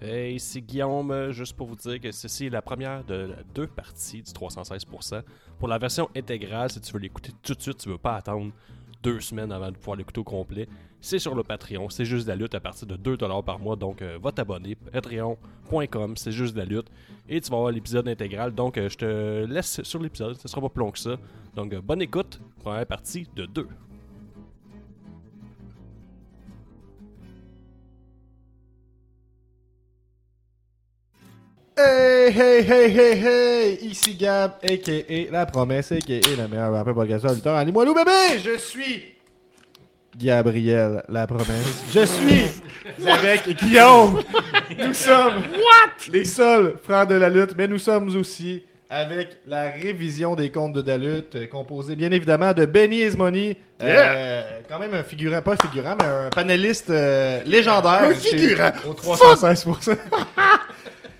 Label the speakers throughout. Speaker 1: Hey, c'est Guillaume, euh, juste pour vous dire que ceci est la première de la- deux parties du 316%. Pour la version intégrale, si tu veux l'écouter tout de suite, tu veux pas attendre deux semaines avant de pouvoir l'écouter au complet, c'est sur le Patreon. C'est juste de la lutte à partir de 2$ par mois, donc euh, va t'abonner, patreon.com, c'est juste de la lutte. Et tu vas avoir l'épisode intégral, donc euh, je te laisse sur l'épisode, ce sera pas plus long que ça. Donc euh, bonne écoute, première partie de 2.
Speaker 2: Hey, hey, hey, hey, hey! Ici Gab, a.k.a. La Promesse, a.k.a. la meilleure rappeur podcast du temps. Allez-moi loup, bébé! Je suis Gabriel La Promesse. Je suis avec Guillaume! Nous sommes What? les seuls frères de la lutte, mais nous sommes aussi avec la révision des comptes de la lutte, euh, composée bien évidemment de Benny Esmoni, euh, quand même un figurant, pas figurant, mais un panéliste euh, légendaire.
Speaker 3: Un
Speaker 2: chez-
Speaker 3: figurant!
Speaker 2: Au 316%.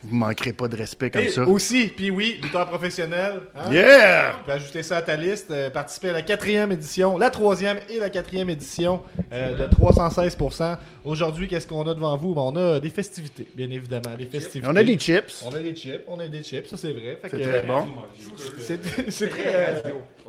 Speaker 3: Vous manquerez pas de respect comme
Speaker 2: Et
Speaker 3: ça.
Speaker 2: Aussi, puis oui, lutteur professionnel. hein.
Speaker 3: Yeah!
Speaker 2: Tu peux ajouter ça à ta liste, euh, participer à la quatrième édition, la troisième et la quatrième édition euh, de 316%. Aujourd'hui, qu'est-ce qu'on a devant vous? Ben, on a des festivités, bien évidemment, des festivités.
Speaker 3: On a des chips.
Speaker 2: On a des chips, on a des chips, ça c'est vrai. Fait
Speaker 3: C'est
Speaker 2: que, euh,
Speaker 3: très bon.
Speaker 2: C'est c'est très... euh,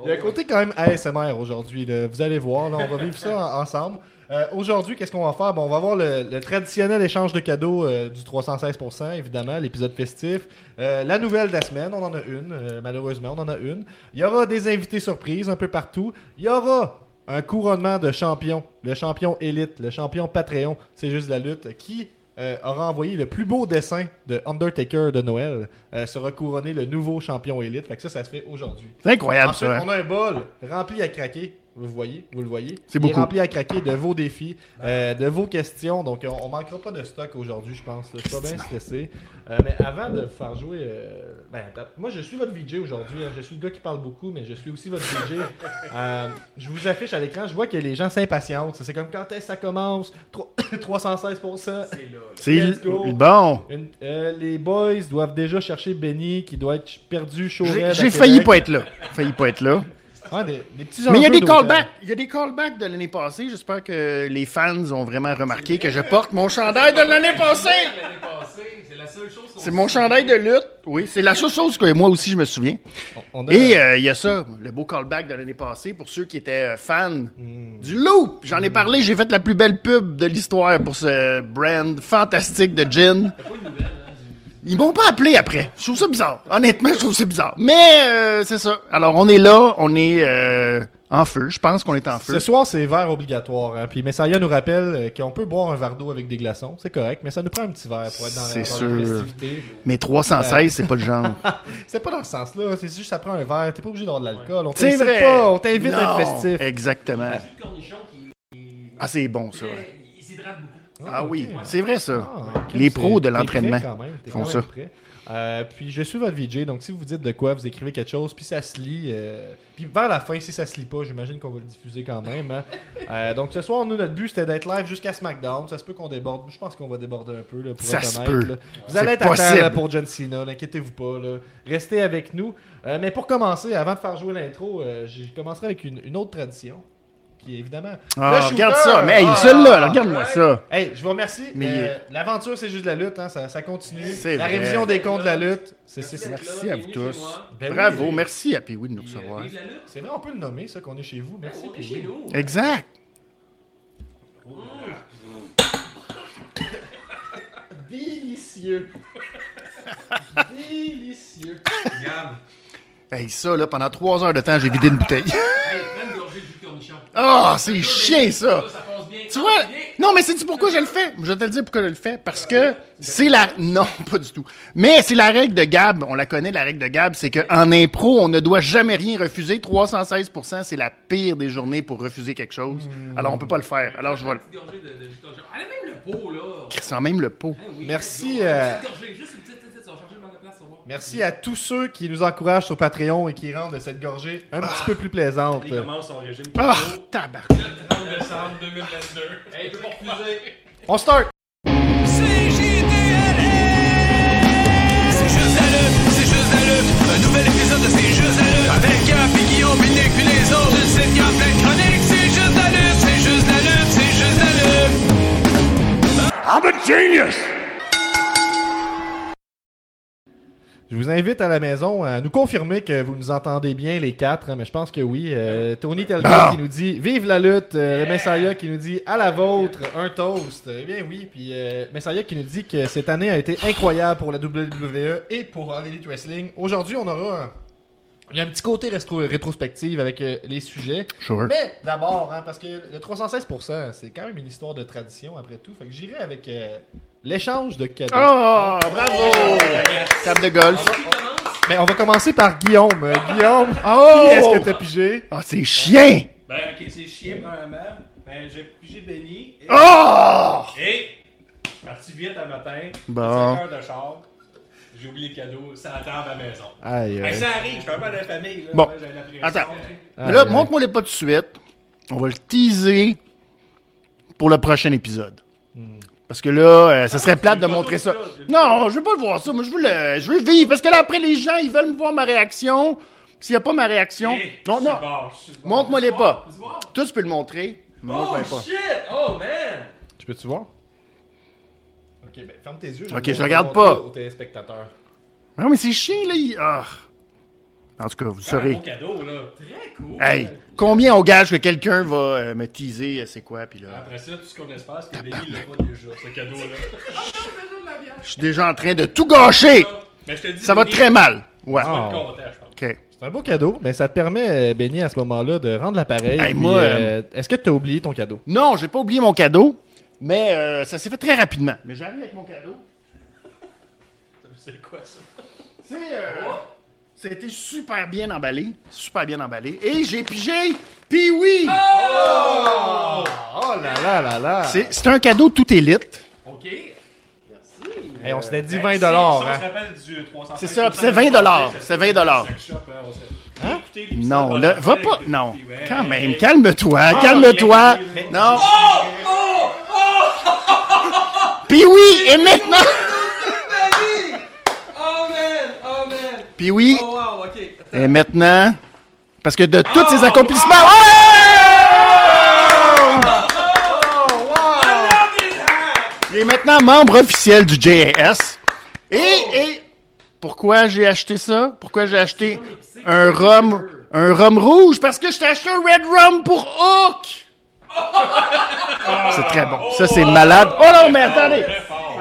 Speaker 2: Il y a un côté quand même ASMR aujourd'hui, là. vous allez voir, là, on va vivre ça en- ensemble. Euh, aujourd'hui, qu'est-ce qu'on va faire? Bon, on va avoir le, le traditionnel échange de cadeaux euh, du 316%, évidemment, l'épisode festif. Euh, la nouvelle de la semaine, on en a une, euh, malheureusement, on en a une. Il y aura des invités surprises un peu partout. Il y aura un couronnement de champion, le champion élite, le champion Patreon, c'est juste la lutte, qui euh, aura envoyé le plus beau dessin de Undertaker de Noël, euh, sera couronné le nouveau champion élite. Fait que ça, ça se fait aujourd'hui.
Speaker 3: C'est incroyable
Speaker 2: Ensuite,
Speaker 3: ça. hein.
Speaker 2: on a un bol rempli à craquer. Vous voyez, vous le voyez. Il
Speaker 3: C'est
Speaker 2: est
Speaker 3: beaucoup.
Speaker 2: Rempli à craquer de vos défis, euh, de vos questions. Donc, on, on manquera pas de stock aujourd'hui, je pense. là. Je suis pas bien stressé. Euh, mais avant de vous faire jouer, euh, ben, attends. moi je suis votre VJ aujourd'hui. hein. Je suis le gars qui parle beaucoup, mais je suis aussi votre VJ. Euh, je vous affiche à l'écran. Je vois que les gens s'impatientent. C'est comme quand est-ce que ça commence Trois- 316%.
Speaker 3: C'est
Speaker 2: Let's go.
Speaker 3: bon.
Speaker 2: Une- euh, les boys doivent déjà chercher Benny qui doit être perdu chaud. raide à
Speaker 3: J'ai j'ai failli
Speaker 2: Québec.
Speaker 3: pas être là. Failli pas être là.
Speaker 2: Ah, des, des petits
Speaker 3: Mais il y
Speaker 2: enjeux
Speaker 3: a
Speaker 2: hein.
Speaker 3: des
Speaker 2: d'hôtel.
Speaker 3: callbacks. Il y a des callbacks de l'année passée. J'espère que les fans ont vraiment remarqué que je porte mon chandail de l'année passée.
Speaker 4: l'année passée. C'est la seule chose qu'on
Speaker 3: C'est mon chandail de lutte. Oui, c'est la seule chose que moi aussi je me souviens.
Speaker 2: On a-
Speaker 3: Et euh, il y a ça, le beau callback de l'année passée pour ceux qui étaient euh, fans du loop. J'en ai parlé, j'ai fait la plus belle pub de l'histoire pour ce brand fantastique de gin. Ils m'ont pas appelé après. Je trouve ça bizarre. Honnêtement, je trouve ça bizarre. Mais euh, c'est ça. Alors on est là, on est euh, en feu. Je pense qu'on est en
Speaker 2: Ce
Speaker 3: feu.
Speaker 2: soir, c'est verre obligatoire. Hein. Puis Messaya nous rappelle euh, qu'on peut boire un verre d'eau avec des glaçons, c'est correct, mais ça nous prend un petit verre pour être dans,
Speaker 3: C'est
Speaker 2: la, dans
Speaker 3: sûr.
Speaker 2: la festivité.
Speaker 3: Mais 316, c'est pas le genre.
Speaker 2: C'est pas dans ce sens-là, c'est juste ça prend un verre. T'es pas obligé d'avoir de l'alcool. On
Speaker 3: C'est
Speaker 2: t'invite
Speaker 3: vrai.
Speaker 2: pas, on t'invite à être
Speaker 3: Non,
Speaker 2: festif.
Speaker 3: Exactement.
Speaker 4: Le cornichon qui. qui-
Speaker 3: Ah, c'est bon ça.
Speaker 4: Il s'hydrate beaucoup.
Speaker 3: Ah oui, c'est vrai ça.
Speaker 2: Ah, ok,
Speaker 3: Les
Speaker 2: c'est-
Speaker 3: pros de
Speaker 2: t'es prêt
Speaker 3: l'entraînement
Speaker 2: quand même, t'es
Speaker 3: font
Speaker 2: quand même
Speaker 3: ça.
Speaker 2: prêt. Euh, puis je suis votre VJ, donc si vous dites de quoi, vous écrivez quelque chose, puis ça se lit. euh, puis vers la fin, si ça se lit pas, j'imagine qu'on va le diffuser quand même. hein. Euh, donc ce soir, nous, notre but c'était d'être live jusqu'à SmackDown. Ça se peut qu'on déborde. Je pense qu'on va déborder un peu. Là, pour
Speaker 3: Ça
Speaker 2: être
Speaker 3: se
Speaker 2: honnête,
Speaker 3: peut.
Speaker 2: là. Vous
Speaker 3: C'est
Speaker 2: allez être à terre
Speaker 3: possible.
Speaker 2: là, pour John Cena, n'inquiétez-vous pas. là. Restez avec nous. Euh, mais pour commencer, avant de faire jouer l'intro, euh, je commencerai avec une, une autre tradition. Qui est évidemment.
Speaker 3: Ah,
Speaker 2: Le
Speaker 3: regarde
Speaker 2: shooter!
Speaker 3: ça. Mais hey,
Speaker 2: Ah!
Speaker 3: celui-là, là, regarde-moi ça.
Speaker 2: Hey, je vous remercie.
Speaker 3: Mais
Speaker 2: Euh, L'aventure, c'est juste de la lutte, hein, ça, ça continue.
Speaker 3: C'est
Speaker 2: la
Speaker 3: vrai.
Speaker 2: révision des comptes de la lutte, c'est c'est- c'est-
Speaker 3: Merci à vous tous.
Speaker 2: Ben oui,
Speaker 3: Bravo, merci à Pee-Wee de nous recevoir.
Speaker 4: Vive la lutte.
Speaker 2: C'est vrai, on peut le nommer, ça, qu'on est chez vous. Merci.
Speaker 4: On est
Speaker 2: puis
Speaker 4: chez
Speaker 2: oui.
Speaker 4: nous.
Speaker 3: Exact.
Speaker 2: Délicieux. Délicieux.
Speaker 4: Regarde.
Speaker 3: Hey, ça, là, pendant trois heures de temps, j'ai vidé une bouteille.
Speaker 4: Hey, prends une gorgée de jus de cornichon.
Speaker 3: Ah, c'est chiant, ça!
Speaker 4: Ça, ça passe bien.
Speaker 3: Ah. Tu vois?
Speaker 4: Ah, bien.
Speaker 3: Non, mais sais-tu pourquoi je le fais? Je vais te le dire pourquoi je le fais. Parce que c'est la... Non, pas du tout. Mais c'est la règle de Gab. On la connaît, la règle de Gab. C'est qu'en impro, on ne doit jamais rien refuser. 316%, c'est la pire des journées pour refuser quelque chose. Alors, on peut pas le faire. Alors, je vais le...
Speaker 4: Une gorgée de, de jus de cornichon. Allez, même le pot, là.
Speaker 3: Sans même le pot.
Speaker 4: Hein, oui.
Speaker 2: Merci,
Speaker 4: Une
Speaker 2: euh,
Speaker 4: petite gorgée, juste une petite, petite, petite, ça va changer le manque de place, ça va.
Speaker 2: Merci à tous ceux qui nous encouragent sur Patreon et qui rendent cette gorgée un petit peu plus plaisante.
Speaker 5: Il commence son régime.
Speaker 3: Ah, tabac.
Speaker 4: 30 décembre 2022. Hey, je peux pas refuser.
Speaker 2: On start!
Speaker 6: C'est juste la lutte, c'est juste la lutte. Un nouvel épisode de C'est juste la lutte. Avec Gap, puis Guillaume, puis Nick, puis les autres. Une sitcom pleine de chroniques. C'est juste la lutte, c'est juste la lutte, c'est juste la lutte.
Speaker 2: Je vous invite à la maison à nous confirmer que vous nous entendez bien, les quatre, hein, mais je pense que oui. Euh, Tony Telgate qui nous dit Vive la lutte Euh, Le Messiah qui nous dit À la vôtre, un toast Eh bien oui, puis euh, Messiah qui nous dit que cette année a été incroyable pour la WWE et pour All Elite Wrestling. Aujourd'hui, on aura un, il y a un petit côté rétro- rétrospective avec euh, les sujets.
Speaker 3: Sure.
Speaker 2: Mais d'abord, hein, parce que le 316%, c'est quand même une histoire de tradition après tout. Fait que j'irai avec euh, l'échange de cadeaux.
Speaker 3: Oh, bravo! Table de golf.
Speaker 4: Qui commence?
Speaker 2: Mais on va commencer par Guillaume. Euh, Guillaume, qui est-ce que
Speaker 3: Oh!
Speaker 2: t'as pigé?
Speaker 3: Ah, c'est chien!
Speaker 5: Ben, ok, c'est chier, premièrement. Ben, j'ai pigé Benny. Et,
Speaker 3: Oh!
Speaker 5: et je suis parti vite un matin.
Speaker 3: Bon.
Speaker 5: 5 heures de char. J'ai oublié le cadeau. Ça attend à ma maison.
Speaker 3: Aïe,
Speaker 5: Ben,
Speaker 3: aïe.
Speaker 5: ça arrive, je suis un peu de la famille. Là.
Speaker 3: Ah, Bon.
Speaker 5: Ouais, j'avais la pression.
Speaker 3: Attends.
Speaker 2: Ah,
Speaker 3: là,
Speaker 2: ouais.
Speaker 3: montre-moi les pas tout de suite. On va le teaser pour le prochain épisode. Parce que là, euh, ça serait plate de montrer ça. Non, je veux pas le voir ça. Moi, je veux le, je veux le vivre. Parce que là, après, les gens, ils veulent me voir ma réaction. S'il n'y a pas ma réaction.
Speaker 5: Hey,
Speaker 3: Non,
Speaker 5: je suis
Speaker 3: non.
Speaker 5: bon, je suis bon.
Speaker 3: Montre-moi les pas.
Speaker 4: Vas-y voir.
Speaker 3: Toi, tu peux le montrer.
Speaker 4: Oh
Speaker 3: Montre-moi
Speaker 4: shit! Oh man!
Speaker 2: Tu peux-tu voir? Ok, ben ferme tes yeux.
Speaker 3: Ok,
Speaker 2: vais
Speaker 3: je regarde
Speaker 2: montrer
Speaker 3: pas.
Speaker 2: Aux téléspectateurs.
Speaker 3: pas. Non, Ah, mais c'est chiant, là. il- ah. En tout cas, vous
Speaker 5: C'est un
Speaker 3: saurez.
Speaker 5: beau cadeau, là.
Speaker 4: Très cool!
Speaker 3: Hey, combien on gage que quelqu'un va euh, me teaser, euh, c'est quoi, puis là.
Speaker 5: Après ça, tout ce qu'on espère, c'est que Benny l'a pas déjà, ce cadeau-là.
Speaker 3: Je suis déjà en train de tout gâcher.
Speaker 5: Mais Ben, je te dis,
Speaker 3: Ça va
Speaker 5: Benny,
Speaker 3: très mal. Ouais.
Speaker 5: tu vas
Speaker 2: Ah.
Speaker 5: être content, je pense.
Speaker 3: Ok.
Speaker 2: C'est un beau cadeau, mais ça te permet, euh, Benny, à ce moment-là, de rendre l'appareil.
Speaker 3: Hey,
Speaker 2: puis,
Speaker 3: moi,
Speaker 2: euh, Est-ce que t'as oublié ton cadeau?
Speaker 3: Non, j'ai pas oublié mon cadeau, mais euh, ça s'est fait très rapidement. Mais j'arrive avec mon cadeau.
Speaker 5: C'est quoi ça?
Speaker 3: C'est euh, ça a été super bien emballé, super bien emballé et j'ai pigé puis oui.
Speaker 2: Oh là là
Speaker 3: Ah
Speaker 2: là là!
Speaker 3: C'est c'est un cadeau tout élite.
Speaker 5: OK.
Speaker 2: Hey, on se l'a dit 20
Speaker 5: Ben, si,
Speaker 2: dollars.
Speaker 5: si on se
Speaker 2: Hein.
Speaker 5: rappelle du 300.
Speaker 3: C'est ça, puis c'est 20 dollars, c'est 20 dollars.
Speaker 5: Hein?
Speaker 3: Non, là, va pas. Non, quand même, calme-toi, calme-toi. Non. Puis oui et maintenant.
Speaker 4: Benny! Oh man! Oh man!
Speaker 3: Puis oui
Speaker 4: Oh wow, ok.
Speaker 3: et maintenant, parce que de tous ces accomplissements. Oh! Ouais! Il est maintenant membre officiel du JAS. Et, et pourquoi j'ai acheté ça? Pourquoi j'ai acheté un rhum, un rhum rouge? Parce que je t'ai acheté un Red Rum pour Hook! C'est très bon. Ça, c'est malade. Oh non, mais attendez!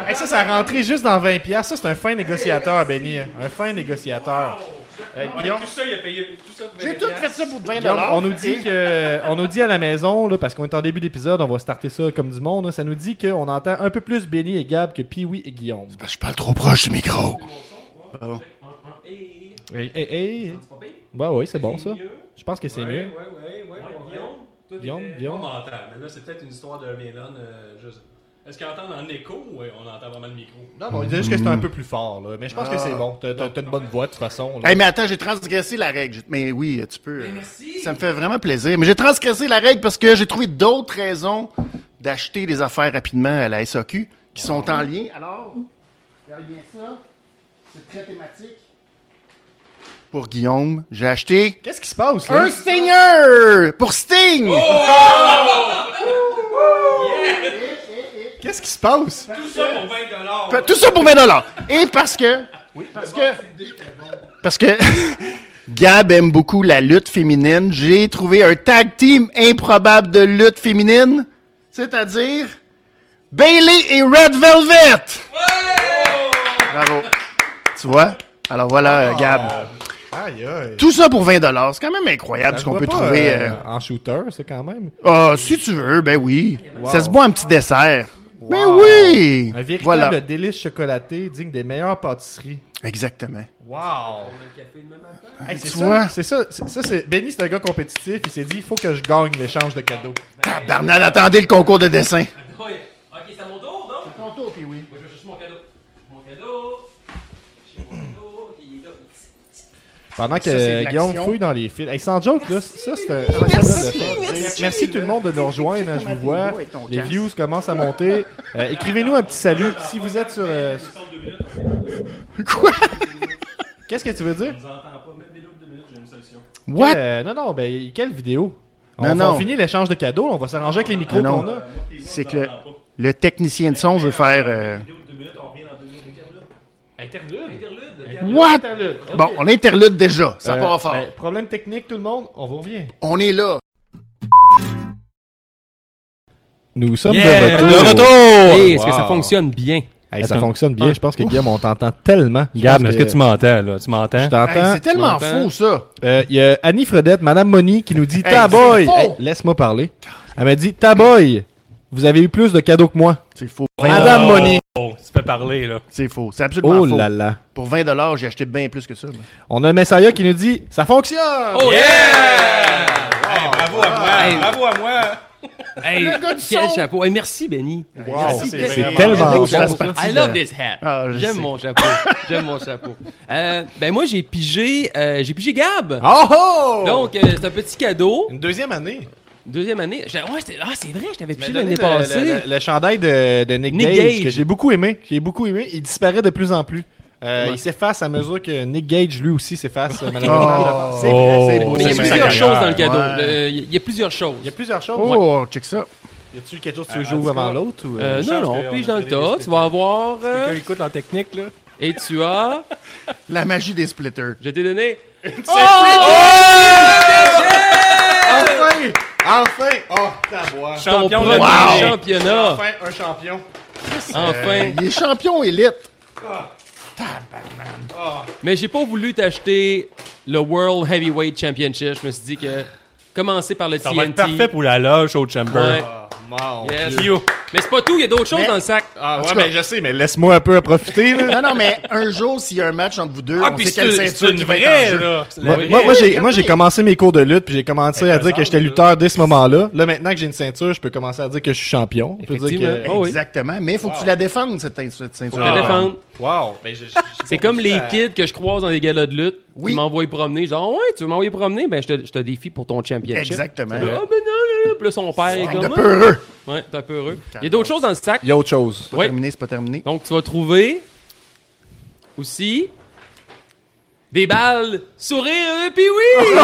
Speaker 2: Hey, ça, ça rentrait juste dans 20$. piastres. Ça, c'est un fin négociateur, Benny. hein. Un fin négociateur. Euh, Guillaume,
Speaker 5: Tout ça, il a payé. Tout ça,
Speaker 3: J'ai tout fait ça pour 20
Speaker 2: Guillaume, on nous dit que, on nous dit à la maison, là, parce qu'on est en début d'épisode, on va starter ça comme du monde. là, ça nous dit qu'on entend un peu plus Benny et Gab que Pee-Wee et Guillaume.
Speaker 3: Ben, Je parle trop proche du micro.
Speaker 4: Hey!
Speaker 2: Hey, hey, hey.
Speaker 4: C'est pas pire?
Speaker 2: Bah oui, c'est bon ça. Je pense que c'est
Speaker 5: Ouais,
Speaker 2: mieux.
Speaker 5: ouais, ouais, ouais.
Speaker 4: Ouais, Guillaume? Toi,
Speaker 2: Guillaume,
Speaker 4: t'étais-
Speaker 5: On
Speaker 2: Guillaume.
Speaker 5: m'entend, mais là, c'est peut-être une histoire de Mélone. euh, je sais. Est-ce qu'on entend en écho ou euh, on entend vraiment le micro?
Speaker 2: Non, mais on disait juste que c'était un peu plus fort, là. Mais je pense que c'est bon. T'as t'as- t'as une bonne voix, de toute façon. là.
Speaker 3: Hey, mais attends, j'ai transgressé la règle. J'ai- Mais oui, tu peux. euh,
Speaker 4: merci.
Speaker 3: Ça me fait vraiment plaisir. Mais j'ai transgressé la règle parce que j'ai trouvé d'autres raisons d'acheter des affaires rapidement à la SAQ qui sont en lien. Alors, regarde bien ça. C'est très thématique. Pour Guillaume, j'ai acheté
Speaker 2: Qu'est-ce qui se passe, là?
Speaker 3: un Stinger pour Sting.
Speaker 2: Qu'est-ce qui se passe?
Speaker 5: Tout ça pour 20 dollars.
Speaker 3: Pa- Tout ça pour 20 dollars. Et parce que. parce que. Parce que. Gab aime beaucoup la lutte féminine. J'ai trouvé un tag team improbable de lutte féminine. C'est-à-dire. Bailey et Red Velvet! Bravo. Tu vois? Alors voilà, euh,
Speaker 2: Ah,
Speaker 3: Gab.
Speaker 2: Aïe, aïe.
Speaker 3: Tout ça pour 20 dollars. C'est quand même incroyable ce qu'on peut trouver. euh,
Speaker 2: en shooter, ça, quand même.
Speaker 3: Ah, si tu veux, ben oui. Ça se boit un petit dessert. Ben
Speaker 2: Wow.
Speaker 3: oui!
Speaker 2: Un véritable
Speaker 3: Voilà.
Speaker 2: délice chocolaté digne des meilleures pâtisseries.
Speaker 3: Exactement.
Speaker 4: On
Speaker 2: Wow!
Speaker 4: a le café demain matin?
Speaker 2: c'est
Speaker 3: Tu
Speaker 2: ça,
Speaker 3: vois?
Speaker 2: c'est ça. c'est- ça, c'est- Benny, c'est un gars compétitif. Il s'est dit, il faut que je gagne l'échange de cadeaux.
Speaker 3: Tabarnak, attendez le concours de dessin.
Speaker 4: Ouais. Oh, Ok, c'est à mon tour, non? Moi, je vais chercher mon cadeau. Mon cadeau. J'ai mon cadeau. Ok, il est là.
Speaker 2: Pendant que
Speaker 3: Ça, c'est de
Speaker 2: euh, Guillaume
Speaker 3: l'action.
Speaker 2: fouille dans les fils. Hey, sans joke, là, ça, c'est un.
Speaker 3: Merci,
Speaker 2: merci, tout le monde de nous rejoindre. hein, je vous vois.
Speaker 3: avec ton
Speaker 2: Les
Speaker 3: casque.
Speaker 2: views commencent à monter. Euh, Écrivez-nous un petit salut. Si vous êtes sur. euh,
Speaker 3: Quoi?
Speaker 2: Qu'est-ce que tu veux dire?
Speaker 5: On entend pas. Mets des loupes de minutes, j'ai une solution.
Speaker 3: What?
Speaker 2: Euh, non, non, ben, quelle vidéo? On,
Speaker 3: Non,
Speaker 2: va-
Speaker 3: non.
Speaker 2: on finit l'échange de cadeaux. On va s'arranger avec les micros
Speaker 3: Ah Non, non.
Speaker 2: qu'on a.
Speaker 3: C'est que le, le technicien de son veut faire... euh,
Speaker 5: Des loupes de minutes, on revient dans deux minutes.
Speaker 2: Interlude.
Speaker 4: Interlude.
Speaker 3: What? Bon, on interlude déjà. Ça
Speaker 2: Euh,
Speaker 3: part fort.
Speaker 2: ben, problème technique, tout le monde. On vous revient.
Speaker 3: On est là.
Speaker 2: Nous sommes
Speaker 5: Yeah,
Speaker 2: de
Speaker 5: de
Speaker 2: retour.
Speaker 5: Hey, est-ce que ça
Speaker 1: Wow.
Speaker 5: fonctionne bien?
Speaker 2: Hey, ça
Speaker 5: Attends.
Speaker 2: fonctionne bien. Je pense que Guillaume, on t'entend tellement. Je
Speaker 5: Gab,
Speaker 2: pense
Speaker 5: est-ce que tu m'entends, là? Tu m'entends?
Speaker 7: Hein?
Speaker 2: Je t'entends.
Speaker 3: Hey, c'est tellement
Speaker 5: tu m'entends?
Speaker 3: fou, ça.
Speaker 2: Euh, Il y a Annie Fredette, Madame Moni, qui nous dit
Speaker 3: Hey,
Speaker 2: Taboy.
Speaker 3: c'est faux.
Speaker 2: Hey, Laisse-moi parler. Elle m'a dit Taboy, vous avez eu plus de cadeaux que moi.
Speaker 3: C'est faux.
Speaker 2: Madame Moni.
Speaker 1: Oh, tu fais parler, là.
Speaker 3: C'est faux. C'est absolument
Speaker 2: Oh
Speaker 3: faux.
Speaker 2: là là.
Speaker 3: Pour 20 j'ai acheté bien plus que ça. moi.
Speaker 2: On a Messiah qui nous dit Ça fonctionne.
Speaker 5: Oh,
Speaker 1: Yeah! Hey, bravo à moi!
Speaker 5: Hey.
Speaker 1: Bravo à moi!
Speaker 5: Hey, quel chapeau! Hey, merci, Benny.
Speaker 1: Merci,
Speaker 2: C'est
Speaker 1: vraiment-
Speaker 2: tellement
Speaker 5: J'aime
Speaker 2: bon.
Speaker 5: mon chapeau. I love this hat.
Speaker 3: Ah, je
Speaker 5: J'aime
Speaker 3: sais.
Speaker 5: mon chapeau. J'aime mon chapeau. Euh, ben moi, j'ai pigé, euh, j'ai pigé Gab.
Speaker 2: Oh oh!
Speaker 5: Donc, euh, c'est un petit cadeau.
Speaker 2: une deuxième année.
Speaker 5: Deuxième année. J'ai- Ouais, c'était- ah, c'est vrai, je t'avais
Speaker 2: Tu m'as
Speaker 5: pigé
Speaker 2: donné
Speaker 5: l'année
Speaker 2: le-
Speaker 5: passée.
Speaker 2: Le, le chandail de, de Nick,
Speaker 5: Nick
Speaker 2: Gage,
Speaker 5: Gage.
Speaker 2: que j'ai beaucoup aimé. J'ai beaucoup aimé. Il disparaît de plus en plus. Euh,
Speaker 5: Ouais.
Speaker 2: Il s'efface à mesure que Nick Gage, lui aussi, s'efface. euh, malheureusement.
Speaker 3: Oh.
Speaker 2: C'est vrai, c'est beau.
Speaker 5: Mais il y a
Speaker 3: C'est
Speaker 5: plusieurs
Speaker 3: sa
Speaker 5: choses dans le cadeau.
Speaker 3: Ouais.
Speaker 5: Le- Il y a plusieurs choses.
Speaker 2: Il y a plusieurs choses. Ouais.
Speaker 3: Oh, check ça.
Speaker 2: Y a-tu quelque chose que tu
Speaker 5: Ah,
Speaker 2: veux jouer avant l'autre ou,
Speaker 5: Euh,
Speaker 2: euh,
Speaker 5: non, non, pige dans le tas. Tu vas avoir. euh,
Speaker 2: écoute en technique, là.
Speaker 5: et tu as.
Speaker 3: La magie des splitters.
Speaker 5: Je t'ai donné. Oh!
Speaker 2: Enfin! Enfin! Oh, ta voix.
Speaker 5: Ton
Speaker 1: Champion de
Speaker 5: premier
Speaker 1: l'année.
Speaker 5: championnat.
Speaker 2: Enfin, un champion.
Speaker 5: Enfin.
Speaker 1: Euh,
Speaker 3: Il est champion élite.
Speaker 5: Mais j'ai pas voulu t'acheter le World Heavyweight Championship. Je me suis dit que commencer par le
Speaker 1: Ça
Speaker 5: TNT.
Speaker 1: va être parfait pour la loge au Chamber.
Speaker 5: Ouais.
Speaker 2: Oh, mon
Speaker 5: Yes.
Speaker 2: Dieu.
Speaker 5: Mais c'est pas tout, il y a d'autres choses dans le sac.
Speaker 2: Ah, ouais,
Speaker 3: tout cas-
Speaker 2: mais je sais, mais laisse-moi un peu en profiter, là.
Speaker 3: Non, non, mais un jour, s'il y a un match entre vous deux, on sait quelle ceinture qui va être en jeu.
Speaker 1: là! C'est la
Speaker 2: Moi,
Speaker 1: vraie.
Speaker 2: moi, moi, j'ai, moi, j'ai commencé mes cours de lutte, puis j'ai commencé à dire que j'étais lutteur dès ce moment-là. Là, maintenant que j'ai une ceinture, je peux commencer à dire que je suis champion. Je peux dire que...
Speaker 5: Effectivement. Oh oui.
Speaker 3: Exactement, mais il faut que tu la défendes, cette teint- cette ceinture.
Speaker 5: Je vais défendre.
Speaker 2: Wow!
Speaker 5: C'est comme les kids que je croise dans les galas de lutte.
Speaker 3: Oui.
Speaker 5: Ils m'envoient promener. Genre, ouais, tu veux m'envoyer promener? Ben, je te, je te défie pour ton championship.
Speaker 3: Exactement.
Speaker 5: Ah, ben non, non, non. Puis là, son père est
Speaker 3: De
Speaker 5: comme. ah,
Speaker 3: peureux.
Speaker 5: Ouais, t'es un peu heureux. Il y a d'autres choses dans le sac.
Speaker 2: Il y a autre chose.
Speaker 3: C'est pas
Speaker 5: Ouais.
Speaker 3: terminé, c'est pas terminé.
Speaker 5: Donc, tu vas trouver aussi des balles sourire puis oui.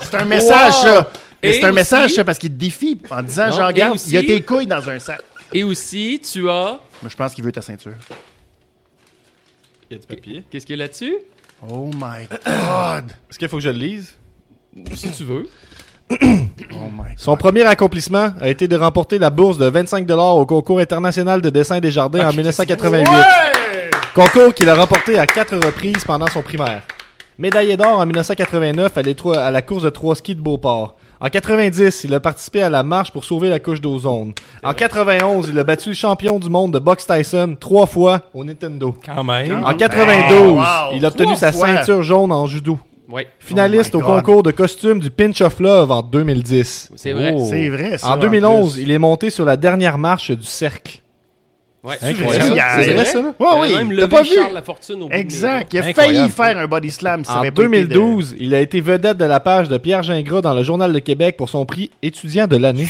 Speaker 3: C'est un message, ça. Mais
Speaker 5: Et
Speaker 3: C'est un
Speaker 5: aussi-
Speaker 3: message, ça, parce qu'il te défie en disant,
Speaker 5: Non,
Speaker 3: genre,
Speaker 5: et
Speaker 3: regarde, il y a
Speaker 5: aussi-
Speaker 3: tes couilles dans un sac.
Speaker 5: Et aussi, tu as.
Speaker 3: Mais je pense qu'il veut ta ceinture.
Speaker 2: Il y a du papier.
Speaker 5: Qu'est-ce qu'il y a là-dessus?
Speaker 3: Oh my God.
Speaker 2: Est-ce qu'il faut que je le lise?
Speaker 5: Si tu veux.
Speaker 3: Oh my God.
Speaker 2: Son premier accomplissement a été de remporter la bourse de 25 au concours international de dessin des jardins
Speaker 3: Ah,
Speaker 2: en 1988. Concours qu'il a remporté à quatre reprises pendant son primaire. Médaillé d'or en 1989 à, les trois- à la course de trois skis de Beauport. En 90, il a participé à la marche pour sauver la couche d'ozone. En 91, il a battu le champion du monde de boxe Tyson trois fois au Nintendo.
Speaker 1: Quand même.
Speaker 2: En 92,
Speaker 3: wow.
Speaker 2: il a obtenu
Speaker 3: Trois
Speaker 2: sa
Speaker 3: fois.
Speaker 2: ceinture jaune en judo.
Speaker 5: Ouais.
Speaker 2: Finaliste
Speaker 3: Oh my
Speaker 2: au
Speaker 3: God.
Speaker 2: concours de costume du Pinch of Love en 2010.
Speaker 5: C'est vrai.
Speaker 3: C'est vrai, ça.
Speaker 2: En 2011,
Speaker 3: plus.
Speaker 2: il est monté sur la dernière marche du cercle.
Speaker 5: Ouais.
Speaker 3: Incroyable.
Speaker 2: C'est
Speaker 3: Incroyable.
Speaker 2: vrai, ça? là?
Speaker 3: Ouais,
Speaker 5: Il a
Speaker 3: Ah oui,
Speaker 5: Ah même
Speaker 3: t'as
Speaker 5: levé
Speaker 3: pas vu.
Speaker 5: Charles Lafortune au bout de mes doigts.
Speaker 3: Exact. Il a failli
Speaker 2: Incroyable.
Speaker 3: faire un body slam. si ça
Speaker 2: En
Speaker 3: avait pas été de-
Speaker 2: 2012, il a été vedette de la page de Pierre Gingras dans le Journal de Québec pour son prix étudiant de l'année.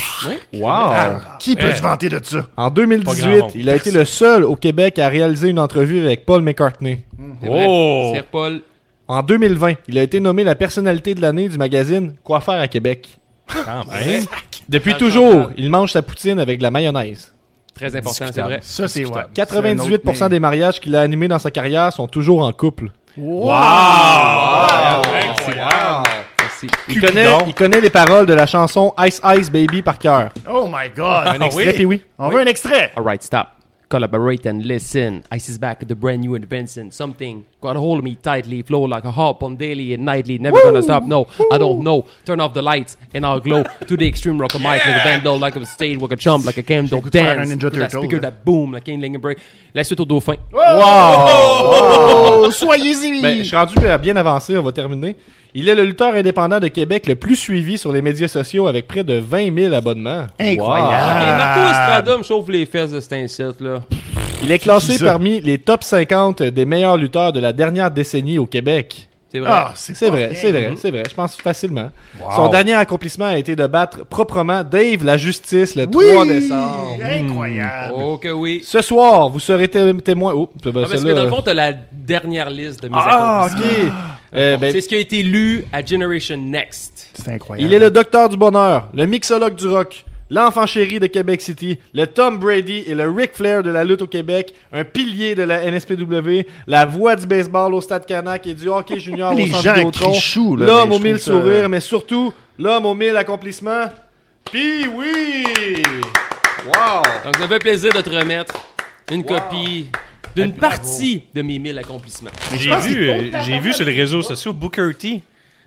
Speaker 2: Wow!
Speaker 3: Ah, Qui peut se vanter de ça?
Speaker 2: En
Speaker 1: Pas
Speaker 2: 2018,
Speaker 1: grand monde.
Speaker 2: il a été le seul au Québec à réaliser une entrevue avec Paul McCartney.
Speaker 5: C'est vrai.
Speaker 1: Oh!
Speaker 5: Sir Paul.
Speaker 2: En 2020, il a été nommé la personnalité de l'année du magazine Quoi faire à Québec.
Speaker 3: Ah,
Speaker 1: Quand
Speaker 3: ben.
Speaker 1: même.
Speaker 2: Depuis toujours, il mange sa poutine avec de la mayonnaise.
Speaker 5: Très important, c'est vrai.
Speaker 3: Ça, c'est ouais. C'est un
Speaker 2: 98%
Speaker 3: autre,
Speaker 2: des mariages qu'il a animés dans sa carrière sont toujours en couple.
Speaker 3: mais- Wow!
Speaker 1: Incroyable!
Speaker 5: Merci.
Speaker 2: Il connaît, il connaît les paroles de la chanson Ice Ice Baby par cœur.
Speaker 3: Oh my God!
Speaker 1: Ah
Speaker 2: Et
Speaker 1: oui?
Speaker 2: puis oui.
Speaker 3: On veut un extrait!
Speaker 5: All right, stop. Collaborate and listen. Ice is back, the brand new invention. Something got hold of me tightly, flow like a harp on daily and nightly. Never gonna stop. No, I don't know. Turn off the lights and I'll glow to the extreme rock of mic like a vandal, like a stage, like a chump, like a cam dog
Speaker 3: faire un
Speaker 5: dance.
Speaker 3: Ninja
Speaker 5: to that
Speaker 3: Turtle,
Speaker 5: speaker,
Speaker 3: là.
Speaker 5: that boom, like King Break. La suite au dauphin.
Speaker 3: Oh, soyez-y!
Speaker 2: Ben, je suis rendu à bien avancé, on va terminer. Il est le lutteur indépendant de Québec le plus suivi sur les médias sociaux avec près de 20 000 abonnements.
Speaker 5: Et
Speaker 3: Incroyable!
Speaker 5: Marco Estrada me chauffe les fesses de cet insecte, là.
Speaker 2: Il est classé
Speaker 3: ça?
Speaker 2: parmi les top 50 des meilleurs lutteurs de la dernière décennie au Québec.
Speaker 5: C'est vrai.
Speaker 3: Ah, c'est
Speaker 2: C'est
Speaker 3: pas
Speaker 2: vrai,
Speaker 3: rien.
Speaker 2: c'est vrai, c'est vrai. Je pense facilement. Son dernier accomplissement a été de battre proprement Dave la Justice le 3 décembre. Hmm.
Speaker 3: Incroyable!
Speaker 5: oh que oui.
Speaker 2: Ce soir, vous serez té- témoin. Oh, ben,
Speaker 5: Ah, parce que
Speaker 2: celle-là-
Speaker 5: dans le fond, t'as la dernière liste de mes
Speaker 2: Ah,
Speaker 5: accomplissements.
Speaker 2: ok. Euh, ben,
Speaker 5: C'est ce qui a été lu à Generation Next.
Speaker 3: C'est incroyable.
Speaker 2: il est le docteur du bonheur, le mixologue du rock, l'enfant chéri de Québec City, le Tom Brady et le Ric Flair de la lutte au Québec, un pilier de la NSPW, la voix du baseball au Stade Canac et du hockey junior
Speaker 3: Les
Speaker 2: au Centre
Speaker 3: gens
Speaker 2: Vidéotron,
Speaker 3: crient chou, là,
Speaker 2: l'homme
Speaker 3: mais
Speaker 2: aux
Speaker 3: je
Speaker 2: mille
Speaker 3: trouve ça-
Speaker 2: sourires, mais surtout l'homme aux mille accomplissements, puis oui! Wow!
Speaker 5: Donc, ça me fait plaisir de te remettre une copie d'une partie de mes mille accomplissements.
Speaker 7: J'ai vu, euh, j'ai vu sur les réseaux sociaux Booker T.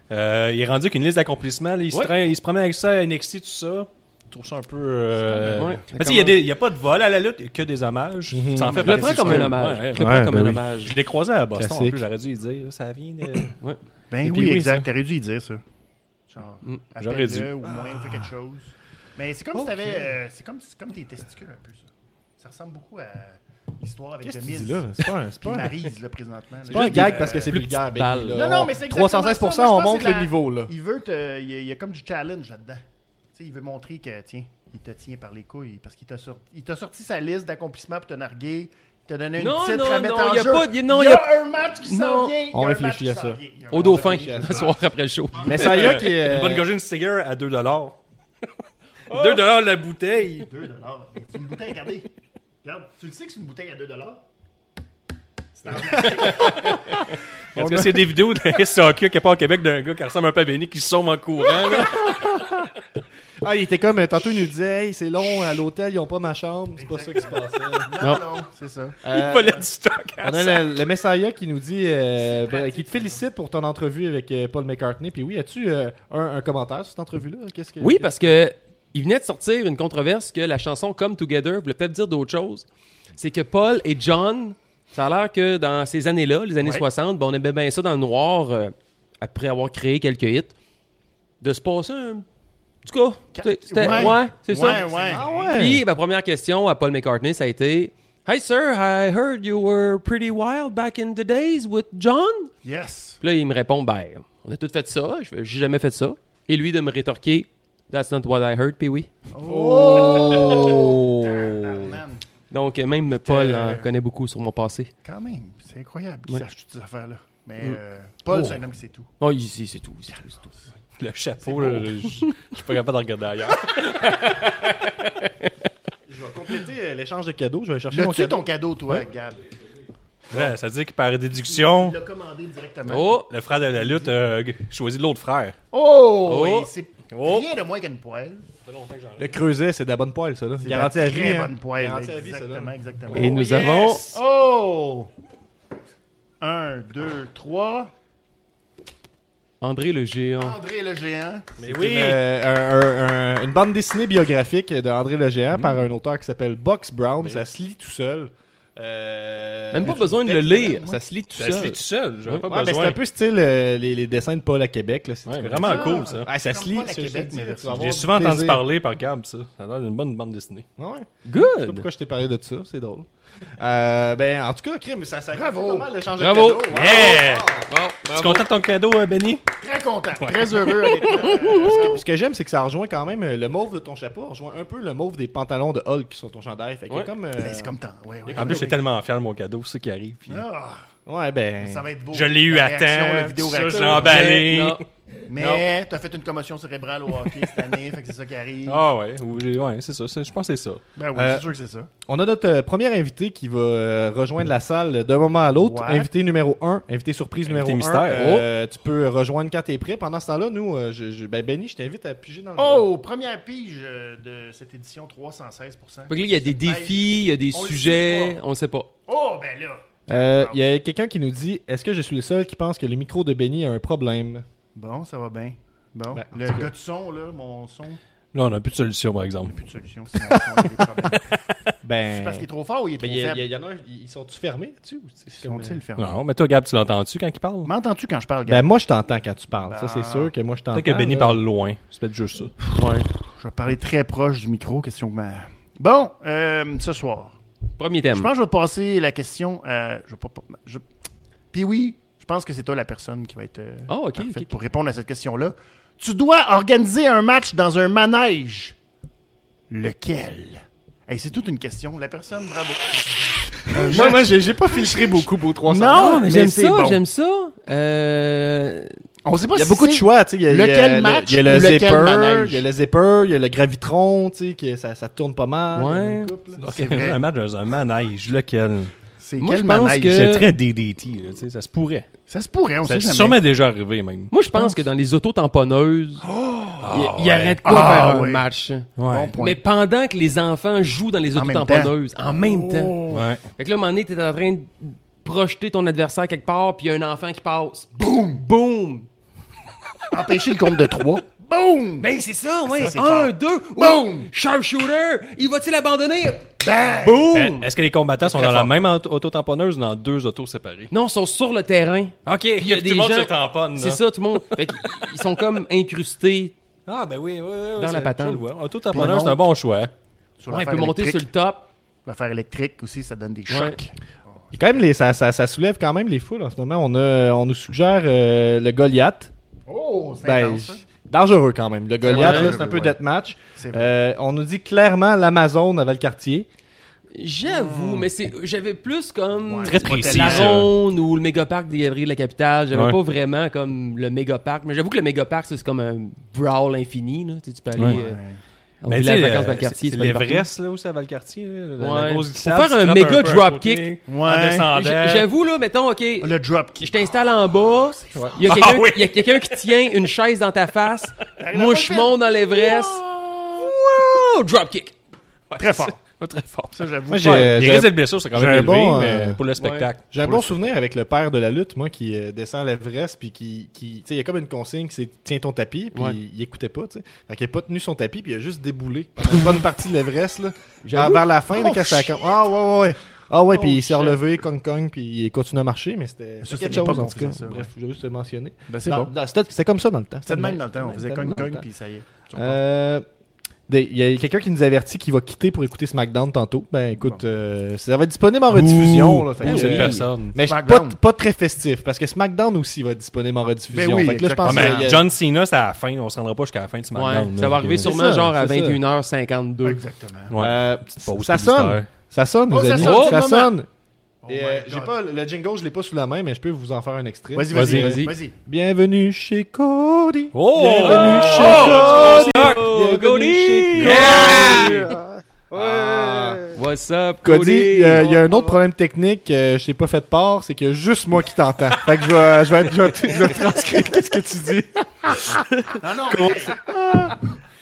Speaker 7: euh, il est rendu avec une liste d'accomplissements. là. Il, se
Speaker 5: Ouais.
Speaker 7: traîne- il se promène avec ça à NXT, tout ça. Je trouve ça un peu. euh,
Speaker 5: Ouais.
Speaker 7: Parce qu'il y a des- il n'y a, pas de vol à la lutte, il y a que des hommages. Ça en fait
Speaker 5: Mm-hmm. Je le
Speaker 7: partie,
Speaker 5: prends
Speaker 7: c'est
Speaker 5: comme
Speaker 7: sûr.
Speaker 5: un hommage.
Speaker 7: Ouais, ouais.
Speaker 5: Je le prends
Speaker 2: Ouais,
Speaker 5: comme
Speaker 2: ben
Speaker 5: un
Speaker 2: oui.
Speaker 5: hommage.
Speaker 7: Je l'ai croisé à Boston en
Speaker 2: Classique.
Speaker 7: plus, j'aurais dû lui dire. Ça vient de.
Speaker 3: Ben
Speaker 7: Et puis
Speaker 3: oui,
Speaker 7: oui,
Speaker 3: exact.
Speaker 7: ça.
Speaker 3: T'aurais dû y dire ça. Genre,
Speaker 2: Hmm.
Speaker 7: j'aurais dû.
Speaker 3: appelle-le Ou moins, fais quelque chose. Mais c'est comme si t'avais. euh, c'est comme, c'est comme tes testicules un peu, ça. Ça ressemble beaucoup à l'histoire avec
Speaker 2: Qu'est-ce
Speaker 3: The
Speaker 2: que tu
Speaker 3: Miz.
Speaker 2: dis là? C'est pas un, c'est
Speaker 3: Puis
Speaker 2: pas un-
Speaker 3: Maryse, là, présentement.
Speaker 2: c'est pas un gag parce que c'est
Speaker 5: plus
Speaker 2: vulgaire,
Speaker 5: petite balle.
Speaker 2: Becky, là.
Speaker 3: Non, non, mais c'est exactement
Speaker 2: 316%,
Speaker 3: ça. Moi,
Speaker 2: on
Speaker 3: je pense que
Speaker 2: monte
Speaker 3: c'est
Speaker 2: le
Speaker 3: la-
Speaker 2: niveau, là.
Speaker 3: Il veut te. Il y a, il y a comme du challenge là-dedans. Tu sais, il veut montrer que, tiens, il te tient par les couilles parce qu'il t'a sorti, il t'a sorti sa liste d'accomplissements pour te narguer. Il t'a donné une
Speaker 5: Non,
Speaker 3: petite
Speaker 5: non,
Speaker 3: à mettre
Speaker 5: non,
Speaker 3: en
Speaker 5: il y a
Speaker 3: jeu.
Speaker 5: pas de- non,
Speaker 3: il y
Speaker 5: il y
Speaker 3: a un match qui
Speaker 5: Non.
Speaker 3: s'en vient. il y a
Speaker 2: On
Speaker 3: un
Speaker 2: réfléchit
Speaker 3: match qui
Speaker 2: à
Speaker 3: s'en
Speaker 2: ça.
Speaker 3: vient, il y a un
Speaker 5: Au
Speaker 3: match
Speaker 2: Ah,
Speaker 5: dauphin,
Speaker 3: qui s'en
Speaker 5: le soir après le show.
Speaker 2: Mais ça y a qui est...
Speaker 7: Une bonne gorgée de cigarette à 2
Speaker 2: Ah.
Speaker 7: 2 la bouteille.
Speaker 3: vient. 2 dollars. C'est une bouteille, regardez. Regarde, tu le sais que c'est une bouteille à 2 dollars?
Speaker 7: Est-ce que c'est des vidéos de SAQ qui est pas au Québec d'un gars qui ressemble un peu à Benny qui sombre en courant? là?
Speaker 2: Ah, il était comme, euh, tantôt il nous disait, hey, c'est long, à l'hôtel, ils ont pas ma chambre. C'est pas ça qui se passait.
Speaker 3: Non, non, c'est ça.
Speaker 2: Euh,
Speaker 7: Il volait du stock. à
Speaker 2: on
Speaker 7: ça.
Speaker 2: a le, le Messiah qui nous dit, euh, ben, qui te félicite pour ton entrevue avec euh, Paul McCartney. Puis oui, as-tu euh, un, un commentaire sur cette entrevue-là? Qu'est-ce que,
Speaker 5: Oui, parce que il venait de sortir une controverse que la chanson Come Together voulait peut-être dire d'autres choses. C'est que Paul et John, ça a l'air que dans ces années-là, les années 60, ben, on aimait bien ça dans le noir, euh, après avoir créé quelques hits, de se passer un... En tout cas, c'était- c'était... Ouais,
Speaker 3: Ouais.
Speaker 5: c'est ça.
Speaker 3: Ouais, ouais.
Speaker 2: Ah ouais?
Speaker 5: Puis, ma première question à Paul McCartney, ça a été... Hey sir, I heard you were pretty wild back in the days with John.
Speaker 3: Yes.
Speaker 5: Puis là, il me répond, ben, on a tous fait ça, je fais, j'ai jamais fait ça. Et lui de me rétorquer, that's not what I heard, puis oui.
Speaker 2: Oh!
Speaker 3: Ah, Man,
Speaker 5: Donc, euh, même Paul
Speaker 3: Euh.
Speaker 5: en connaît beaucoup sur mon passé. ces
Speaker 3: quand même, c'est incroyable
Speaker 5: Ouais.
Speaker 3: qu'ils sachent toutes ces affaires-là. Mais
Speaker 2: Mm.
Speaker 3: euh, Paul,
Speaker 2: Oh.
Speaker 3: c'est un homme qui sait tout.
Speaker 5: Non, ici, Oh, c'est tout. c'est tout, c'est tout.
Speaker 7: Le
Speaker 2: Oh,
Speaker 7: chapeau, là, je je suis pas capable d'en regarder ailleurs.
Speaker 2: Je vais compléter euh, l'échange de cadeaux. Je vais aller chercher mon
Speaker 3: L'as-tu
Speaker 2: cadeau.
Speaker 3: ton cadeau, toi, Gab?
Speaker 7: Ouais, ça veut dire que par déduction,
Speaker 3: Il l'a commandé directement.
Speaker 5: Oh!
Speaker 7: le frère de la lutte a choisi l'autre frère.
Speaker 3: Oh!
Speaker 5: Oh!
Speaker 3: Et C'est
Speaker 7: Oh!
Speaker 3: rien de moins qu'une poêle.
Speaker 2: Le creuset, c'est de la bonne poêle, ça. Là. Garantie à vie.
Speaker 3: Très
Speaker 2: hein.
Speaker 3: bonne poêle.
Speaker 2: Garantie à vie,
Speaker 3: Exactement,
Speaker 2: celle-là.
Speaker 3: exactement.
Speaker 5: Et nous avons...
Speaker 3: Oh! Un, deux, trois.
Speaker 5: André le géant.
Speaker 3: André le géant.
Speaker 7: Mais oui!
Speaker 2: Euh, un- un- un- une bande dessinée biographique de André Le
Speaker 7: Mm-hmm.
Speaker 2: Géant par un auteur qui s'appelle Box Brown. Ça se lit tout seul. Euh,
Speaker 5: Même pas besoin de le lire. Ça se lit tout
Speaker 7: Ça se
Speaker 5: seul.
Speaker 7: lit tout seul, j'avais pas
Speaker 2: Ouais, mais c'est
Speaker 7: besoin.
Speaker 2: un peu style euh, les, les dessins de Paul à Québec. Là, c'est
Speaker 7: Ouais, vraiment cool, ça.
Speaker 2: Ah, ça se lit.
Speaker 3: Paul à
Speaker 2: c'est-
Speaker 3: Québec,
Speaker 2: c'est-
Speaker 3: mais
Speaker 2: tu vas
Speaker 3: je
Speaker 2: avoir
Speaker 7: J'ai
Speaker 2: du
Speaker 7: souvent entendu
Speaker 2: plaisir.
Speaker 7: parler par Gab, ça. Ça a l'air d'une bonne bande dessinée.
Speaker 2: Ouais. Je sais pas
Speaker 5: Good!
Speaker 2: pourquoi je t'ai parlé de ça, c'est drôle. Euh, ben, en tout cas, crime, ça, ça
Speaker 3: Bravo.
Speaker 2: pas mal l'échange de hein.
Speaker 5: Bravo!
Speaker 2: cadeaux.
Speaker 7: Yeah!
Speaker 5: Bon,
Speaker 7: Tu es
Speaker 5: bravo.
Speaker 7: content de ton cadeau, euh, Benny?
Speaker 3: Très content, très heureux. honnêtement.
Speaker 2: Ce que- Ce que j'aime, c'est que ça rejoint quand même euh, le mauve de ton chapeau, rejoint un peu le mauve des pantalons de Hulk qui sont ton chandail. Fait que
Speaker 5: Ouais.
Speaker 2: comme, euh,
Speaker 3: Ben, C'est comme temps. Ouais, ouais.
Speaker 7: En plus, j'ai tellement fier de mon cadeau, c'est ça qui arrive. puis-
Speaker 3: Ah,
Speaker 2: Ouais, ben.
Speaker 3: ça va être beau.
Speaker 7: Je l'ai eu
Speaker 3: La
Speaker 7: à
Speaker 3: réaction,
Speaker 7: temps,
Speaker 3: la vidéo
Speaker 7: tout ça,
Speaker 3: réaction.
Speaker 7: je l'ai emballé.
Speaker 5: Non.
Speaker 3: Mais t'as fait une commotion cérébrale au hockey cette année, fait que c'est ça qui arrive.
Speaker 7: Ah ouais, ou- ouais c'est ça. c'est- Je pense que c'est ça.
Speaker 3: Ben oui,
Speaker 2: Euh,
Speaker 3: c'est sûr que c'est ça.
Speaker 2: On a notre euh, premier invité qui va euh, rejoindre la salle d'un moment à l'autre.
Speaker 3: Ouais. Oh.
Speaker 2: Invité numéro 1, invité surprise numéro 1.
Speaker 7: mystère.
Speaker 2: Tu peux rejoindre quand t'es prêt. Pendant ce temps-là, nous, euh, je, je- ben Benny, je t'invite à piger dans le.
Speaker 3: Oh, première pige euh, de cette édition 316
Speaker 5: Fait que là, il y a des défis, il y a des
Speaker 3: On le sait
Speaker 5: sujets,
Speaker 3: pas.
Speaker 5: on sait pas.
Speaker 3: Oh, ben là.
Speaker 2: Euh, Il y a quelqu'un qui nous dit Est-ce que je suis le seul qui pense que le micro de Benny a un problème
Speaker 3: Bon, ça va bien. Bon,
Speaker 2: Ben,
Speaker 3: le
Speaker 2: en tout cas.
Speaker 3: gars de son, là, mon son,
Speaker 7: Là, on n'a plus de solution, par exemple.
Speaker 3: plus de solution. sinon on a des problèmes. C'est
Speaker 2: Ben.
Speaker 3: parce qu'il est trop fort ou il est trop
Speaker 2: ben, il y, a-
Speaker 3: faible?
Speaker 2: il y en a un, ils sont-tu fermés là-dessus ou c'est- c'est comme, euh,
Speaker 3: Sont-ils fermés?
Speaker 7: Non, mais toi, Gab, tu l'entends-tu quand il parle?
Speaker 3: M'entends-tu quand je parle, gars?
Speaker 2: Ben, moi, je t'entends quand tu parles. Ça, c'est
Speaker 3: Ah.
Speaker 2: sûr que moi, je t'entends.
Speaker 7: Peut-être que Benny
Speaker 2: là.
Speaker 7: parle loin. C'est peut-être juste ça.
Speaker 3: Je vais parler très proche du micro, question que ma... Bon, euh, ce soir,
Speaker 5: Premier
Speaker 3: Je
Speaker 5: thème.
Speaker 3: pense que je vais passer la question à. Je vais pas- pas- je- Puis oui, je pense que c'est toi la personne qui va être euh,
Speaker 5: Ah, ok,
Speaker 3: parfaite
Speaker 5: ok, ok.
Speaker 3: pour répondre à cette question-là. Tu dois organiser un match dans un manège. Lequel Hey, C'est toute une question. La personne, bravo.
Speaker 2: Euh, Moi, moi, j'ai j'ai pas filtré beaucoup pour 300.
Speaker 3: Non, mais
Speaker 5: J'aime
Speaker 3: c'est
Speaker 5: ça,
Speaker 3: bon.
Speaker 5: j'aime ça. Euh,
Speaker 3: On sait pas
Speaker 2: Il y a
Speaker 3: si
Speaker 2: beaucoup de
Speaker 3: c'est-
Speaker 2: choix, tu sais. Il y a- il y a
Speaker 3: lequel
Speaker 2: le-
Speaker 3: match
Speaker 2: Il y a le
Speaker 3: ou lequel
Speaker 2: zipper,
Speaker 3: manège?
Speaker 2: il y a le zipper, il y a le gravitron, tu sais, que ça, ça tourne pas mal.
Speaker 5: Ouais.
Speaker 2: une couple, là.
Speaker 3: C'est vrai.
Speaker 7: un match dans un manège, lequel.
Speaker 3: C'est
Speaker 5: Moi,
Speaker 3: quel
Speaker 5: je pense
Speaker 3: manège?
Speaker 5: que-
Speaker 7: C'est très DDT, là, tu sais, ça se pourrait.
Speaker 3: Ça se pourrait, on
Speaker 7: Ça
Speaker 3: sait
Speaker 7: s'est
Speaker 3: jamais.
Speaker 7: sûrement déjà arrivé, même.
Speaker 5: Moi, je pense que dans les autos tamponneuses, il, il arrête pas de
Speaker 3: Ah,
Speaker 5: faire
Speaker 3: ouais.
Speaker 5: un match.
Speaker 3: Bon point.
Speaker 5: Mais pendant que les enfants jouent dans les
Speaker 3: En
Speaker 5: autos
Speaker 3: même temps. Oh.
Speaker 5: tamponneuses, en même temps.
Speaker 7: Ouais.
Speaker 5: Fait que là, à un moment donné, t'es en train de projeter ton adversaire quelque part, puis il y a un enfant qui passe. Boum! Boum!
Speaker 3: Empêcher le compte de 3. Boom!
Speaker 5: Ben, c'est ça, ouais!
Speaker 3: c'est
Speaker 5: un, deux, boum!
Speaker 3: Boum!
Speaker 5: Sharpshooter! Il va-t-il abandonner?
Speaker 3: Bang!
Speaker 7: Euh, Est-ce que les combattants sont dans la même auto- auto-tamponneuse ou dans deux autos séparées?
Speaker 5: Non, ils sont sur le terrain.
Speaker 7: OK, il
Speaker 5: y a des
Speaker 7: monde
Speaker 5: gens-
Speaker 7: se tamponne.
Speaker 5: C'est
Speaker 7: là.
Speaker 5: ça, tout le monde. Fait qu'ils- ils sont comme incrustés.
Speaker 7: Ah, ben oui, oui, oui.
Speaker 5: Dans la patente.
Speaker 7: Auto-tamponneur, c'est un bon choix.
Speaker 3: Sur
Speaker 5: Ben, Ouais, il
Speaker 3: l'affaire
Speaker 5: peut monter sur
Speaker 3: électrique.
Speaker 5: le top.
Speaker 3: L'affaire électrique aussi, ça donne des chocs.
Speaker 2: Puis quand même, les, ça, ça, ça soulève quand même les foules en ce moment. On, a, on nous suggère euh, le Goliath.
Speaker 3: Oh, c'est
Speaker 2: Ben,
Speaker 3: intense, hein?
Speaker 2: dangereux quand même. Le Goliath,
Speaker 3: vrai,
Speaker 2: là, c'est un peu
Speaker 3: ouais.
Speaker 2: deathmatch.
Speaker 3: C'est vrai.
Speaker 2: Euh, on nous dit clairement l'Amazon avait le quartier.
Speaker 5: J'avoue, mais c'est, j'avais plus comme
Speaker 3: Hmm. Ouais.
Speaker 7: Très
Speaker 3: C'est pas
Speaker 7: précis,
Speaker 5: la
Speaker 7: ça.
Speaker 5: ronde ou le méga parc des Galeries de la capitale. J'avais
Speaker 7: Ouais.
Speaker 5: pas vraiment comme le méga parc, mais j'avoue que le méga parc c'est comme un brawl infini. Là. Tu, sais, tu peux aller
Speaker 7: Ouais.
Speaker 5: euh, au
Speaker 7: Mais tu
Speaker 5: village
Speaker 7: sais,
Speaker 5: vacances
Speaker 7: euh,
Speaker 5: Valcartier,
Speaker 7: c'est
Speaker 5: tu peux aller partout.
Speaker 7: l'Everest, là, où c'est à Valcartier. là, la- la
Speaker 5: Ouais.
Speaker 7: grosse
Speaker 5: Faut
Speaker 7: glissade,
Speaker 5: faire
Speaker 7: tu
Speaker 5: un
Speaker 7: frappes
Speaker 5: méga
Speaker 7: peu à
Speaker 5: drop
Speaker 7: côté, Ah, ben.
Speaker 5: kick.
Speaker 7: En
Speaker 3: Ouais.
Speaker 7: descendant.
Speaker 5: J- J'avoue là, mettons, ok,
Speaker 3: Le drop
Speaker 5: je
Speaker 3: kick.
Speaker 5: t'installe en bas, il y a quelqu'un
Speaker 7: Ah oui.
Speaker 5: il y a quelqu'un qui tient une chaise dans ta face, moi je monte dans l'Everest, wow, drop kick.
Speaker 3: Très fort.
Speaker 7: Pas très fort.
Speaker 3: Ça, j'avoue.
Speaker 2: Moi,
Speaker 3: Ouais.
Speaker 2: j'ai
Speaker 7: Les
Speaker 2: j'ai-
Speaker 7: risques de blessure, c'est quand
Speaker 2: j'ai
Speaker 7: même
Speaker 2: un
Speaker 7: élevé,
Speaker 2: bon,
Speaker 7: mais
Speaker 2: euh,
Speaker 7: pour le spectacle.
Speaker 2: j'ai un bon souvenir avec le père de la lutte, moi, qui euh, descend à l'Everest, puis qui, qui tu sais, il y a comme une consigne, c'est tiens ton tapis, puis
Speaker 5: Ouais.
Speaker 2: il, il écoutait pas, tu sais. Fait qu'il a pas tenu son tapis, puis il a juste déboulé. pendant Une bonne partie de l'Everest, là. Vers, vers la fin, là, quand
Speaker 3: Oh,
Speaker 2: ça a com- Ah, ouais, ouais, ouais. Ah, ouais, puis il s'est relevé, Kong Kong, puis il continue à marcher, mais c'était
Speaker 3: Ça,
Speaker 2: quelque
Speaker 3: c'était
Speaker 2: chose,
Speaker 3: l'époque,
Speaker 2: en
Speaker 3: on
Speaker 2: tout cas.
Speaker 3: faisait ça, ouais.
Speaker 2: Bref, je veux juste le mentionner.
Speaker 3: Ben, c'est
Speaker 2: Dans-
Speaker 3: bon.
Speaker 2: dans- C'était c'était comme ça dans le temps.
Speaker 3: C'était de même dans le temps. On
Speaker 2: C'était
Speaker 3: faisait
Speaker 2: de même dans le
Speaker 3: cogne-cogne,
Speaker 2: temps.
Speaker 3: puis ça y est.
Speaker 2: Euh, des- Il y a quelqu'un qui nous avertit qu'il va quitter pour écouter SmackDown tantôt. Ben écoute, euh, ça va être disponible en rediffusion. là, fait
Speaker 7: Ou
Speaker 2: que,
Speaker 7: cette
Speaker 2: euh,
Speaker 7: personne.
Speaker 2: mais je- pas,
Speaker 3: SmackDown.
Speaker 2: pas très festif, parce que SmackDown aussi va être disponible en rediffusion.
Speaker 3: Ben oui,
Speaker 2: Fait que là, je
Speaker 3: exactement.
Speaker 2: pense
Speaker 7: Ouais,
Speaker 2: que-
Speaker 7: Ah, mais John Cena, c'est à la fin. On se rendra pas jusqu'à la fin de ce
Speaker 5: Ouais,
Speaker 7: matin.
Speaker 5: ça va arriver
Speaker 2: C'est
Speaker 5: sûrement
Speaker 2: ça,
Speaker 5: genre à
Speaker 2: c'est ça.
Speaker 5: 21h52.
Speaker 3: Exactement.
Speaker 2: Euh,
Speaker 7: pause
Speaker 2: ça
Speaker 7: publicitaire.
Speaker 2: sonne. Ça sonne,
Speaker 3: Oh,
Speaker 2: les
Speaker 3: ça
Speaker 2: amis.
Speaker 3: sonne, Oh
Speaker 2: ça
Speaker 3: c'est le moment.
Speaker 2: sonne. Et, euh, j'ai pas le le jingle, je l'ai pas sous la main, mais je peux vous en faire un extrait.
Speaker 3: Vas-y, vas-y, vas-y.
Speaker 5: Vas-y,
Speaker 3: vas-y.
Speaker 2: Bienvenue chez Cody.
Speaker 7: Oh!
Speaker 2: Bienvenue
Speaker 7: Oh!
Speaker 2: chez Cody.
Speaker 7: Oh,
Speaker 2: Bienvenue chez
Speaker 7: Cody!
Speaker 2: Cody. Ah.
Speaker 5: What's up,
Speaker 2: Cody, euh,
Speaker 5: Cody?
Speaker 7: euh,
Speaker 2: il y a un autre problème technique que je t'ai pas fait part, c'est que juste moi qui t'entends. fait que je vais, je vais, être- je vais te- je vais te transcrire qu'est-ce que tu dis.
Speaker 3: Non, non, mais- Ah!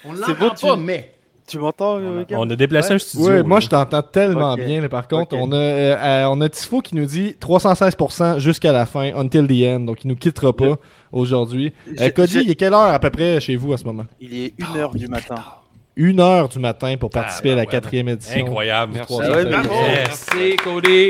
Speaker 3: On l'entend pas, mais...
Speaker 8: Tu m'entends, euh, Gab?
Speaker 7: On a déplacé un studio.
Speaker 2: Oui,
Speaker 7: là.
Speaker 2: moi je t'entends tellement
Speaker 8: Ok.
Speaker 2: bien. là, par contre,
Speaker 8: Ok.
Speaker 2: on a, euh, euh, on a Tifo qui nous dit 316% jusqu'à la fin, until the end. Donc il nous quittera pas aujourd'hui. Euh,
Speaker 8: J'ai-
Speaker 2: Cody,
Speaker 8: j'ai-
Speaker 2: il est quelle heure à peu près chez vous à ce moment
Speaker 8: Il est 1h du matin.
Speaker 2: Une heure du matin pour participer
Speaker 7: Ah,
Speaker 2: à la
Speaker 7: ouais,
Speaker 2: quatrième édition.
Speaker 7: Incroyable.
Speaker 2: Merci.
Speaker 8: Ah ouais,
Speaker 2: Bravo.
Speaker 8: mais-
Speaker 5: Merci, Cody.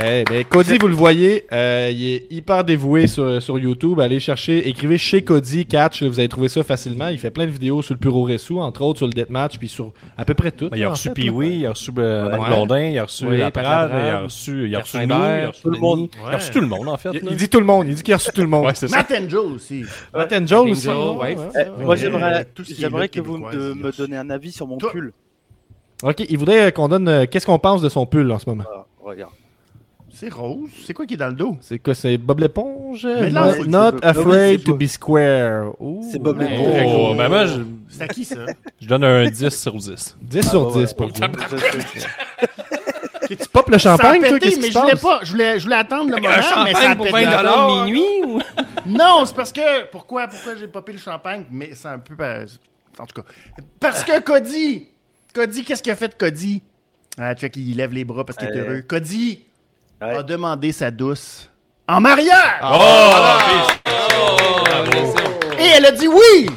Speaker 2: Eh ben, Cody, vous le voyez, euh, il est hyper dévoué sur, sur YouTube. Allez chercher, écrivez chez Cody Catch, vous allez trouver ça facilement. Il fait plein de vidéos sur le Puro Ressou, entre autres sur le Deathmatch, puis sur à peu près tout.
Speaker 7: Ben, il a
Speaker 2: en
Speaker 7: reçu
Speaker 2: fait,
Speaker 7: Pee
Speaker 2: là.
Speaker 7: Wee, il a reçu euh, Marc
Speaker 2: Ouais.
Speaker 7: Blondin, il a reçu
Speaker 5: Oui,
Speaker 7: La
Speaker 5: Pat
Speaker 7: Parade,
Speaker 5: Laprade,
Speaker 7: il a reçu, il a
Speaker 5: Pierre
Speaker 7: reçu nous, il
Speaker 5: Saint-Pierre,
Speaker 7: a reçu
Speaker 8: tout le
Speaker 7: Denis.
Speaker 8: monde.
Speaker 7: Il a reçu tout le monde, en fait.
Speaker 2: Il,
Speaker 7: là.
Speaker 2: il dit tout le monde, il dit qu'il a reçu tout le monde.
Speaker 7: Ouais, c'est ça.
Speaker 3: Matt and Joe aussi.
Speaker 2: Matt and Joe
Speaker 5: Matt and
Speaker 2: aussi.
Speaker 5: Joe,
Speaker 2: ouais,
Speaker 5: ouais.
Speaker 2: ouais.
Speaker 8: Eh, moi, j'aimerais
Speaker 3: tout ce qui est
Speaker 8: j'aimerais
Speaker 3: lutte
Speaker 8: que vous me,
Speaker 3: québécoise,
Speaker 8: me
Speaker 3: bien sûr.
Speaker 8: donnez un avis sur mon
Speaker 3: Toi-
Speaker 8: pull.
Speaker 2: Ok, il voudrait euh, qu'on donne euh, qu'est-ce qu'on pense de son pull en ce moment.
Speaker 8: Ah, regarde.
Speaker 3: C'est Rose. C'est quoi qui est dans le dos?
Speaker 2: C'est quoi, c'est Bob l'éponge
Speaker 3: Mais
Speaker 2: Not-
Speaker 8: là, c'est-
Speaker 2: Not
Speaker 8: c'est-
Speaker 2: afraid
Speaker 8: c'est-
Speaker 2: to be square. Ouh.
Speaker 8: C'est Bob
Speaker 3: Ouais.
Speaker 8: Lévy.
Speaker 7: Oh, ben moi, je,
Speaker 3: C'est à qui, ça?
Speaker 7: je donne un 10 sur 10.
Speaker 2: 10
Speaker 3: Ah,
Speaker 2: sur 10 pour vous.
Speaker 8: vous.
Speaker 2: Tu popes le
Speaker 3: ça a
Speaker 2: champagne, toi,
Speaker 3: pété,
Speaker 2: qu'est-ce qui
Speaker 3: mais
Speaker 2: se
Speaker 3: je voulais
Speaker 2: passe?
Speaker 3: pas. Je voulais, je voulais attendre le moment, mais ça a
Speaker 5: Champagne pour
Speaker 3: pété.
Speaker 5: 20 dollars minuit ou?
Speaker 3: Non, c'est parce que. Pourquoi, pourquoi j'ai popé le champagne? Mais c'est un peu. par- En tout cas. Parce que Cody. Cody, qu'est-ce qu'il a fait, Cody? Ah, check, il lève les bras parce qu'il est
Speaker 8: Euh.
Speaker 3: heureux. Cody
Speaker 8: Ouais.
Speaker 3: a demandé sa douce en mariage! Ah! Oh! Et elle a dit oui!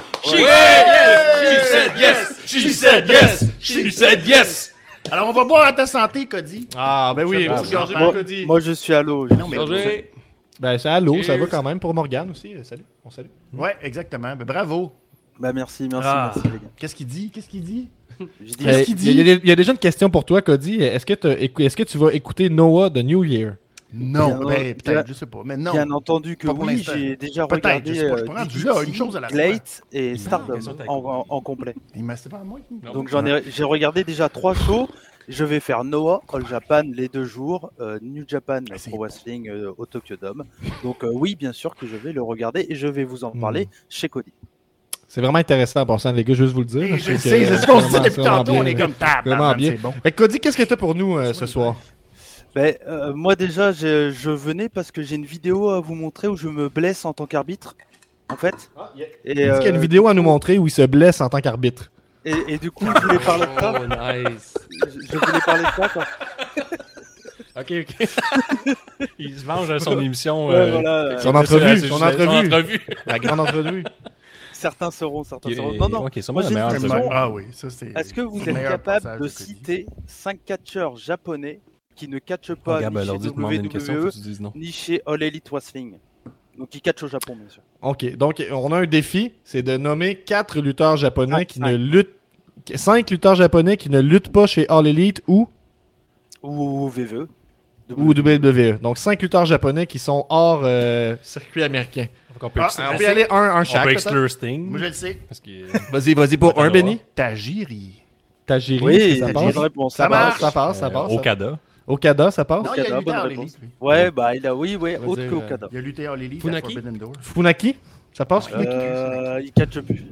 Speaker 3: Alors, on va boire à ta santé, Cody.
Speaker 2: Ah, ben oui,
Speaker 3: Ah,
Speaker 2: bon,
Speaker 3: bon.
Speaker 2: champagne,
Speaker 8: moi,
Speaker 2: Cody.
Speaker 8: moi, je suis à l'eau.
Speaker 3: Non, mais.
Speaker 5: Roger.
Speaker 2: Ben, c'est allô, ça
Speaker 5: Cheers.
Speaker 2: va quand même pour Morgane aussi. euh, Salut, on salue.
Speaker 3: Ouais, exactement. Ben, bravo.
Speaker 8: Bah, merci, merci,
Speaker 7: Ah.
Speaker 8: merci, les gars.
Speaker 3: Qu'est-ce qu'il dit? Qu'est-ce qu'il dit?
Speaker 8: J'ai dit-
Speaker 2: Ben, Il
Speaker 3: qu'il
Speaker 2: y, a- y a- y a déjà une question pour toi, Cody. Est-ce que, t'as écou- est-ce que tu vas écouter Noah de New Year?
Speaker 3: Non,
Speaker 8: Bien,
Speaker 3: ben,
Speaker 8: bien-
Speaker 3: peut-être, je sais pas. Mais non.
Speaker 8: bien entendu que
Speaker 3: pas pour
Speaker 8: oui,
Speaker 3: l'instant.
Speaker 8: j'ai déjà
Speaker 3: Peut-être,
Speaker 8: regardé
Speaker 3: je sais pas, je
Speaker 8: euh,
Speaker 3: peux rendre
Speaker 8: DDT,
Speaker 3: là une chose à la fois.
Speaker 8: Glate et Stardom
Speaker 7: qu'elles sont à
Speaker 8: en, en- en complet.
Speaker 3: Il m'a- C'est pas à moi. qui me- Ah,
Speaker 8: Donc j'en ai, j'ai regardé déjà trois shows Je vais faire Noah, All Japan les deux jours, euh, New Japan
Speaker 3: Ah,
Speaker 8: Pro Wrestling euh, au Tokyo Dome. Donc euh, oui, bien sûr que je vais le regarder et je vais vous
Speaker 3: Hmm.
Speaker 8: en parler chez Cody.
Speaker 2: C'est vraiment intéressant en passant, les gars, juste vous le dire.
Speaker 3: Et Je
Speaker 2: que
Speaker 3: sais, c'est ce qu'on se dit
Speaker 2: vraiment-
Speaker 3: depuis
Speaker 2: vraiment
Speaker 3: tantôt,
Speaker 2: bien,
Speaker 3: on est
Speaker 2: là.
Speaker 3: comme table.
Speaker 2: Vraiment bien.
Speaker 3: C'est bon.
Speaker 2: Fait que Cody, qu'est-ce que t'as pour nous euh, ce soir?
Speaker 8: Ben, euh, moi déjà, je, je venais parce que j'ai une vidéo à vous montrer où je me blesse en tant qu'arbitre, en fait. Et,
Speaker 2: Il dit qu'il y a
Speaker 8: euh,
Speaker 2: une vidéo à nous montrer où il se blesse en tant qu'arbitre.
Speaker 8: et- et du coup, je voulais parler de ça.
Speaker 5: Oh, nice.
Speaker 8: Je, je voulais parler de ça parce
Speaker 7: Ok, ok. Il se venge à son émission.
Speaker 8: que,
Speaker 7: euh,
Speaker 8: voilà, euh,
Speaker 2: Son
Speaker 7: c'est-
Speaker 2: entrevue,
Speaker 7: c'est
Speaker 2: son
Speaker 7: juste-
Speaker 2: entrevue,
Speaker 7: son entrevue.
Speaker 2: la grande entrevue.
Speaker 8: certains seront, certains
Speaker 1: Qui est-
Speaker 8: seront. Non, non.
Speaker 1: ouais, qui est sûrement
Speaker 8: Moi,
Speaker 1: la
Speaker 8: j'ai
Speaker 1: meilleure
Speaker 8: une
Speaker 1: saison.
Speaker 8: raison.
Speaker 3: Ah oui, ça c'est.
Speaker 8: Est-ce que vous
Speaker 3: le
Speaker 8: êtes
Speaker 3: meilleur
Speaker 8: capable
Speaker 3: passage
Speaker 8: de
Speaker 3: Cody.
Speaker 8: citer cinq catcheurs japonais qui ne catchent pas
Speaker 1: Regarde,
Speaker 8: ni
Speaker 1: ben,
Speaker 8: chez
Speaker 1: l'ordi te demande une question, faut
Speaker 8: WWE
Speaker 1: que tu dises non.
Speaker 8: ni chez All Elite Wrestling Donc qui catchent au Japon, bien sûr.
Speaker 2: Ok, donc on a un défi, c'est de nommer quatre lutteurs japonais qui ne luttent, cinq lutteurs japonais qui ne luttent pas chez All Elite ou
Speaker 8: Ou
Speaker 1: E.
Speaker 8: VVE.
Speaker 2: ou WWE. Donc cinq lutteurs japonais qui sont hors euh, circuit américain.
Speaker 7: Donc, on peut,
Speaker 3: Ah,
Speaker 7: ex-
Speaker 3: on
Speaker 2: On
Speaker 3: peut
Speaker 2: peut y aller un, un
Speaker 7: on
Speaker 2: chaque.
Speaker 7: peut
Speaker 2: peut-être?
Speaker 7: exclure Sting.
Speaker 3: Moi je le sais.
Speaker 7: Parce qu'il-
Speaker 2: Vas-y, vas-y pour
Speaker 7: Attends,
Speaker 2: un,
Speaker 7: on va voir.
Speaker 2: Benny.
Speaker 3: Tajiri.
Speaker 2: Tajiri,
Speaker 8: Oui,
Speaker 2: est-ce que ça
Speaker 8: bonne
Speaker 2: passe.
Speaker 8: réponse.
Speaker 2: Ça
Speaker 3: Ça
Speaker 2: passe, ça
Speaker 3: marche.
Speaker 2: passe, ça
Speaker 7: euh,
Speaker 2: passe.
Speaker 7: Okada.
Speaker 2: Okada, ça passe.
Speaker 3: Non, il
Speaker 8: Okada,
Speaker 3: a lutté
Speaker 8: bonne
Speaker 3: en
Speaker 8: réponse.
Speaker 3: élite, lui.
Speaker 8: Ouais, bah il a, oui, oui,
Speaker 2: veut
Speaker 8: autre
Speaker 2: dire,
Speaker 8: que
Speaker 2: euh,
Speaker 8: Okada.
Speaker 3: Il a lutté en élite à
Speaker 5: Funaki?
Speaker 3: Forbidden Door.
Speaker 2: Funaki, ça passe. Funaki?
Speaker 8: Euh, il catche plus.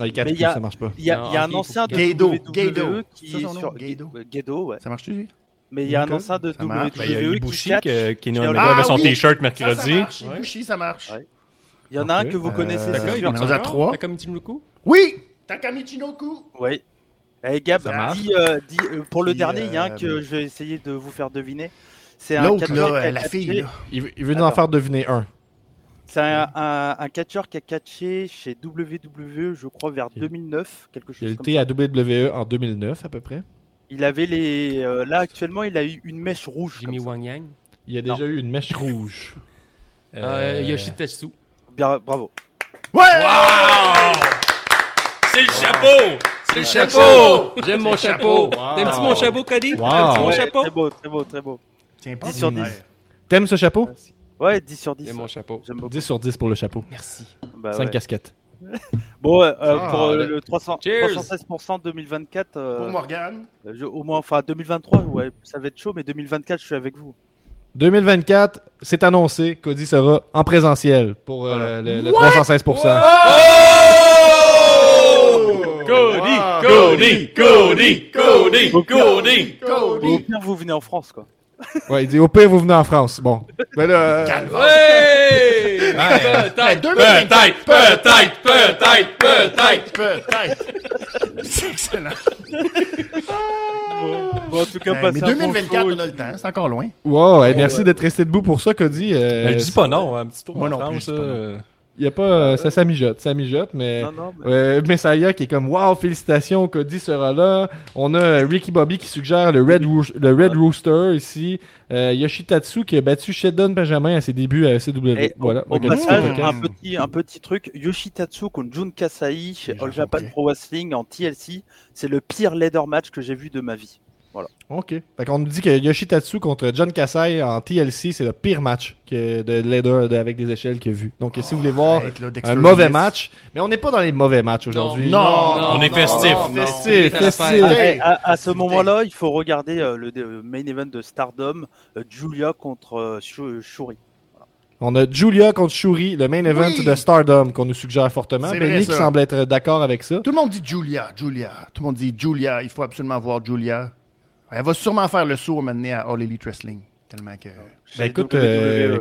Speaker 2: Ah, il catch
Speaker 8: mais
Speaker 2: plus,
Speaker 8: y a-
Speaker 2: ça marche pas.
Speaker 8: Il y a,
Speaker 5: Non,
Speaker 8: il y a un
Speaker 5: Anki,
Speaker 8: ancien de
Speaker 3: Gaido,
Speaker 8: WWE
Speaker 3: Gaido.
Speaker 8: qui
Speaker 3: Ça,
Speaker 8: est
Speaker 3: son nom,
Speaker 8: sur
Speaker 3: Gaido.
Speaker 8: Gaido, ouais.
Speaker 3: Ça marche-tu, lui?
Speaker 8: Mais il y a un
Speaker 2: Nicole,
Speaker 8: ancien de
Speaker 3: ça marche.
Speaker 8: WWE
Speaker 7: Ben, il y a Ibushi
Speaker 8: qui catche.
Speaker 7: que Kenny
Speaker 8: Ah,
Speaker 7: Omega avait son
Speaker 3: oui.
Speaker 7: t-shirt
Speaker 3: Ça, ça
Speaker 7: mercredi.
Speaker 3: marche. Ibushi, ça marche.
Speaker 8: Ouais. Il y en a un
Speaker 1: Ok.
Speaker 8: que vous
Speaker 2: Euh,
Speaker 8: connaissez,
Speaker 3: D'accord,
Speaker 8: c'est
Speaker 3: il
Speaker 8: sûr.
Speaker 3: est rendu à trois.
Speaker 5: T'as comme le coup?
Speaker 3: Oui! Takamichinoku!
Speaker 8: Oui. Eh Gab,
Speaker 3: Ça marche.
Speaker 8: dis, euh, dis, euh, pour le
Speaker 3: Dis,
Speaker 8: dernier, il y a un
Speaker 3: euh,
Speaker 8: que je vais essayer de vous faire deviner. C'est un
Speaker 3: L'autre,
Speaker 8: catcheur
Speaker 3: là,
Speaker 8: qui a
Speaker 3: euh, la
Speaker 8: catché-
Speaker 3: fille, là.
Speaker 2: Il, veut- il veut nous en
Speaker 8: Attends.
Speaker 2: faire deviner un.
Speaker 8: C'est un, un, un catcheur qui a catché chez WWE, je crois, vers 2009,
Speaker 2: Il a
Speaker 8: quelque chose comme
Speaker 2: lutté
Speaker 8: ça.
Speaker 2: à WWE en 2009 à peu près.
Speaker 8: Il avait les. euh, là, actuellement, il a eu une mèche rouge.
Speaker 5: Jimmy
Speaker 8: comme ça.
Speaker 5: Wang Yang.
Speaker 2: Il y a déjà eu une mèche rouge.
Speaker 5: Euh, Yoshitatsu.
Speaker 8: Bien, bravo.
Speaker 7: C'est le chapeau! C'est le chapeau!
Speaker 5: J'aime mon chapeau. T'aimes-tu mon chapeau, Cody?
Speaker 2: Ah. Wow.
Speaker 5: T'aimes-tu Ah, mon
Speaker 8: Ouais,
Speaker 5: chapeau?
Speaker 8: Très beau, très beau, très beau.
Speaker 3: Tiens,
Speaker 8: 10 sur 10.
Speaker 2: T'aimes ce chapeau
Speaker 8: Ouais, 10 sur 10.
Speaker 5: J'aime mon chapeau.
Speaker 8: J'aime beaucoup.
Speaker 2: 10 sur 10 pour le chapeau.
Speaker 5: Merci.
Speaker 8: Bah,
Speaker 2: 5
Speaker 8: ouais.
Speaker 2: casquettes.
Speaker 8: Bon, euh, euh,
Speaker 2: Ah,
Speaker 8: pour euh,
Speaker 2: ouais.
Speaker 8: le 300,
Speaker 5: Cheers.
Speaker 8: 316% 2024, euh,
Speaker 3: Pour Morgane.
Speaker 8: je- au moins, enfin 2023, ouais, ça va être chaud, mais 2024, je suis avec vous.
Speaker 2: 2024, c'est annoncé. Cody sera en présentiel pour euh, le, le 316%.
Speaker 7: Cody! Cody! Cody! Cody! Cody!
Speaker 8: Au pire, vous venez en France, quoi.
Speaker 2: Ouais, il dit au pire, vous venez en France. Bon. Ben là, euh,
Speaker 7: Hey!
Speaker 3: Hey,
Speaker 7: Peut-être,
Speaker 3: deux minutes.
Speaker 7: peut-être, peut-être, peut-être, peut-être!
Speaker 3: Peut-être. C'est excellent.
Speaker 8: Bon, en tout cas,
Speaker 3: Eh, Mais
Speaker 8: passez un bon
Speaker 3: 2024,
Speaker 8: show.
Speaker 3: on a le temps. Ah, C'est encore loin.
Speaker 2: wow, hey, merci d'être resté debout pour ça, Cody.
Speaker 1: Ben,
Speaker 2: Euh,
Speaker 1: je dis pas non, un petit tour
Speaker 3: Moi
Speaker 1: en
Speaker 3: non
Speaker 1: France,
Speaker 3: plus, je dis
Speaker 1: là,
Speaker 3: pas non.
Speaker 1: euh,
Speaker 2: y a pas, euh, ça, ça mijote, ça mijote, mais.
Speaker 8: Non, non, mais-
Speaker 2: Euh, Messiah qui est comme Waouh, félicitations, Cody sera là. On a euh, Ricky Bobby qui suggère le Red, Roos- le Red Rooster ici. Euh, Yoshitatsu qui a battu Sheldon Benjamin à ses débuts à SCW.
Speaker 8: Et
Speaker 2: voilà.
Speaker 8: Au
Speaker 2: Donc, un petit
Speaker 8: passage,
Speaker 2: peu de
Speaker 8: un
Speaker 2: cash.
Speaker 8: petit, un petit truc, Yoshitatsu contre Jun Kasai chez All Japan
Speaker 3: Japonais.
Speaker 8: Pro Wrestling en TLC, c'est le pire ladder match que j'ai vu de ma vie.
Speaker 2: Ok. Fait qu'on nous dit que Yoshitatsu contre John Kasai en TLC, c'est le pire match que de leader de- avec des échelles qu'il a vu. Donc, si vous voulez voir
Speaker 3: Arrête, là,
Speaker 2: un
Speaker 3: d'exploser.
Speaker 2: mauvais match, mais on n'est pas dans les mauvais matchs aujourd'hui.
Speaker 3: Non,
Speaker 7: On est festif.
Speaker 2: Festif,
Speaker 5: On est à la fête.
Speaker 2: festif.
Speaker 3: Hey,
Speaker 8: Ah, À, à ce moment-là, il faut regarder euh, le, le main event de Stardom, euh, Julia contre euh, Shu- Shuri.
Speaker 2: On a Julia contre Shuri, le main event
Speaker 3: Oui.
Speaker 2: de Stardom qu'on nous suggère fortement.
Speaker 3: C'est
Speaker 2: Benny
Speaker 3: vrai,
Speaker 2: qui
Speaker 3: ça.
Speaker 2: semble être d'accord avec ça.
Speaker 3: Tout le monde dit Julia, Julia. Tout le monde dit Julia. Il faut absolument voir Julia. Elle va sûrement faire le saut maintenant à All Elite Wrestling. Tellement que.
Speaker 8: Chez
Speaker 2: Ben écoute,
Speaker 8: WWE, euh,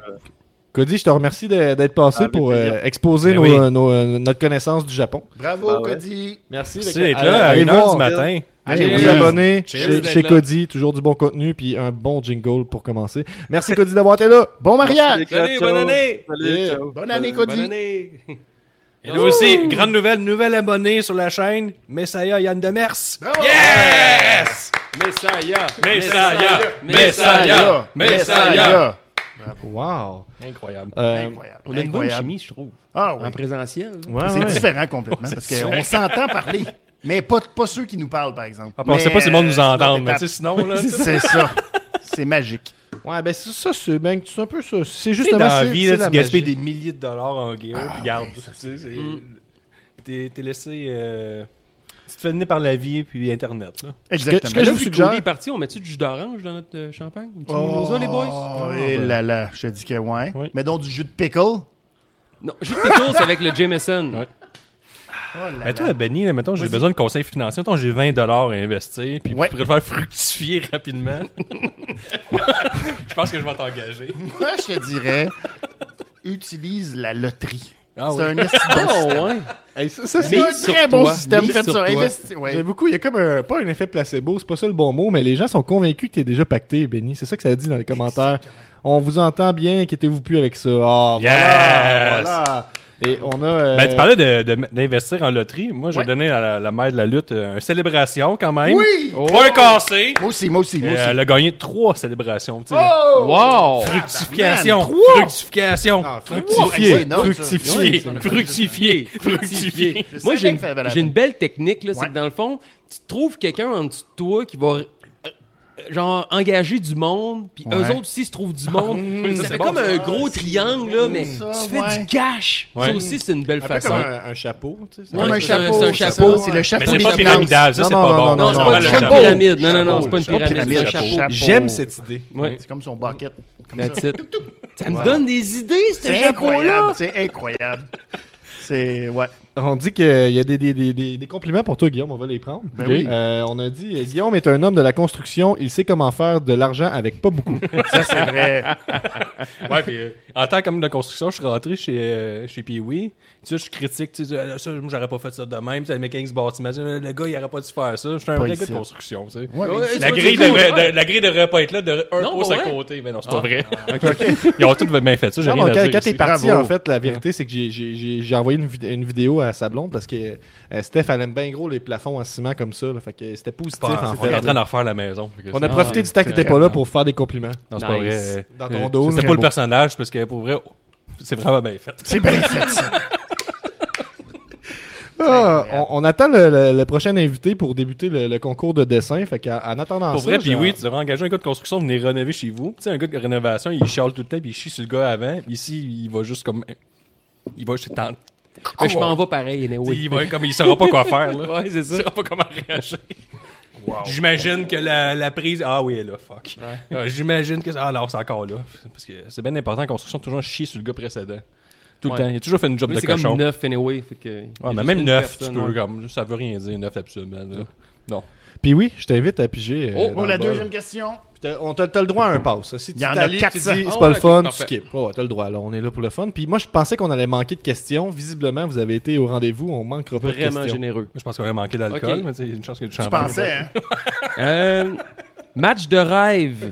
Speaker 2: Cody, je te remercie de- d'être
Speaker 3: Ah,
Speaker 2: passé
Speaker 8: Avec
Speaker 2: pour
Speaker 8: plaisir.
Speaker 2: euh, exposer
Speaker 7: Ben
Speaker 2: nos-
Speaker 7: oui.
Speaker 2: nos, euh, notre connaissance du Japon.
Speaker 3: Bravo,
Speaker 8: Bah ouais.
Speaker 3: Cody.
Speaker 2: Merci
Speaker 7: Merci d'être là à
Speaker 2: Allez
Speaker 7: 1h
Speaker 2: voir.
Speaker 7: du matin.
Speaker 2: Allez
Speaker 3: Cheers.
Speaker 2: vous abonner chez,
Speaker 5: Cheers
Speaker 2: chez
Speaker 5: d'être là.
Speaker 2: Cody. Toujours du bon contenu puis un bon jingle pour commencer. Merci Cody d'avoir été là. Bon mariage!
Speaker 8: les gars,
Speaker 7: Salut,
Speaker 8: ciao.
Speaker 7: bonne année!
Speaker 8: Salut,
Speaker 2: Yeah.
Speaker 8: ciao.
Speaker 3: Bonne année, Cody.
Speaker 7: année! Et nous aussi, grande nouvelle, nouvel abonné sur la chaîne, Messiah Yann Demers.
Speaker 3: Bravo.
Speaker 7: Yes!
Speaker 5: Messiah.
Speaker 7: Messiah!
Speaker 3: Messiah!
Speaker 7: Messiah! Messiah!
Speaker 2: Wow!
Speaker 7: Incroyable.
Speaker 2: Euh,
Speaker 3: Incroyable.
Speaker 5: On a une bonne
Speaker 3: Incroyable.
Speaker 5: chimie, je trouve.
Speaker 3: Ah oui.
Speaker 5: En présentiel.
Speaker 2: ouais,
Speaker 3: C'est
Speaker 2: ouais.
Speaker 3: différent complètement parce qu'on s'entend parler, mais pas, pas ceux qui nous parlent, par exemple.
Speaker 2: Ah,
Speaker 7: On pensait pas si le monde nous entend,
Speaker 3: entend
Speaker 7: mais tu sais, sinon, là.
Speaker 3: C'est ça. C'est magique.
Speaker 2: Ouais, ben c'est ça, c'est ben, c'est un peu ça. C'est
Speaker 7: Tu sais,
Speaker 2: justement
Speaker 7: dans la
Speaker 2: c'est-
Speaker 7: vie,
Speaker 2: c'est
Speaker 7: là,
Speaker 2: la
Speaker 7: tu gaspilles
Speaker 2: magie.
Speaker 7: des milliers
Speaker 3: Ah, ben,
Speaker 7: de dollars en gear, puis garde. tu sais, c'est-
Speaker 5: Mm.
Speaker 7: T'es t'es laissé. euh, Tu te fais venir par la vie puis Internet. Là.
Speaker 3: Exactement.
Speaker 2: ce que je vous
Speaker 5: Depuis
Speaker 2: suggère-
Speaker 5: qu'on est parti, on met-tu du jus d'orange dans notre euh, champagne? Un petit mimosa, les boys?
Speaker 3: Oh, eh là là, je te dis que ouais.
Speaker 7: Oui.
Speaker 3: Mais donc du jus de pickle. Oh
Speaker 5: Non, jus de pickles avec le Jameson.
Speaker 3: là
Speaker 7: Mais
Speaker 3: là.
Speaker 7: Ben, toi, Benny, là, mettons, j'ai besoin de conseils financiers. Mettons, j'ai 20 à investir, puis
Speaker 3: Ouais.
Speaker 7: je pourrais le faire fructifier rapidement. je pense que je vais t'engager.
Speaker 3: Moi, je te dirais, utilise la loterie.
Speaker 7: Ah
Speaker 3: c'est un esti de bon système.
Speaker 2: Hey, ça, ça,
Speaker 3: C'est
Speaker 2: c'est
Speaker 3: un très bon système.
Speaker 2: Mise
Speaker 3: Faites
Speaker 2: sur
Speaker 3: ça.
Speaker 2: toi.
Speaker 3: Investi- ouais.
Speaker 2: J'ai beaucoup, il y a comme un, pas un effet placebo, c'est pas ça le bon mot, mais les gens sont convaincus que t'es déjà pacté, Benny. C'est ça que ça dit dans les commentaires. On vous entend bien, inquiétez-vous plus avec ça. Ah, voilà,
Speaker 7: Yes!
Speaker 2: voilà. Et on a. euh,
Speaker 7: Ben, tu parlais de- de- d'investir en loterie. Moi, j'ai
Speaker 3: Ouais.
Speaker 7: donné à la, la mère de la lutte euh, une célébration quand même.
Speaker 3: Oui!
Speaker 2: Oh.
Speaker 7: Point cassé!
Speaker 3: Moi aussi, moi aussi, Oh. Oh, moi
Speaker 7: Et, euh,
Speaker 3: aussi.
Speaker 7: elle a gagné trois célébrations. tu sais.
Speaker 5: Wow!
Speaker 7: Fructification!
Speaker 3: man,
Speaker 7: Fructification!
Speaker 3: Ouais,
Speaker 2: fructifié.
Speaker 3: c'est énorme, ça.
Speaker 2: fructifié.
Speaker 7: Fructifié! Fructifié!
Speaker 3: Je savais
Speaker 5: Moi, j'ai une,
Speaker 3: que ça valait la
Speaker 5: j'ai une
Speaker 3: peine.
Speaker 5: belle technique, là,
Speaker 3: Ouais.
Speaker 5: c'est que dans le fond, tu trouves quelqu'un en dessous de toi qui va euh, genre engager du monde, puis
Speaker 3: Ouais.
Speaker 5: eux autres aussi se trouvent du
Speaker 7: ça,
Speaker 5: monde. ça fait
Speaker 7: c'est bon,
Speaker 5: comme
Speaker 7: ça.
Speaker 5: un gros triangle, là, mais
Speaker 3: ça,
Speaker 5: tu fais
Speaker 3: ouais.
Speaker 5: du cash.
Speaker 7: Ouais.
Speaker 5: Ça aussi, c'est une belle
Speaker 2: Un peu
Speaker 5: façon.
Speaker 2: comme un, un chapeau. tu sais, ça.
Speaker 5: Ouais,
Speaker 3: Comme un
Speaker 5: c'est un-
Speaker 3: chapeau.
Speaker 5: c'est un
Speaker 3: ça.
Speaker 5: chapeau.
Speaker 3: C'est le chapeau
Speaker 7: Mais c'est
Speaker 3: des
Speaker 7: pas
Speaker 3: finances.
Speaker 7: pyramidal, ça,
Speaker 2: Non,
Speaker 7: c'est
Speaker 2: non,
Speaker 7: pas
Speaker 2: non,
Speaker 7: bon.
Speaker 2: non,
Speaker 5: Non, c'est
Speaker 2: non,
Speaker 5: pas
Speaker 2: non,
Speaker 5: une
Speaker 2: chapeau.
Speaker 5: pyramide. Non, non, non, c'est pas une
Speaker 3: Chapeau,
Speaker 5: pyramide, c'est un
Speaker 3: pyramide,
Speaker 5: chapeau.
Speaker 3: chapeau.
Speaker 2: J'aime cette idée.
Speaker 5: Ouais,
Speaker 3: C'est comme son bucket. Comme ça.
Speaker 5: that's it. Ça me donne des idées, ce
Speaker 3: C'est
Speaker 5: chapeau-là!
Speaker 3: incroyable. C'est incroyable. C'est. Ouais.
Speaker 2: On dit qu'il y a des, des, des, des- des compliments pour toi, Guillaume. On va les prendre.
Speaker 3: Ben oui.
Speaker 2: Euh, on a dit euh, Guillaume est un homme de la construction. Il sait comment faire de l'argent avec pas beaucoup.
Speaker 3: Ça, c'est vrai.
Speaker 7: Ouais, puis euh, en tant qu'homme de construction, je suis rentré chez, euh, chez Pee-Wee. Tu sais, je critique, tu sais, Ah, ça, moi, j'aurais pas fait ça de même. Tu sais, le mécanique bâtiment, tu sais, euh, le gars, il aurait pas dû faire ça. Je suis un vrai gars
Speaker 3: ici.
Speaker 7: de construction, tu sais.
Speaker 3: Ouais, mais-
Speaker 5: Ouais,
Speaker 7: La
Speaker 5: tu vois,
Speaker 7: grille,
Speaker 5: c'est cool.
Speaker 7: devrait, de- la grille devrait pas être là, de un
Speaker 5: Non,
Speaker 7: pouce
Speaker 5: pas
Speaker 7: à
Speaker 5: vrai.
Speaker 7: côté. Mais non,
Speaker 2: Ah.
Speaker 7: c'est pas vrai. Ils ont tous bien fait ça, j'ai
Speaker 2: Non,
Speaker 7: rien
Speaker 2: non,
Speaker 7: à
Speaker 2: quand
Speaker 7: dire
Speaker 2: quand t'es
Speaker 7: ici.
Speaker 2: parti,
Speaker 3: Bravo.
Speaker 2: en fait, la vérité, c'est que j'ai- j'ai j'ai- j'ai envoyé une, vid- une vidéo à Sablon parce que euh, Steph, elle aime bien gros les plafonds en ciment comme ça. là. fait que c'était positif,
Speaker 7: On
Speaker 2: en
Speaker 7: est
Speaker 2: fait.
Speaker 7: en train de refaire la maison. Fait que
Speaker 2: On
Speaker 7: c'est-
Speaker 2: a profité du temps que t'étais pas là pour faire des compliments.
Speaker 7: Non, c'est pas
Speaker 5: Nice.
Speaker 7: vrai.
Speaker 2: Dans
Speaker 7: Euh,
Speaker 2: ton dos,
Speaker 7: C'était
Speaker 2: là.
Speaker 7: pas le personnage, parce que pour vrai, c'est vraiment bien fait.
Speaker 3: C'est bien fait, ça.
Speaker 2: Ah, on, on attend le, le- le prochain invité pour débuter le, le concours de dessin. Fait qu'en en attendant
Speaker 7: Pour
Speaker 2: ça,
Speaker 7: vrai, puis
Speaker 2: genre-
Speaker 7: oui, tu devrais engager un gars de construction, venir rénover chez vous. Tu sais, un gars de rénovation, il chiale tout le temps, puis il chie sur le gars avant. Ici, il va juste comme. Il va juste. tant-
Speaker 5: Mais je m'en vais pareil, anyway.
Speaker 7: Il va comme. Il saura pas quoi faire, là.
Speaker 5: Ouais, c'est
Speaker 7: Il
Speaker 5: ça.
Speaker 7: saura pas comment réagir. J'imagine que la, la prise. Ah oui, elle est là, fuck. Ah, J'imagine que. Ah non, c'est encore là. Parce que c'est bien important, en construction, toujours chier sur le gars précédent. Tout
Speaker 5: Ouais.
Speaker 7: le temps. Il a toujours fait une job
Speaker 5: Lui,
Speaker 7: de
Speaker 5: C'est comme
Speaker 7: cochon.
Speaker 5: neuf, anyway. fait que- il y a
Speaker 7: Ouais, mais
Speaker 5: juste
Speaker 7: même
Speaker 5: une
Speaker 7: neuf, tu
Speaker 5: personne,
Speaker 7: peux,
Speaker 5: ouais.
Speaker 7: comme, ça veut rien dire, neuf absolument. là. Non.
Speaker 2: Puis oui, je t'invite à piger. euh,
Speaker 5: Oh,
Speaker 2: dans
Speaker 3: Pour la
Speaker 2: le bol.
Speaker 3: deuxième question.
Speaker 2: Puis t'as- On t'a t'as le droit à un pass. Si tu
Speaker 3: Il y en a
Speaker 2: t'allies, tu
Speaker 3: 400.
Speaker 2: dis, c'est
Speaker 5: Ah
Speaker 2: pas
Speaker 5: ouais,
Speaker 2: le
Speaker 5: ok,
Speaker 2: fun, tu
Speaker 5: parfait.
Speaker 2: skips. Ouais, ouais, t'as le droit. Là, on est là pour le fun. Puis moi, je pensais qu'on allait manquer de questions. Visiblement, vous avez été au rendez-vous. On manquera pas de
Speaker 5: Vraiment
Speaker 2: questions.
Speaker 5: généreux.
Speaker 7: Je pense qu'on aurait manqué d'alcool,
Speaker 5: Ok.
Speaker 7: mais tu sais, il y a une chance que du
Speaker 3: Tu
Speaker 7: champagne.
Speaker 3: pensais, hein?
Speaker 5: Euh, match de rêve.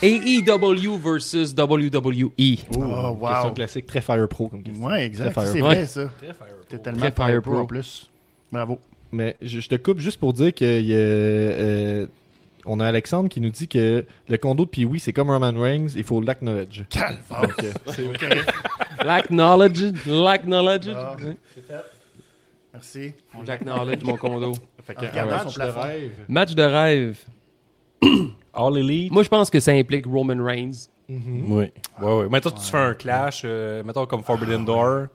Speaker 5: AEW versus E. WWE.
Speaker 3: Oh,
Speaker 2: Question
Speaker 3: wow.
Speaker 2: classique, très Fire Pro comme question.
Speaker 3: Ouais, exact.
Speaker 2: Très fire
Speaker 3: C'est
Speaker 5: pro.
Speaker 3: vrai, ça. T'es tellement
Speaker 5: Très fire
Speaker 3: fire pro en
Speaker 5: pro.
Speaker 3: plus. Bravo.
Speaker 2: Mais je, je te coupe juste pour dire que il y a, euh, on a Alexandre qui nous dit que le condo de Pee-Wee, c'est comme Roman Reigns, il faut l'acknowledge.
Speaker 3: Calvaire.
Speaker 2: Donc, euh,
Speaker 3: C'est correct.
Speaker 5: L'acknowledge. L'acknowledge.
Speaker 3: Ah. Merci.
Speaker 5: J'acknowledge mon condo.
Speaker 2: fait que,
Speaker 3: regardant
Speaker 2: euh,
Speaker 3: son
Speaker 2: match de
Speaker 3: plafond.
Speaker 2: rêve.
Speaker 5: Match de rêve.
Speaker 7: All Elite.
Speaker 5: Moi, je pense que ça implique Roman Reigns.
Speaker 7: Oui. Ouais, ouais. Mettons, tu fais un clash, euh, mettons comme
Speaker 2: Ah,
Speaker 7: Forbidden Door.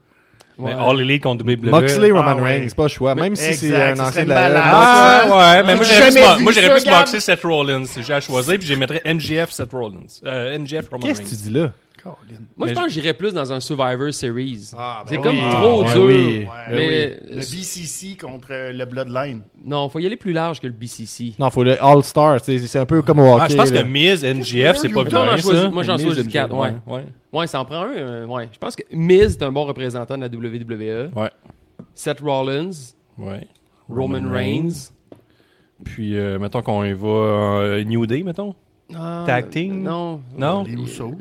Speaker 7: Mais All Elite contre E. WWE.
Speaker 2: Moxley, Roman
Speaker 3: Ah ouais.
Speaker 2: Reigns, pas le choix. Même si
Speaker 3: Exact,
Speaker 2: c'est un
Speaker 3: ce
Speaker 2: ancien
Speaker 3: serait
Speaker 2: de la
Speaker 3: malade.
Speaker 7: Ah, ouais, mais moi,
Speaker 3: J'ai
Speaker 7: j'aurais pu-
Speaker 3: jamais vu
Speaker 7: moi, j'aurais
Speaker 3: ça,
Speaker 7: pu se
Speaker 3: Gab.
Speaker 7: boxer Seth Rollins. si J'ai à choisir, puis j'ai mettrais NGF Seth Rollins. Euh, NGF Roman
Speaker 2: Qu'est-ce que tu
Speaker 7: Reigns.
Speaker 2: dis là?
Speaker 5: Moi, je
Speaker 7: Mais
Speaker 5: pense que j'irais plus dans un Survivor Series. c'est
Speaker 3: ben
Speaker 5: comme
Speaker 3: oui.
Speaker 5: trop
Speaker 2: Ah,
Speaker 5: dur.
Speaker 2: oui.
Speaker 3: Ouais.
Speaker 5: Mais euh,
Speaker 3: Le BCC contre euh, le Bloodline.
Speaker 5: non, faut y aller plus large que le BCC.
Speaker 2: Non, faut le All-Star. C'est c'est un peu comme au hockey.
Speaker 7: Ah, je pense
Speaker 2: là.
Speaker 7: que Miz, NGF, c'est pas
Speaker 5: Non, non,
Speaker 7: bien,
Speaker 5: je choisis-
Speaker 7: ça.
Speaker 5: moi, j'en
Speaker 7: Miz,
Speaker 5: choisis
Speaker 7: NGF,
Speaker 5: quatre, ouais.
Speaker 7: ouais.
Speaker 5: Ouais, ça en prend un. euh, ouais. Je pense que Miz est un bon représentant de la WWE.
Speaker 7: Ouais.
Speaker 5: Seth Rollins,
Speaker 7: Ouais.
Speaker 5: Roman,
Speaker 7: Roman
Speaker 5: Reigns.
Speaker 7: Puis, euh, mettons qu'on y va euh, New Day, mettons.
Speaker 5: Ah,
Speaker 7: Tag team?
Speaker 5: Non.
Speaker 7: Non?
Speaker 3: Les Usos.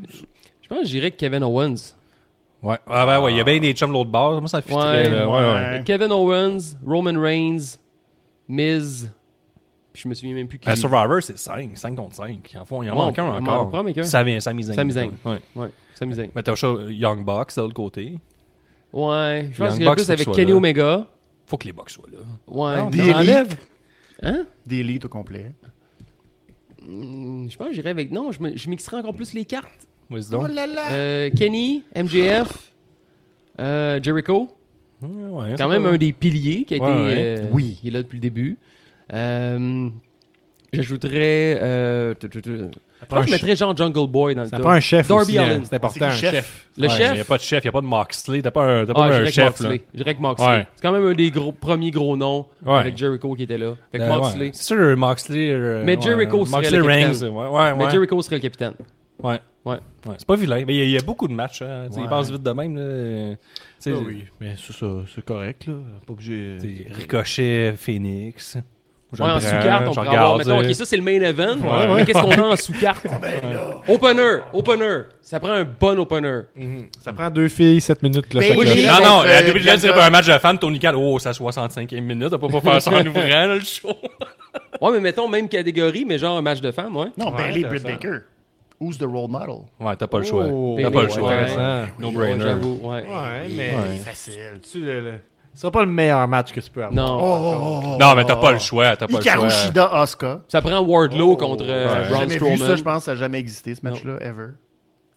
Speaker 5: Je pense que j'irais que Kevin Owens.
Speaker 7: Ouais. Ah, ben ouais, il y a bien des chums de l'autre bord. Moi, ça fit.
Speaker 5: Ouais.
Speaker 7: ouais, ouais.
Speaker 3: Ouais.
Speaker 5: Kevin Owens, Roman Reigns, Miz. Puis je me souviens même plus qui.
Speaker 7: À Euh, Survivor, c'est 5, 5 contre 5. En fond, il en
Speaker 5: Ouais,
Speaker 7: manque un
Speaker 5: on- on en
Speaker 7: encore.
Speaker 5: prend, mais qu'un.
Speaker 7: Ça vient, ça mise
Speaker 5: Sami Zayn.
Speaker 7: Ouais.
Speaker 5: Ouais, Sami Zayn.
Speaker 7: Mais t'as cho- Young Bucks de l'autre côté.
Speaker 5: Ouais,
Speaker 7: Young
Speaker 5: je pense que j'irais
Speaker 7: Bucks,
Speaker 5: plus
Speaker 7: faut
Speaker 5: avec
Speaker 7: qu'il soit
Speaker 5: Kenny
Speaker 7: là.
Speaker 5: Omega.
Speaker 7: Faut que les Bucks soient là.
Speaker 2: Ah,
Speaker 5: Ouais.
Speaker 3: Des élites.
Speaker 5: Hein?
Speaker 3: Des élites au complet.
Speaker 5: Hmm, Je pense que j'irais avec. Non, je, me- je mixerais encore plus les cartes. Oh
Speaker 7: Vas-y donc.
Speaker 5: Euh, Kenny, MJF, euh, Jericho.
Speaker 7: Ouais,
Speaker 5: quand même un des piliers qui a
Speaker 7: Ouais,
Speaker 5: été.
Speaker 7: ouais.
Speaker 5: euh,
Speaker 2: Oui.
Speaker 5: qui est là depuis le début. Euh, J'ajouterais. Euh, tu- tu- tu- je pense que je mettrais genre Jungle Boy dans le
Speaker 9: Ça
Speaker 5: top.
Speaker 9: prend un chef
Speaker 5: Darby
Speaker 9: aussi.
Speaker 5: Allin.
Speaker 9: hein. C'est important, un chef.
Speaker 5: Le
Speaker 7: Ouais,
Speaker 5: chef
Speaker 7: Il n'y a pas de chef, il n'y a pas de Moxley. T'as pas un, t'as pas
Speaker 5: Ah,
Speaker 7: un
Speaker 5: Jurek
Speaker 7: chef. là.
Speaker 5: Moxley. Jurek Moxley.
Speaker 7: Ouais.
Speaker 5: C'est quand même un des gros, premiers gros noms
Speaker 7: Ouais.
Speaker 5: avec Jericho qui était là. Fait que
Speaker 7: Euh,
Speaker 5: Moxley.
Speaker 7: ouais. C'est sûr, Moxley. euh,
Speaker 5: Mais
Speaker 7: ouais,
Speaker 5: Jericho serait
Speaker 7: Moxley
Speaker 5: le capitaine.
Speaker 7: Reigns. Ouais, ouais,
Speaker 5: Mais
Speaker 7: ouais.
Speaker 5: Jericho serait le capitaine.
Speaker 7: Ouais.
Speaker 5: Ouais.
Speaker 7: Ouais, C'est pas vilain. Mais il y a- il y, a beaucoup de matchs. Hein. Ils pensent vite de même. Là. T'sais,
Speaker 3: Ah
Speaker 9: oui, mais ça, ça, c'est correct, là. Pas obligé.
Speaker 7: t'sais, Ricochet, Phoenix.
Speaker 5: Ouais, en sous-carte, on pourrait avoir. Mettons,
Speaker 7: euh.
Speaker 5: ok, ça c'est le main event. mais qu'est-ce qu'on a en sous-carte Opener, opener. Ça prend un bon opener.
Speaker 2: Ça prend deux filles, 7 minutes. Là,
Speaker 3: Mais
Speaker 2: ça
Speaker 3: oui,
Speaker 2: cloche.
Speaker 3: j'ai-
Speaker 7: Non, non,
Speaker 3: contre,
Speaker 7: la
Speaker 3: euh,
Speaker 7: WWE dirait pas un match de fan, Tony Khan, oh, c'est à 65e minute, on peut pas faire ça en ouvrant là, le show.
Speaker 5: Ouais, mais mettons même catégorie, mais genre un match de femmes, ouais.
Speaker 3: Non, Bailey Britt Baker. Who's the role model?
Speaker 7: Ouais, t'as pas le choix.
Speaker 2: Oh,
Speaker 7: T'as pas le
Speaker 5: ouais,
Speaker 7: choix.
Speaker 5: ouais. Ouais,
Speaker 7: No-brainer.
Speaker 5: j'avoue, ouais.
Speaker 9: Ouais, mais
Speaker 7: Ouais.
Speaker 9: facile. Tu le- le- Ce sera pas le meilleur match que tu peux avoir.
Speaker 5: Non.
Speaker 7: Non, mais t'as pas le choix, t'as pas le choix.
Speaker 3: Hikaru Shida Asuka.
Speaker 5: Ça prend Wardlow contre euh,
Speaker 7: Ouais.
Speaker 3: J'ai
Speaker 5: Braun
Speaker 3: jamais vu ça,
Speaker 5: Strowman.
Speaker 3: je pense. Ça n'a jamais existé, ce match-là, ever.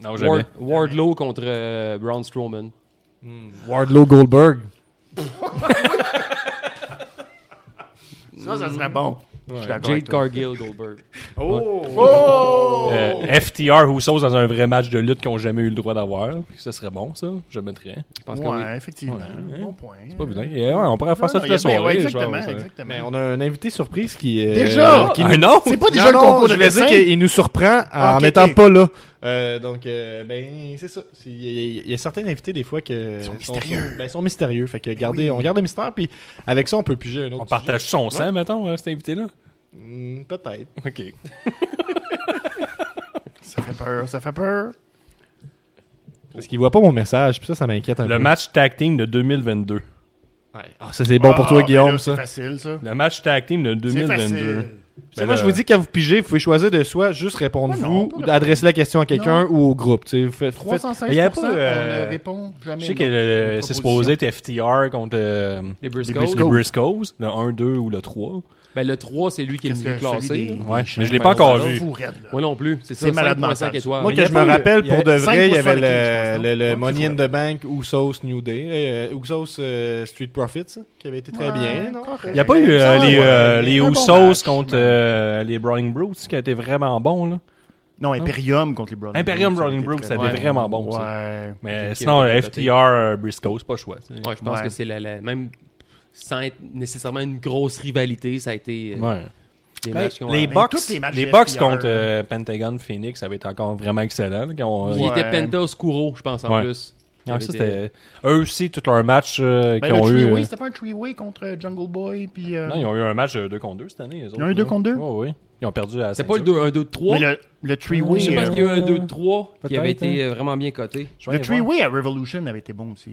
Speaker 7: Non,
Speaker 5: Ward-
Speaker 7: jamais.
Speaker 5: Wardlow contre euh, Braun Strowman.
Speaker 9: Wardlow Goldberg.
Speaker 3: Ça, ça serait bon. Je suis d'accord avec
Speaker 5: Jade
Speaker 3: toi.
Speaker 5: Cargill Goldberg.
Speaker 2: Oh.
Speaker 3: Oh.
Speaker 7: Euh, FTR Hussos dans un vrai match de lutte qu'ils ont jamais eu le droit d'avoir. Ce serait bon, ça. Je mettrais.
Speaker 5: Je pense qu'on est.
Speaker 3: Ouais, effectivement. Bon point.
Speaker 7: Pas vilain. Et ouais, on pourrait faire ça
Speaker 3: Non,
Speaker 7: toute
Speaker 3: il y
Speaker 7: la soirée.
Speaker 3: a- Ah, ben
Speaker 7: euh,
Speaker 3: ouais,
Speaker 7: je
Speaker 3: exactement,
Speaker 7: pense.
Speaker 2: Mais
Speaker 3: exactement.
Speaker 2: on a un invité surprise qui est.
Speaker 3: Déjà?
Speaker 7: Ah, non!
Speaker 3: C'est pas
Speaker 2: Non,
Speaker 3: déjà le
Speaker 2: non,
Speaker 3: concours de
Speaker 2: je voulais
Speaker 3: dessin?
Speaker 2: dire qu'il nous surprend en
Speaker 3: Ok,
Speaker 2: n'étant
Speaker 3: ok.
Speaker 2: pas là. Ah, Euh, donc, euh, ben, c'est ça. C'est- Il y, a- il y a certains invités, des fois, que. Ils sont
Speaker 3: mystérieux.
Speaker 2: ben, ils sont mystérieux. Fait que, gardez, on garde le mystère, puis avec ça, on peut piger un autre.
Speaker 7: On partage son sang, mettons, hein, cet invité-là.
Speaker 2: sujet. Hmm, Peut-être.
Speaker 7: OK.
Speaker 3: Ça fait peur, ça fait peur.
Speaker 2: Parce qu'ils voient pas mon message, puis ça, ça m'inquiète un peu.
Speaker 7: Le match tag team de 2022.
Speaker 2: Ah, ça, c'est bon pour toi,
Speaker 3: Ah, mais là,
Speaker 7: ben
Speaker 2: Guillaume,
Speaker 3: C'est
Speaker 2: ça.
Speaker 3: facile, ça.
Speaker 7: Le match tag team de
Speaker 3: C'est
Speaker 7: 2022.
Speaker 3: facile. Ah,
Speaker 2: C'est moi, je vous dis, quand vous pigez, vous pouvez choisir de soit juste répondre
Speaker 3: Ouais, non,
Speaker 2: vous,
Speaker 3: pas
Speaker 2: ou
Speaker 3: de-
Speaker 2: d'adresser la question à quelqu'un ou au groupe. tu sais. Vous faites- faites-
Speaker 3: 316
Speaker 2: Il y a pas,
Speaker 3: on
Speaker 2: euh,
Speaker 3: ne répond jamais.
Speaker 7: Je sais que
Speaker 3: non.
Speaker 7: euh,
Speaker 3: Une
Speaker 7: c'est supposé
Speaker 3: proposition.
Speaker 7: être FTR contre euh,
Speaker 5: Les
Speaker 7: les
Speaker 5: Briscoes.
Speaker 7: Briscoes, le 1, 2 ou le 3.
Speaker 5: Ben, le 3, c'est lui qui est le
Speaker 3: Qu'est-ce
Speaker 5: mieux
Speaker 3: que celui
Speaker 5: classé.
Speaker 3: des-
Speaker 5: là.
Speaker 7: Ouais, mais je l'ai
Speaker 5: ben,
Speaker 7: pas encore
Speaker 3: Ça,
Speaker 7: vu.
Speaker 3: vous raide, là.
Speaker 5: Moi non plus. C'est ça.
Speaker 3: C'est malade
Speaker 5: 5.5
Speaker 3: mental, ça.
Speaker 5: étoiles.
Speaker 2: Moi,
Speaker 3: y
Speaker 2: que
Speaker 3: a
Speaker 2: je
Speaker 3: pas
Speaker 2: me
Speaker 3: eu-
Speaker 2: rappelle,
Speaker 3: il y a
Speaker 2: pour de vrai, il y
Speaker 3: 5%
Speaker 2: avait
Speaker 3: de crise, je
Speaker 2: le,
Speaker 3: pense,
Speaker 2: le, le
Speaker 3: non?
Speaker 2: Money in the Bank ou Sauce New Day, euh, ou Sauce euh, Street Profits, hein, qui avait été très bien. non?
Speaker 7: Il n'y a pas eu euh,
Speaker 3: Ah, Ça,
Speaker 7: les,
Speaker 3: ouais.
Speaker 7: euh, les
Speaker 3: Un bon
Speaker 7: Usos
Speaker 3: match,
Speaker 7: contre
Speaker 3: mais-
Speaker 7: euh, les Browning Brutes qui a été vraiment bon. Là.
Speaker 3: Non, Imperium contre les Browning
Speaker 7: Imperium
Speaker 3: Brutes,
Speaker 7: Browning
Speaker 3: ça a
Speaker 7: Brutes,
Speaker 3: été
Speaker 7: ça a
Speaker 3: très
Speaker 7: été
Speaker 3: bon.
Speaker 7: vraiment bon. ça.
Speaker 3: Ouais.
Speaker 7: Mais
Speaker 5: Ok,
Speaker 7: sinon,
Speaker 5: ok,
Speaker 7: le
Speaker 5: ok.
Speaker 7: FTR euh, Briscoes, c'est pas le choix. tu sais.
Speaker 5: Ouais, je pense
Speaker 3: Ouais.
Speaker 5: que c'est la, la- même sans être nécessairement une grosse rivalité, ça a été euh,
Speaker 7: Ouais.
Speaker 5: des
Speaker 7: Hey,
Speaker 5: matchs qui ont
Speaker 7: Ben, les
Speaker 5: euh,
Speaker 7: Bucks,
Speaker 3: tous Ben, les
Speaker 7: les
Speaker 3: matchs
Speaker 7: Bucks
Speaker 3: FTR,
Speaker 7: contre
Speaker 3: là.
Speaker 7: euh, Pentagon Phoenix, ça avait été encore vraiment excellent. là, euh, quand on-
Speaker 5: Il
Speaker 3: Ouais.
Speaker 5: était Penta Oscuro, je pense, en
Speaker 7: Ouais.
Speaker 5: plus.
Speaker 7: Ah, ça,
Speaker 5: Il
Speaker 7: c'était-
Speaker 5: avait
Speaker 7: Eux aussi, tous leurs matchs euh,
Speaker 3: Ben,
Speaker 7: qu'ils
Speaker 3: le
Speaker 7: ont eu.
Speaker 3: three-way,
Speaker 7: euh,
Speaker 3: c'était pas un three-way contre euh, Jungle Boy, puis... euh,
Speaker 7: Non, ils ont eu un match 2 contre 2 cette année. Ils
Speaker 3: ont eu deux contre deux?
Speaker 7: Oui, oui. Ils ont perdu à
Speaker 5: C'était pas le 2, 1, 2,
Speaker 3: Mais
Speaker 5: 3.
Speaker 3: le, le
Speaker 5: Je sais
Speaker 3: three-way...
Speaker 5: pas
Speaker 3: euh,
Speaker 5: qu'il y a eu un 2, 3 qui
Speaker 7: Peut-être, hein.
Speaker 5: avait été euh, vraiment bien coté.
Speaker 3: Le three-way à Revolution avait été bon aussi.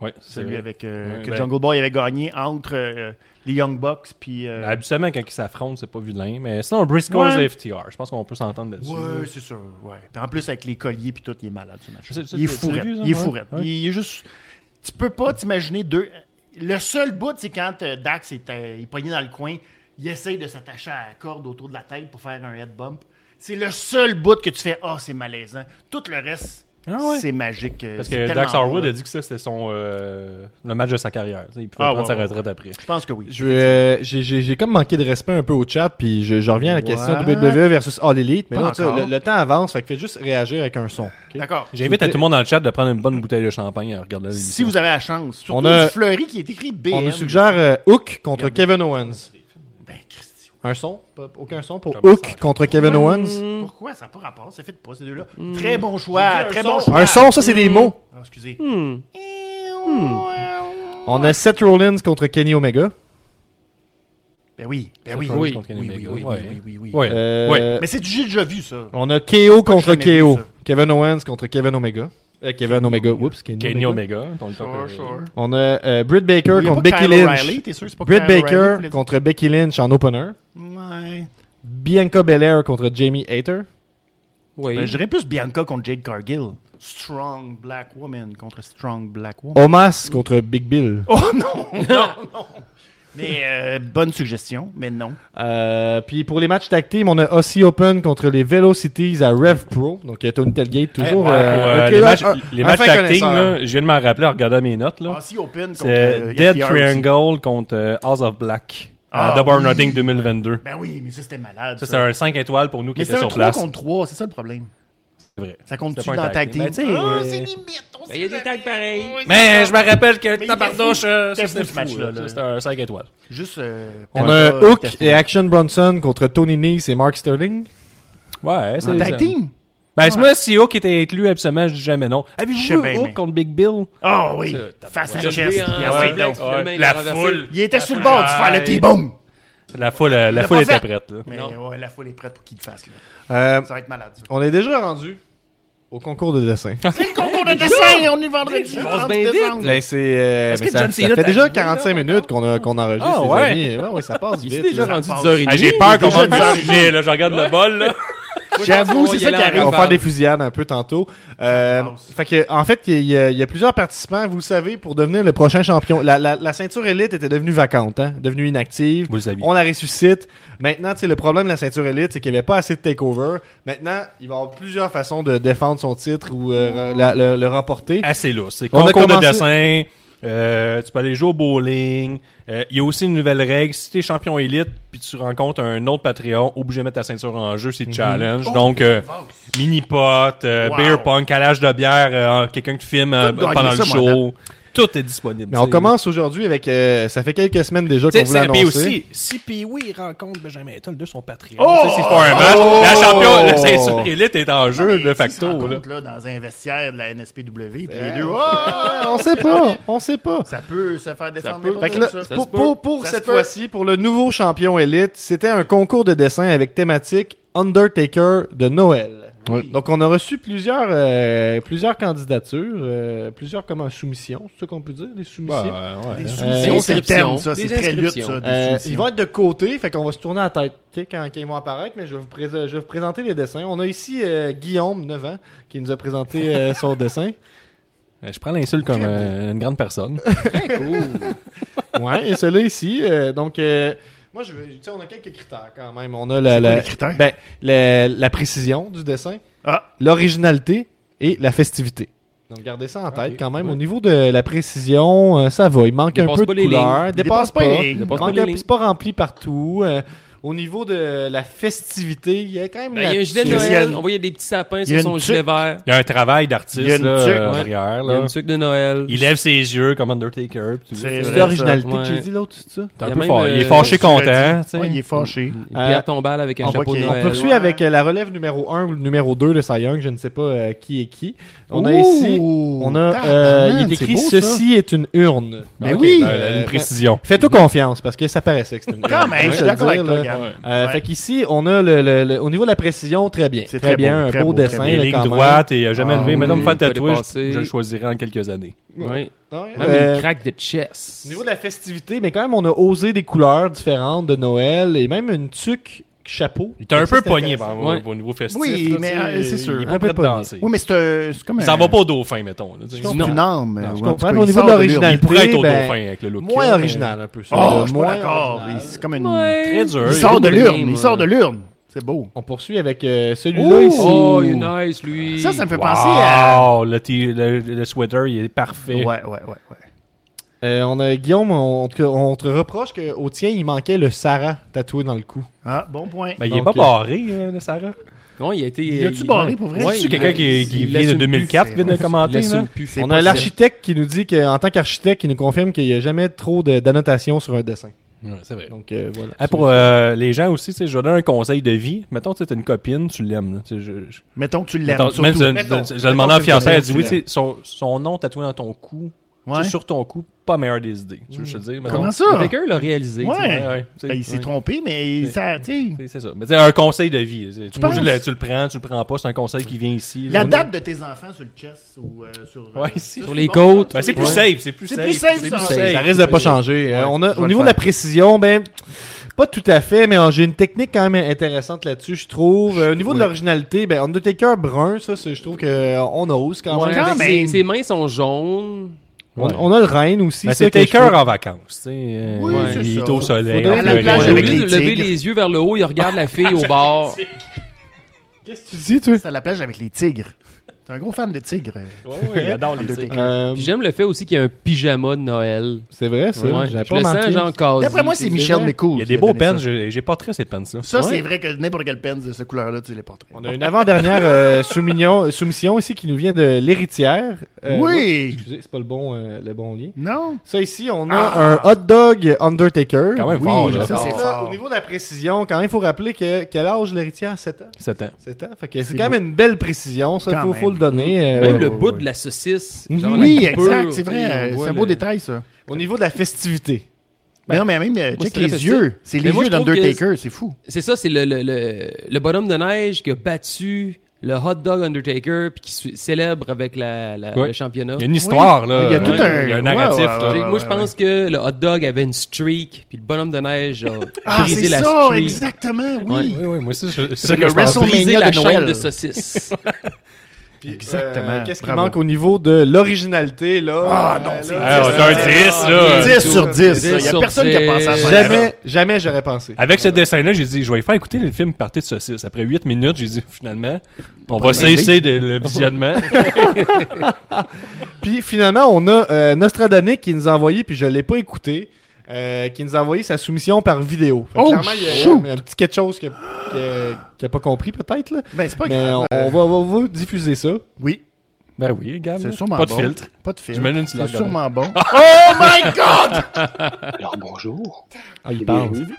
Speaker 7: Oui,
Speaker 3: Celui avec euh,
Speaker 7: Ouais,
Speaker 3: que
Speaker 7: ben-
Speaker 3: Jungle Boy avait gagné entre euh, les Young Bucks puis. euh,
Speaker 7: Habituellement, quand ils s'affrontent, c'est pas vilain. Mais sinon, Briscoes
Speaker 3: Ouais.
Speaker 7: et FTR, je pense qu'on peut s'entendre là-dessus.
Speaker 3: Ouais, c'est sûr. Ouais. Puis en plus avec les colliers puis tout, il est malade ce match.
Speaker 7: C'est- c'est-
Speaker 3: Il est
Speaker 7: tu l'as
Speaker 3: fourré.
Speaker 7: vu, ça?
Speaker 3: Il est
Speaker 7: Ouais.
Speaker 3: fourré.
Speaker 7: Ouais.
Speaker 3: Il est juste. Tu peux pas t'imaginer deux. Le seul bout, c'est quand euh, Dax est, euh, il est pogné dans le coin, il essaye de s'attacher à la corde autour de la tête pour faire un head bump. C'est le seul bout que tu fais. Ah, c'est malaisant. Tout le reste,
Speaker 7: Ah ouais.
Speaker 3: c'est magique. euh,
Speaker 7: Parce
Speaker 3: c'est
Speaker 7: que
Speaker 3: tellement
Speaker 7: Dax Harwood
Speaker 3: bon.
Speaker 7: a dit que ça, c'était son, euh, le match de sa carrière. tu sais, Il pouvait
Speaker 3: Ah,
Speaker 7: prendre
Speaker 3: ouais,
Speaker 7: sa
Speaker 3: ouais,
Speaker 7: retraite après.
Speaker 3: Je pense que oui.
Speaker 2: Je veux, euh, j'ai- J'ai j'ai comme manqué de respect un peu au chat, puis je, je reviens à la question
Speaker 3: What?
Speaker 2: WWE versus All Elite. Mais
Speaker 3: Pas
Speaker 2: là, tu sais,
Speaker 3: encore.
Speaker 2: le, le temps avance, fait que faites juste réagir avec un son. ok?
Speaker 3: D'accord.
Speaker 7: J'invite à tout le monde dans le chat de prendre une bonne bouteille de champagne en regardant l'émission.
Speaker 3: Si vous avez la chance. Surtout
Speaker 2: On a-
Speaker 3: du Fleury qui est écrit BM.
Speaker 2: On nous suggère euh, Hook contre Kevin Owens.
Speaker 3: Ben,
Speaker 2: Un son Pas- Aucun son pour Hook contre
Speaker 3: Mm.
Speaker 2: Kevin Owens.
Speaker 3: Pourquoi ça n'a pas rapport? Ça fait pas ces deux-là. Très bon choix, très bon choix.
Speaker 2: Un son, ça, c'est des mots.
Speaker 3: Ah, excusez. Hum.
Speaker 2: On a Seth Rollins contre Kenny Omega.
Speaker 3: Ben oui, ben oui,
Speaker 5: Oui.
Speaker 7: contre
Speaker 3: oui,
Speaker 7: Kenny
Speaker 3: oui,
Speaker 7: Omega.
Speaker 3: oui,
Speaker 7: Ouais.
Speaker 3: oui, oui, oui.
Speaker 7: Ouais.
Speaker 2: Euh,
Speaker 7: Ouais.
Speaker 3: Mais c'est du j'ai déjà vu ça.
Speaker 2: On a KO contre
Speaker 3: jamais vu
Speaker 2: KO.
Speaker 3: ça.
Speaker 2: Kevin Owens contre Kevin Omega. Euh, Kevin Omega, oups, Kenny,
Speaker 7: Kenny
Speaker 2: Omega.
Speaker 7: Omega. dans le top, euh,
Speaker 2: On a euh, Britt Baker
Speaker 3: Il y a
Speaker 2: contre
Speaker 3: pas
Speaker 2: Becky
Speaker 3: Kyle
Speaker 2: Lynch.
Speaker 3: O'Reilly, t'es sûr que c'est pas
Speaker 2: Britt
Speaker 3: Kyle
Speaker 2: Baker
Speaker 3: O'Reilly?
Speaker 2: contre Becky Lynch en opener.
Speaker 3: Ouais.
Speaker 2: Bianca Belair contre Jamie Hater.
Speaker 5: Oui.
Speaker 3: Ben, J'irais plus Bianca contre Jade Cargill. Strong Black Oh. Woman contre Strong Black Woman.
Speaker 2: Omas contre Big Bill.
Speaker 3: Oh, non, non, non. Mais euh, bonne suggestion, mais non.
Speaker 2: Euh, puis pour les matchs tag team, on a aussi Open contre les Velocities à Rev Pro. Donc, il y a Tony Telgate toujours. euh,
Speaker 7: Euh,
Speaker 2: ok,
Speaker 7: les
Speaker 2: là,
Speaker 7: matchs,
Speaker 2: un-
Speaker 7: les
Speaker 2: un
Speaker 7: matchs
Speaker 2: fin
Speaker 7: tag team,
Speaker 2: connaisseur.
Speaker 7: là, je viens de m'en rappeler en regardant mes notes. là.
Speaker 3: Aussi open contre
Speaker 7: C'est
Speaker 3: Ah, euh,
Speaker 7: Dead
Speaker 3: FTR aussi.
Speaker 7: Triangle contre euh, House of Black à
Speaker 3: Ah,
Speaker 7: Double or
Speaker 3: oui.
Speaker 7: Nothing 2022.
Speaker 3: Ben oui, mais ça, c'était malade.
Speaker 7: Ça,
Speaker 3: Ça,
Speaker 7: c'est un 5 étoiles pour nous qui
Speaker 3: Mais c'est
Speaker 7: était sur
Speaker 3: un 3
Speaker 7: place.
Speaker 3: contre 3, c'est ça le problème.
Speaker 7: C'est vrai.
Speaker 3: Ça compte-tu
Speaker 7: C'est pas un
Speaker 3: dans
Speaker 7: tag
Speaker 3: tag
Speaker 7: team.
Speaker 3: team?
Speaker 7: Ben, tu sais,
Speaker 3: Ah,
Speaker 7: euh,
Speaker 3: c'est limite. on
Speaker 5: Ben, Il y a
Speaker 3: sait
Speaker 5: des
Speaker 3: jamais.
Speaker 5: tags pareils.
Speaker 3: Oui,
Speaker 7: Mais je me
Speaker 3: c'est ça.
Speaker 7: rappelle que
Speaker 3: Mais
Speaker 7: Tabarnouche,
Speaker 3: il était
Speaker 7: euh,
Speaker 3: fou,
Speaker 7: ça, c'était
Speaker 3: ce
Speaker 7: fou.
Speaker 3: match-là,
Speaker 7: là.
Speaker 3: là.
Speaker 7: Ça, C'était un 5 étoiles.
Speaker 3: Juste. euh,
Speaker 2: On
Speaker 3: Penta,
Speaker 2: a Hook
Speaker 3: Tafu.
Speaker 2: et Action Bronson contre Tony Nese et Mark Sterling.
Speaker 7: Ouais, c'est
Speaker 3: En tag team?
Speaker 7: Ben, c'est moi, si Hook était inclus, absolument, je dis jamais non.
Speaker 3: Je
Speaker 7: Avez-vous
Speaker 3: sais
Speaker 7: vu
Speaker 3: bien,
Speaker 7: Hook
Speaker 3: mais-
Speaker 7: contre Big Bill?
Speaker 3: Ah oui! Face à la chest. Ah oui, donc.
Speaker 5: hein? La foule.
Speaker 3: Il était sur le bord de se faire le T-bone!
Speaker 7: La foule, euh, la
Speaker 3: l'a
Speaker 7: foule
Speaker 3: pas
Speaker 7: était
Speaker 3: fait.
Speaker 7: prête. là.
Speaker 3: Mais ouais, la foule est prête pour qu'il le fasse. Là.
Speaker 2: Euh,
Speaker 3: Ça va être malade. ça.
Speaker 2: on est déjà rendu au concours de dessin.
Speaker 3: C'est le concours de dessin! On est vendredi! le 30 décembre.
Speaker 2: Ben, c'est, euh,
Speaker 7: Est-ce
Speaker 2: mais
Speaker 7: que
Speaker 2: ça,
Speaker 7: John
Speaker 2: ça
Speaker 7: Cena
Speaker 2: fait
Speaker 7: t'a
Speaker 2: déjà
Speaker 7: joué, là,
Speaker 2: 45 minutes qu'on a- qu'on enregistre.
Speaker 7: Ah,
Speaker 2: les
Speaker 7: ouais.
Speaker 2: amis. ouais, ouais, ça passe
Speaker 5: Il est
Speaker 2: vite.
Speaker 5: déjà
Speaker 2: là.
Speaker 5: rendu
Speaker 3: passe.
Speaker 5: 10h30.
Speaker 7: Ah, J'ai peur qu'on
Speaker 3: déjà
Speaker 7: va me
Speaker 3: dit.
Speaker 7: faire chier, là. Je regarde le bol, là.
Speaker 3: J'avoue, c'est ça qui
Speaker 2: On
Speaker 3: arrive.
Speaker 2: va faire des fusillades un peu tantôt. Euh,
Speaker 3: Ça passe.
Speaker 2: fait que, en fait, il y, a- il y a plusieurs participants, vous le savez, pour devenir le prochain champion. La, la- la ceinture élite était devenue vacante, hein, devenue inactive.
Speaker 7: Vous le saviez.
Speaker 2: On la ressuscite. Maintenant, tu sais, le problème de la ceinture élite, c'est qu'il n'y avait pas assez de takeover. Maintenant, il va y avoir plusieurs façons de défendre son titre ou euh, la- le, le remporter.
Speaker 7: assez lourd. C'est
Speaker 2: On a
Speaker 7: concours de
Speaker 2: commencé-
Speaker 7: dessin. euh, tu peux aller jouer au bowling. Euh, Il y a aussi une nouvelle règle. Si tu es champion élite puis tu rencontres un autre Patreon, obligé de mettre ta ceinture en jeu, c'est challenge. Donc, euh, mini-pot, euh,
Speaker 3: Wow.
Speaker 7: beer pong, calage de bière, euh, quelqu'un qui filme euh,
Speaker 3: Tout gagné,
Speaker 7: pendant le
Speaker 3: ça, moi,
Speaker 7: show. Tout est disponible.
Speaker 2: Mais on
Speaker 7: t'sais.
Speaker 2: commence aujourd'hui avec. euh, ça fait quelques semaines déjà qu'on
Speaker 7: T'sais,
Speaker 2: vous l'a
Speaker 7: c'est- Puis
Speaker 2: annoncé.
Speaker 7: aussi, si Pee-Wee rencontre Benjamin Etoll de son Patreon,
Speaker 3: Oh!
Speaker 7: t'sais, c'est pas un match. La champion, la
Speaker 2: Oh!
Speaker 7: ceinture élite est en jeu, de facto. là.
Speaker 3: Là. là, dans un vestiaire de la NSPW, puis les deux,
Speaker 2: Eh, Ouais,
Speaker 3: Ah!
Speaker 2: on sait pas, on sait pas.
Speaker 3: ça peut se faire descendre.
Speaker 2: Fait
Speaker 3: n'importe
Speaker 2: que là,
Speaker 3: où, ça.
Speaker 2: pour, pour- pour
Speaker 3: Ça se
Speaker 2: cette
Speaker 3: peut.
Speaker 2: fois-ci, pour le nouveau champion élite, c'était un concours de dessin avec thématique Undertaker de Noël. Donc, on a reçu plusieurs, euh, plusieurs candidatures, euh, plusieurs comment, soumissions, c'est ce qu'on peut dire, des soumissions.
Speaker 3: Des
Speaker 2: Euh,
Speaker 3: soumissions, c'est le terme, ça.
Speaker 5: des
Speaker 3: C'est très lutte,
Speaker 5: inscriptions.
Speaker 3: ça. Bah, des
Speaker 2: Euh,
Speaker 3: soumissions.
Speaker 2: ils vont être de côté, fait qu'on va se tourner à la tête tu sais, quand, quand ils vont apparaître, mais je vais, vous pré- je vais vous présenter les dessins. On a ici euh, Guillaume, 9 ans, qui nous a présenté euh, son dessin.
Speaker 7: Euh, Je prends l'insulte comme euh, une grande personne.
Speaker 2: Ouais, et celui-là ici. euh, donc, euh, moi, je veux- tu sais, on a quelques critères quand même. On a la,
Speaker 3: Pas
Speaker 2: la,
Speaker 3: les critères.
Speaker 2: ben, la, la précision du dessin,
Speaker 3: Ah.
Speaker 2: l'originalité et la festivité. Donc, gardez ça en tête quand même. Au niveau de la précision, euh, ça va. Il manque
Speaker 5: Dépasse
Speaker 2: un peu
Speaker 5: pas
Speaker 2: de
Speaker 5: les
Speaker 2: couleur.
Speaker 3: Il dépasse pas les lignes.
Speaker 5: Dépasse pas
Speaker 2: Manque
Speaker 5: les
Speaker 2: un-
Speaker 5: lignes.
Speaker 2: C'est pas rempli partout. euh, au niveau de la festivité, il y a quand même.
Speaker 5: Ben, Il y a un
Speaker 2: la-
Speaker 5: gilet de
Speaker 3: Ciel.
Speaker 5: Noël. On voyait des petits sapins
Speaker 3: y a
Speaker 5: sur
Speaker 3: une
Speaker 5: son
Speaker 3: tuque.
Speaker 5: gilet vert.
Speaker 7: Il y a un travail d'artiste
Speaker 3: Il y a une
Speaker 7: là,
Speaker 3: tuque,
Speaker 7: euh,
Speaker 5: ouais.
Speaker 7: derrière.
Speaker 5: Il y a
Speaker 7: Là.
Speaker 5: une tuque de Noël.
Speaker 7: Il lève ses yeux comme Undertaker. pis tout.
Speaker 3: C'est
Speaker 2: C'est
Speaker 3: vrai,
Speaker 2: l'originalité
Speaker 5: Ouais.
Speaker 2: que j'ai dit l'autre, c'est ça?
Speaker 7: T'es un
Speaker 5: Il y a
Speaker 7: peu
Speaker 5: même,
Speaker 7: fâ- Il est
Speaker 5: euh,
Speaker 7: fâché
Speaker 3: tu l'as
Speaker 7: content. tu sais.
Speaker 3: Ouais, il est fâché.
Speaker 5: Et puis
Speaker 2: Euh,
Speaker 5: à tombale avec un
Speaker 2: on
Speaker 5: chapeau
Speaker 3: voit
Speaker 5: de
Speaker 3: qu'il-
Speaker 2: On
Speaker 5: Noël.
Speaker 2: poursuit
Speaker 3: ouais.
Speaker 2: avec euh, la relève numéro 1 ou le numéro 2 de Cy Young, je ne sais pas euh, qui est qui. On a
Speaker 3: Ouh,
Speaker 2: ici, on a, euh,
Speaker 3: tabarnak,
Speaker 2: il est
Speaker 3: c'est
Speaker 2: écrit
Speaker 3: beau, ça.
Speaker 2: Ceci est une urne.
Speaker 7: Ok, ben,
Speaker 2: euh,
Speaker 7: Une précision.
Speaker 2: Fais-toi confiance parce que ça paraissait que c'était une urne.
Speaker 3: Quand même, je suis
Speaker 2: te
Speaker 3: d'accord
Speaker 2: le
Speaker 3: avec
Speaker 2: dire,
Speaker 3: toi,
Speaker 2: là.
Speaker 3: Gab.
Speaker 2: Euh,
Speaker 3: Ouais.
Speaker 2: Fait qu'ici, on a le, le- le- au niveau de la précision, très bien.
Speaker 3: C'est
Speaker 2: Très,
Speaker 3: très
Speaker 2: bien, un
Speaker 3: beau, très
Speaker 2: beau,
Speaker 3: beau, très
Speaker 2: dessin.
Speaker 3: bien.
Speaker 7: Les
Speaker 2: là,
Speaker 7: lignes
Speaker 2: quand même.
Speaker 7: droites et euh, jamais
Speaker 5: Ah
Speaker 7: levé.
Speaker 5: oui,
Speaker 7: Maintenant, me faire
Speaker 5: pas
Speaker 7: tatouer, je,
Speaker 5: dépasser.
Speaker 7: je le choisirai en quelques années.
Speaker 5: Oui.
Speaker 7: Ah
Speaker 2: Ouais,
Speaker 5: Même
Speaker 2: euh,
Speaker 5: une craque de chess.
Speaker 2: Au niveau de la festivité, mais quand même, on a osé des couleurs différentes de Noël et même une tuque chapeau.
Speaker 7: Il t'a un
Speaker 2: Ça,
Speaker 7: peu
Speaker 2: c'était
Speaker 7: pogné
Speaker 2: intéressant.
Speaker 7: par
Speaker 5: Ouais.
Speaker 7: au niveau festif.
Speaker 3: Oui,
Speaker 7: là,
Speaker 3: mais,
Speaker 7: tu sais,
Speaker 3: euh, c'est
Speaker 7: il- Il
Speaker 3: sûr.
Speaker 7: est
Speaker 2: Un
Speaker 7: pas
Speaker 2: peu
Speaker 7: prêt de
Speaker 2: pogné.
Speaker 7: danser.
Speaker 3: Oui, mais c'est euh, c'est comme un.
Speaker 7: Ça va pas au dauphin, mettons. là, tu sais.
Speaker 3: C'est une arme.
Speaker 2: Je
Speaker 3: euh, ou en tout
Speaker 2: comprends.
Speaker 3: cas,
Speaker 2: mais Au
Speaker 3: il
Speaker 2: niveau
Speaker 3: sort
Speaker 2: de
Speaker 3: de
Speaker 7: Il
Speaker 9: hein.
Speaker 2: l'originalité,
Speaker 7: pourrait être au
Speaker 2: ben,
Speaker 7: dauphin avec le look.
Speaker 2: moins
Speaker 7: là, mais-
Speaker 2: original un peu. ça.
Speaker 3: Oh,
Speaker 2: De
Speaker 3: je suis
Speaker 2: moins
Speaker 3: pas d'accord.
Speaker 2: original.
Speaker 3: oui, C'est comme une.
Speaker 7: Très dur.
Speaker 3: Il
Speaker 7: Il
Speaker 3: sort de
Speaker 5: beaucoup de
Speaker 3: l'urne.
Speaker 5: games,
Speaker 3: Il sort
Speaker 5: ouais.
Speaker 3: de l'urne. C'est beau.
Speaker 2: On poursuit avec euh, celui-là ici.
Speaker 5: Oh, il est nice, lui.
Speaker 3: Ça, ça me fait penser à.
Speaker 7: Wow, le, t- le- le sweater, il est parfait.
Speaker 3: Ouais, ouais, ouais. ouais.
Speaker 2: Euh, on a Guillaume, on te, on te reproche qu'au tien, il manquait le Sarah tatoué dans le cou.
Speaker 3: Ah, bon point.
Speaker 7: Ben, il est pas
Speaker 2: Donc,
Speaker 7: barré, euh, le Sarah.
Speaker 5: Non, il a été.
Speaker 3: Il a-tu barré pour vrai?
Speaker 5: Ouais,
Speaker 7: C'est
Speaker 5: il-
Speaker 7: quelqu'un qui, qui
Speaker 5: il
Speaker 7: vient de
Speaker 5: l'assume plus,
Speaker 7: 2004 qui
Speaker 3: c'est
Speaker 7: vient de
Speaker 3: vrai.
Speaker 5: il
Speaker 7: commenter.
Speaker 5: l'assume
Speaker 7: là.
Speaker 5: plus.
Speaker 2: On
Speaker 5: C'est
Speaker 2: a
Speaker 5: pas
Speaker 2: l'architecte qui nous dit qu'en tant qu'architecte, il nous confirme qu'il n'y a jamais trop de- d'annotations sur un dessin.
Speaker 7: Ouais, c'est vrai.
Speaker 2: Donc euh, voilà.
Speaker 7: Ah, pour euh, les gens aussi, tu sais, je vais donner un conseil de vie. Mettons, tu as une copine, tu l'aimes. là, tu sais, je- je-
Speaker 3: Mettons que tu l'aimes.
Speaker 7: Mettons,
Speaker 3: surtout.
Speaker 7: Même si je-
Speaker 3: Mettons.
Speaker 7: je- je demandais en
Speaker 3: Mettons que
Speaker 7: fiancée,
Speaker 3: tu
Speaker 7: elle
Speaker 3: l'aimes,
Speaker 7: dit oui,
Speaker 3: tu
Speaker 7: tu sais, son, son nom tatoué dans ton cou, tu sais,
Speaker 3: Ouais.
Speaker 7: sur ton cou, pas meilleure des idées. Tu veux que je te le dis? mettons.
Speaker 3: Comment
Speaker 5: sûr.
Speaker 3: ça?
Speaker 5: Quelqu'un l'a réalisé.
Speaker 3: Ouais.
Speaker 5: tu sais.
Speaker 7: Ouais, ouais, tu sais,
Speaker 3: Ben, il s'est
Speaker 7: ouais.
Speaker 3: trompé, mais il sert, tu sais.
Speaker 7: C'est- C'est ça. Mais c'est un conseil de vie. Tu, sais, tu
Speaker 3: penses?
Speaker 7: le, tu le prends, tu le prends pas, c'est un conseil qui vient ici. là.
Speaker 3: La date de tes enfants sur le chest ou euh, sur, euh,
Speaker 7: Ouais, ici.
Speaker 5: Sur les côtes.
Speaker 7: Ben, c'est plus
Speaker 5: Ouais.
Speaker 7: safe, c'est plus
Speaker 3: C'est
Speaker 7: safe.
Speaker 3: plus safe, ça.
Speaker 2: ça risque de pas changer. Euh, on a,
Speaker 3: je vais
Speaker 2: au
Speaker 3: le
Speaker 2: niveau de
Speaker 3: faire.
Speaker 2: la précision, ben pas tout à fait, mais euh, j'ai une technique quand même intéressante là-dessus, je trouve. Euh, au niveau de l'originalité, ben Undertaker brun, ça, c'est- je trouve qu'on euh, ose quand
Speaker 5: Ouais,
Speaker 2: même.
Speaker 3: Quand
Speaker 5: avec
Speaker 3: même.
Speaker 5: ses, ses mains sont jaunes.
Speaker 2: On, on a le Reign aussi.
Speaker 9: Ben,
Speaker 2: ça,
Speaker 9: c'est
Speaker 2: que je
Speaker 9: Taker
Speaker 2: trouve-
Speaker 9: en vacances. tu sais, euh,
Speaker 3: Oui, c'est
Speaker 9: il est
Speaker 3: ça.
Speaker 9: au soleil.
Speaker 3: Faudrait
Speaker 9: en
Speaker 3: la
Speaker 9: pleurant.
Speaker 3: plage
Speaker 5: Au
Speaker 3: avec
Speaker 5: lieu
Speaker 3: les
Speaker 5: de lever
Speaker 3: tigres.
Speaker 5: les yeux vers le haut, il regarde la fille au bord.
Speaker 3: Qu'est-ce que tu
Speaker 2: Dis, toi.
Speaker 3: C'est à la plage avec les tigres. T'es un gros fan de tigres. euh,
Speaker 9: Ouais, ouais, il adore les
Speaker 3: en deux
Speaker 9: tigres.
Speaker 3: tigres.
Speaker 2: Euh,
Speaker 5: Puis J'aime le fait aussi qu'il y a un pyjama de Noël.
Speaker 2: c'est vrai, ça.
Speaker 5: Ouais,
Speaker 2: J'avais
Speaker 5: je
Speaker 2: pas
Speaker 5: le sens,
Speaker 2: remarqué.
Speaker 5: genre quasi.
Speaker 3: D'après moi, c'est Michel
Speaker 2: vrai.
Speaker 3: McCool.
Speaker 9: Il y a
Speaker 3: qui
Speaker 9: des beaux
Speaker 3: donné ça.
Speaker 9: pants. J'ai j'ai pas très ces pants-là.
Speaker 3: Ça,
Speaker 5: Ouais.
Speaker 3: c'est vrai que n'importe quelle peine de cette couleur-là, tu les porterais.
Speaker 2: On a une avant-dernière euh, soumignon- soumission ici qui nous vient de l'héritière. Euh, Ah,
Speaker 3: oui!
Speaker 2: Excusez, c'est pas le bon, euh, le bon lien.
Speaker 3: Non?
Speaker 2: Ça ici, on a un hot dog Undertaker.
Speaker 9: Quand même
Speaker 2: Oui,
Speaker 9: fort, là.
Speaker 2: ça,
Speaker 3: Fort.
Speaker 2: c'est ça. Au niveau de la précision, quand même, il faut rappeler que quel âge l'héritière 7 ans
Speaker 9: 7 ans.
Speaker 2: 7 ans. Fait que c'est quand même une belle précision, ça, il
Speaker 3: Quand
Speaker 2: faut, faut
Speaker 3: même.
Speaker 2: le donner. euh,
Speaker 5: Même le
Speaker 2: ouais,
Speaker 5: bout
Speaker 2: ouais.
Speaker 5: de la saucisse. genre la
Speaker 3: Oui,
Speaker 5: coupure,
Speaker 3: exact, c'est
Speaker 5: tu sais,
Speaker 3: vrai. euh,
Speaker 5: on voit
Speaker 3: C'est un
Speaker 5: le-
Speaker 3: beau détail, ça.
Speaker 2: Au niveau de la festivité.
Speaker 3: Mais non, mais même, euh,
Speaker 5: Moi,
Speaker 3: check
Speaker 5: c'est
Speaker 3: les
Speaker 5: très festif.
Speaker 3: yeux. C'est les
Speaker 5: Mais moi,
Speaker 3: yeux
Speaker 5: je trouve que-
Speaker 3: d'Undertaker, c'est fou.
Speaker 5: C'est ça, c'est le, le, le, le bonhomme de neige qui a battu le hot dog Undertaker puis qui su- célèbre avec la, la-
Speaker 9: Ouais.
Speaker 5: le championnat.
Speaker 9: Il y a une histoire, là.
Speaker 3: Il y a tout
Speaker 9: Ouais,
Speaker 3: un-
Speaker 9: il y a
Speaker 3: ouais,
Speaker 9: narratif,
Speaker 3: ouais,
Speaker 9: là.
Speaker 5: Fait que moi, je
Speaker 3: ouais,
Speaker 5: pense que le hot dog avait une streak, puis le bonhomme de neige a
Speaker 3: Ah,
Speaker 5: brisé
Speaker 3: c'est
Speaker 5: la
Speaker 3: ça,
Speaker 5: streak,
Speaker 3: exactement, oui.
Speaker 5: Ouais.
Speaker 9: Oui, oui, moi, c'est c'est
Speaker 3: C'est
Speaker 9: ça
Speaker 3: le
Speaker 9: que je pense.
Speaker 3: wrestle-
Speaker 5: brisé la
Speaker 3: WrestleMania de Noël.
Speaker 5: chaîne de saucisse.
Speaker 3: Exactement.
Speaker 2: Euh, Qu'est-ce qui
Speaker 3: Bravo.
Speaker 2: manque au niveau de l'originalité, là?
Speaker 3: Ah, non, c'est-
Speaker 9: Ah, on a un 10, là.
Speaker 3: 10 sur 10.
Speaker 5: 10
Speaker 3: Il n'y a
Speaker 5: sur
Speaker 3: personne qui a pensé à ça.
Speaker 2: Jamais, jamais j'aurais pensé.
Speaker 9: Avec ce dessin-là, j'ai dit, je vais lui faire écouter le film Partie de saucisse. Après 8 minutes, j'ai dit, finalement, on va cesser de- le visionnement.
Speaker 2: Puis finalement, on a euh, Nostradamus qui nous a envoyé, puis je l'ai pas écouté, euh, qui nous a envoyé sa soumission par vidéo. Fait que
Speaker 3: Oh,
Speaker 2: clairement, il y a
Speaker 3: shoot!
Speaker 2: un petit quelque chose que- que- qu'il n'a pas compris peut-être, là.
Speaker 3: Ben, c'est pas
Speaker 2: Mais
Speaker 3: grave.
Speaker 2: on, on va, on va vous diffuser ça.
Speaker 3: Oui,
Speaker 9: Ben oui, Gab.
Speaker 3: c'est
Speaker 9: là.
Speaker 3: sûrement
Speaker 9: Pas de
Speaker 3: bon.
Speaker 9: filtre.
Speaker 3: Pas de filtre.
Speaker 9: J'imagine que tu l'as
Speaker 3: C'est
Speaker 9: regardé.
Speaker 3: sûrement bon.
Speaker 10: Alors bonjour,
Speaker 2: Ah,
Speaker 10: et
Speaker 2: il parle.
Speaker 10: bienvenue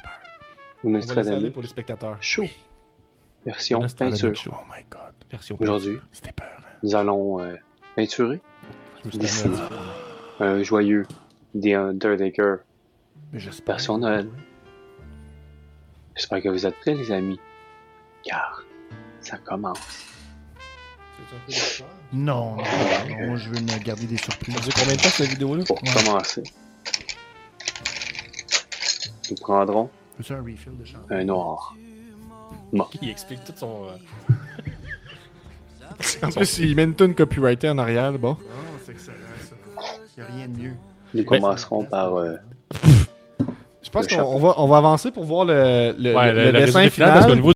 Speaker 10: au
Speaker 2: On va laisser aller
Speaker 10: Nostradamus
Speaker 2: pour les spectateurs.
Speaker 10: Show, version
Speaker 2: Nostradamus
Speaker 10: peinture.
Speaker 2: Show.
Speaker 3: Oh my God.
Speaker 10: Aujourd'hui,
Speaker 3: C'était peur.
Speaker 10: nous allons euh, peinturer, dessiner un joyeux The Undertaker
Speaker 3: Mais j'espère.
Speaker 10: version Noël. J'espère que vous êtes prêts, les amis, car ça commence.
Speaker 3: Non, non, non, moi, je veux me garder des surprises.
Speaker 2: Combien de temps cette vidéo-là?
Speaker 10: Pour commencer, nous prendrons
Speaker 3: Veux-tu un refill de champagne?
Speaker 10: un noir.
Speaker 9: Il explique tout son. euh,
Speaker 2: En plus, il met une tune copyrightée en arrière, bon.
Speaker 3: Oh, c'est excellent, ça. Il n'y a rien de mieux.
Speaker 10: Nous commencerons par euh,
Speaker 2: Je pense
Speaker 10: Le
Speaker 2: qu'on on va, on va avancer pour voir le, le,
Speaker 9: Ouais,
Speaker 2: le-
Speaker 9: le,
Speaker 2: le
Speaker 9: le
Speaker 2: dessin
Speaker 9: résultat, Parce qu'au
Speaker 2: final.
Speaker 9: niveau du.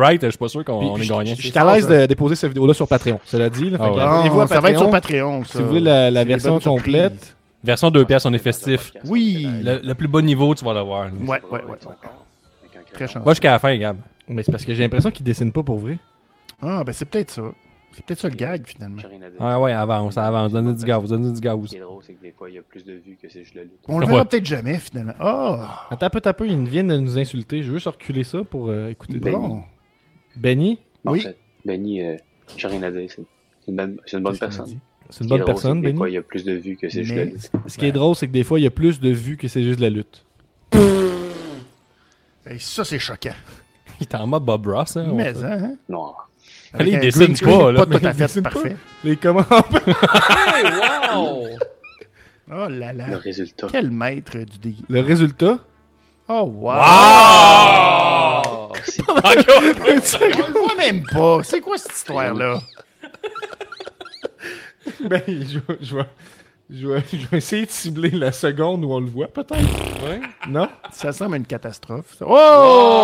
Speaker 9: Right, je suis pas sûr
Speaker 2: Puis
Speaker 9: qu'on on est
Speaker 2: je-
Speaker 9: gagnant.
Speaker 2: je- J'étais à l'aise de déposer cette vidéo-là sur Patreon, cela dit. là. Fait
Speaker 9: Ah
Speaker 2: que
Speaker 9: ouais.
Speaker 2: abonnez-vous à
Speaker 3: ça va être sur
Speaker 2: Patreon.
Speaker 3: Patreon, ça.
Speaker 2: Si vous voulez la, la
Speaker 3: C'est des
Speaker 2: version
Speaker 3: bonnes surprises.
Speaker 2: complète. Euh,
Speaker 9: Version 2 pièces, on est festif.
Speaker 3: Oui.
Speaker 9: Le, le plus bon niveau, tu vas l'avoir. là.
Speaker 3: Ouais, ouais, ouais. Très chanceux.
Speaker 9: Va jusqu'à la fin, Gab.
Speaker 2: Mais c'est parce que j'ai l'impression qu'il dessine pas pour vrai.
Speaker 3: Ah, ben c'est peut-être ça. C'est peut-être ça le gag, finalement.
Speaker 9: Ah ouais, avance, avance. Donnez du gaz, donnez du
Speaker 10: Ce qui
Speaker 9: gaz.
Speaker 10: est drôle, c'est que des fois, il y a plus de vues que c'est juste le look.
Speaker 3: On le verra
Speaker 9: Ouais.
Speaker 3: peut-être jamais, finalement. Ah,
Speaker 2: Attends, un peu, attends un peu, ils viennent de nous insulter. Je veux juste reculer ça pour euh, écouter.
Speaker 10: Ben,
Speaker 3: bon.
Speaker 2: Benny,
Speaker 10: En
Speaker 3: Oui.
Speaker 10: fait, Benny, euh, j'ai rien à dire. C'est c'est une bonne, c'est une bonne
Speaker 3: Qu'est-ce qu'on a
Speaker 10: personne.
Speaker 3: dit?
Speaker 2: c'est une bonne personne,
Speaker 10: Des
Speaker 2: Benny.
Speaker 10: fois, il y a plus de vues que c'est juste
Speaker 3: Mais-
Speaker 10: le lit.
Speaker 2: Ce qui est drôle, c'est que des fois, il y a plus de vues que c'est juste de la lutte.
Speaker 3: Hey, Ben, ça, c'est choquant.
Speaker 9: Il est en mode Bob Ross, hein. on
Speaker 3: Mais,
Speaker 9: fait.
Speaker 3: hein, hein?
Speaker 10: noir.
Speaker 9: Fallait qu'il
Speaker 3: Avec un
Speaker 9: dessine
Speaker 3: green screen
Speaker 9: pas, là,
Speaker 3: Pas
Speaker 9: mais
Speaker 3: tout à
Speaker 9: il
Speaker 3: fait
Speaker 9: dessine pas.
Speaker 3: parfait.
Speaker 2: Les commandes.
Speaker 5: Hey, wow!
Speaker 3: Oh là
Speaker 10: Le
Speaker 3: là.
Speaker 10: résultat.
Speaker 3: Quel maître du déguisement.
Speaker 2: Le résultat.
Speaker 3: Oh, wow! Ah, On le voit même pas. C'est quoi cette histoire-là?
Speaker 2: Ben, je, je vais, je, vais, je vais essayer de cibler la seconde où on le voit, peut-être. Non?
Speaker 3: Ça semble une catastrophe. ça. Oh!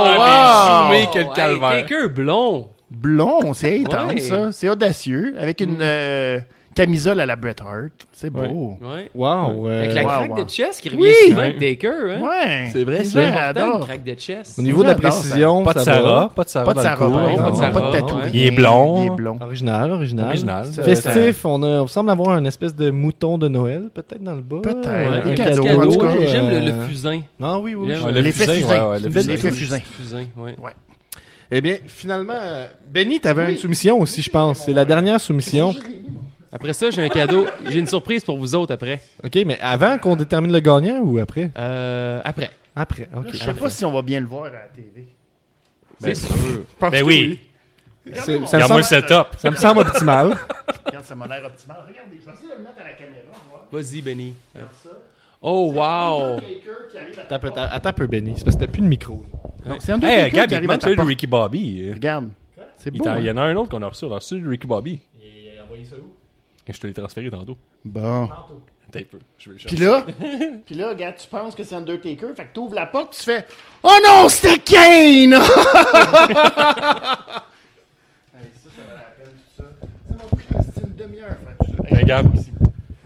Speaker 5: Ah,
Speaker 3: wow!
Speaker 9: zoomé, quel calvaire.
Speaker 5: Hey, Taker blond!
Speaker 3: Blond, c'est intense,
Speaker 5: Ouais.
Speaker 3: ça. C'est audacieux. Avec une euh, camisole à la Bret Hart. C'est beau.
Speaker 5: Ouais.
Speaker 2: Wow. euh,
Speaker 5: Avec la
Speaker 3: Ouais,
Speaker 5: craque
Speaker 3: ouais.
Speaker 5: de chest qui revient
Speaker 3: Oui!
Speaker 5: souvent avec Taker, hein?
Speaker 3: Ouais.
Speaker 2: C'est vrai,
Speaker 3: Les
Speaker 2: ça.
Speaker 3: gens
Speaker 5: Attends, une
Speaker 3: adorent.
Speaker 5: craque de chest.
Speaker 2: Au niveau hein. de la précision,
Speaker 9: Pas de
Speaker 2: ça va.
Speaker 9: Sarah, pas de Sarah.
Speaker 3: Pas de
Speaker 9: dans le
Speaker 3: Sarah,
Speaker 9: cours.
Speaker 3: par
Speaker 5: non,
Speaker 3: exemple.
Speaker 5: pas de
Speaker 3: Pas de
Speaker 5: Sarah,
Speaker 3: tatou.
Speaker 5: ouais.
Speaker 9: Il est blond.
Speaker 3: Il est blond.
Speaker 2: Original, original.
Speaker 9: Original.
Speaker 2: Festif, on, a, on semble avoir une espèce de mouton de Noël, peut-être dans le bas.
Speaker 3: Peut-être.
Speaker 2: Un
Speaker 3: Des
Speaker 2: cadeau,
Speaker 3: cadeaux,
Speaker 2: en tout
Speaker 3: ouais.
Speaker 2: cas,
Speaker 5: J'aime le,
Speaker 2: euh,
Speaker 5: le fusain.
Speaker 2: Non, oui, oui.
Speaker 5: J'aime
Speaker 2: oui.
Speaker 9: Ouais, le
Speaker 3: L'effet
Speaker 9: fusain,
Speaker 3: fusain.
Speaker 9: ouais, ouais, le
Speaker 3: L'effet
Speaker 9: fusain.
Speaker 3: fusain.
Speaker 5: Fusain, ouais.
Speaker 2: Eh bien, finalement, euh, Benny, t'avais une soumission aussi, je pense. C'est la dernière soumission.
Speaker 5: Après ça, j'ai un cadeau. J'ai une surprise pour vous autres après.
Speaker 2: OK, mais avant qu'on détermine le gagnant ou après?
Speaker 5: Euh, après.
Speaker 2: Après, OK. Ah,
Speaker 3: Je sais pas si on va bien le voir à la télé.
Speaker 5: C'est sûr.
Speaker 9: Ben oui.
Speaker 2: C'est- Ça me,
Speaker 9: Regarde-moi
Speaker 2: semble,
Speaker 9: le setup.
Speaker 2: ça me semble optimal.
Speaker 3: Regarde, ça m'a l'air optimal. Regardez, je vais essayer de le mettre à la caméra. voir.
Speaker 5: Vas-y, Benny. Oh, wow!
Speaker 3: Quelqu'un qui arrive à-
Speaker 2: Attends un peu, attends- attends un peu, Benny. C'est parce que t'as plus de micro.
Speaker 3: C'est un
Speaker 9: Hey,
Speaker 3: Undertaker
Speaker 9: Gab,
Speaker 3: qui
Speaker 9: il
Speaker 3: arrive à
Speaker 9: demande
Speaker 3: ta
Speaker 9: le
Speaker 3: porte.
Speaker 9: Ricky Bobby. euh.
Speaker 3: Regarde. C'est
Speaker 9: Il
Speaker 3: beau.
Speaker 9: t'en- Ah, il
Speaker 3: hein?
Speaker 9: y en a un autre qu'on a reçu, on a reçu le Ricky Bobby.
Speaker 1: Je te l'ai transféré dans le dos.
Speaker 3: Bon.
Speaker 1: T'as un peu. Je vais le
Speaker 3: Puis
Speaker 1: chercher.
Speaker 3: là, puis là, regarde, tu penses que c'est Undertaker, fait que t'ouvres la porte, tu fais Oh non, c'était Kane! Hey, ça, ça valait la peine, tout ça. Ça m'a pris presque une demi-heure, faire tout ça. Hey,
Speaker 1: Regarde.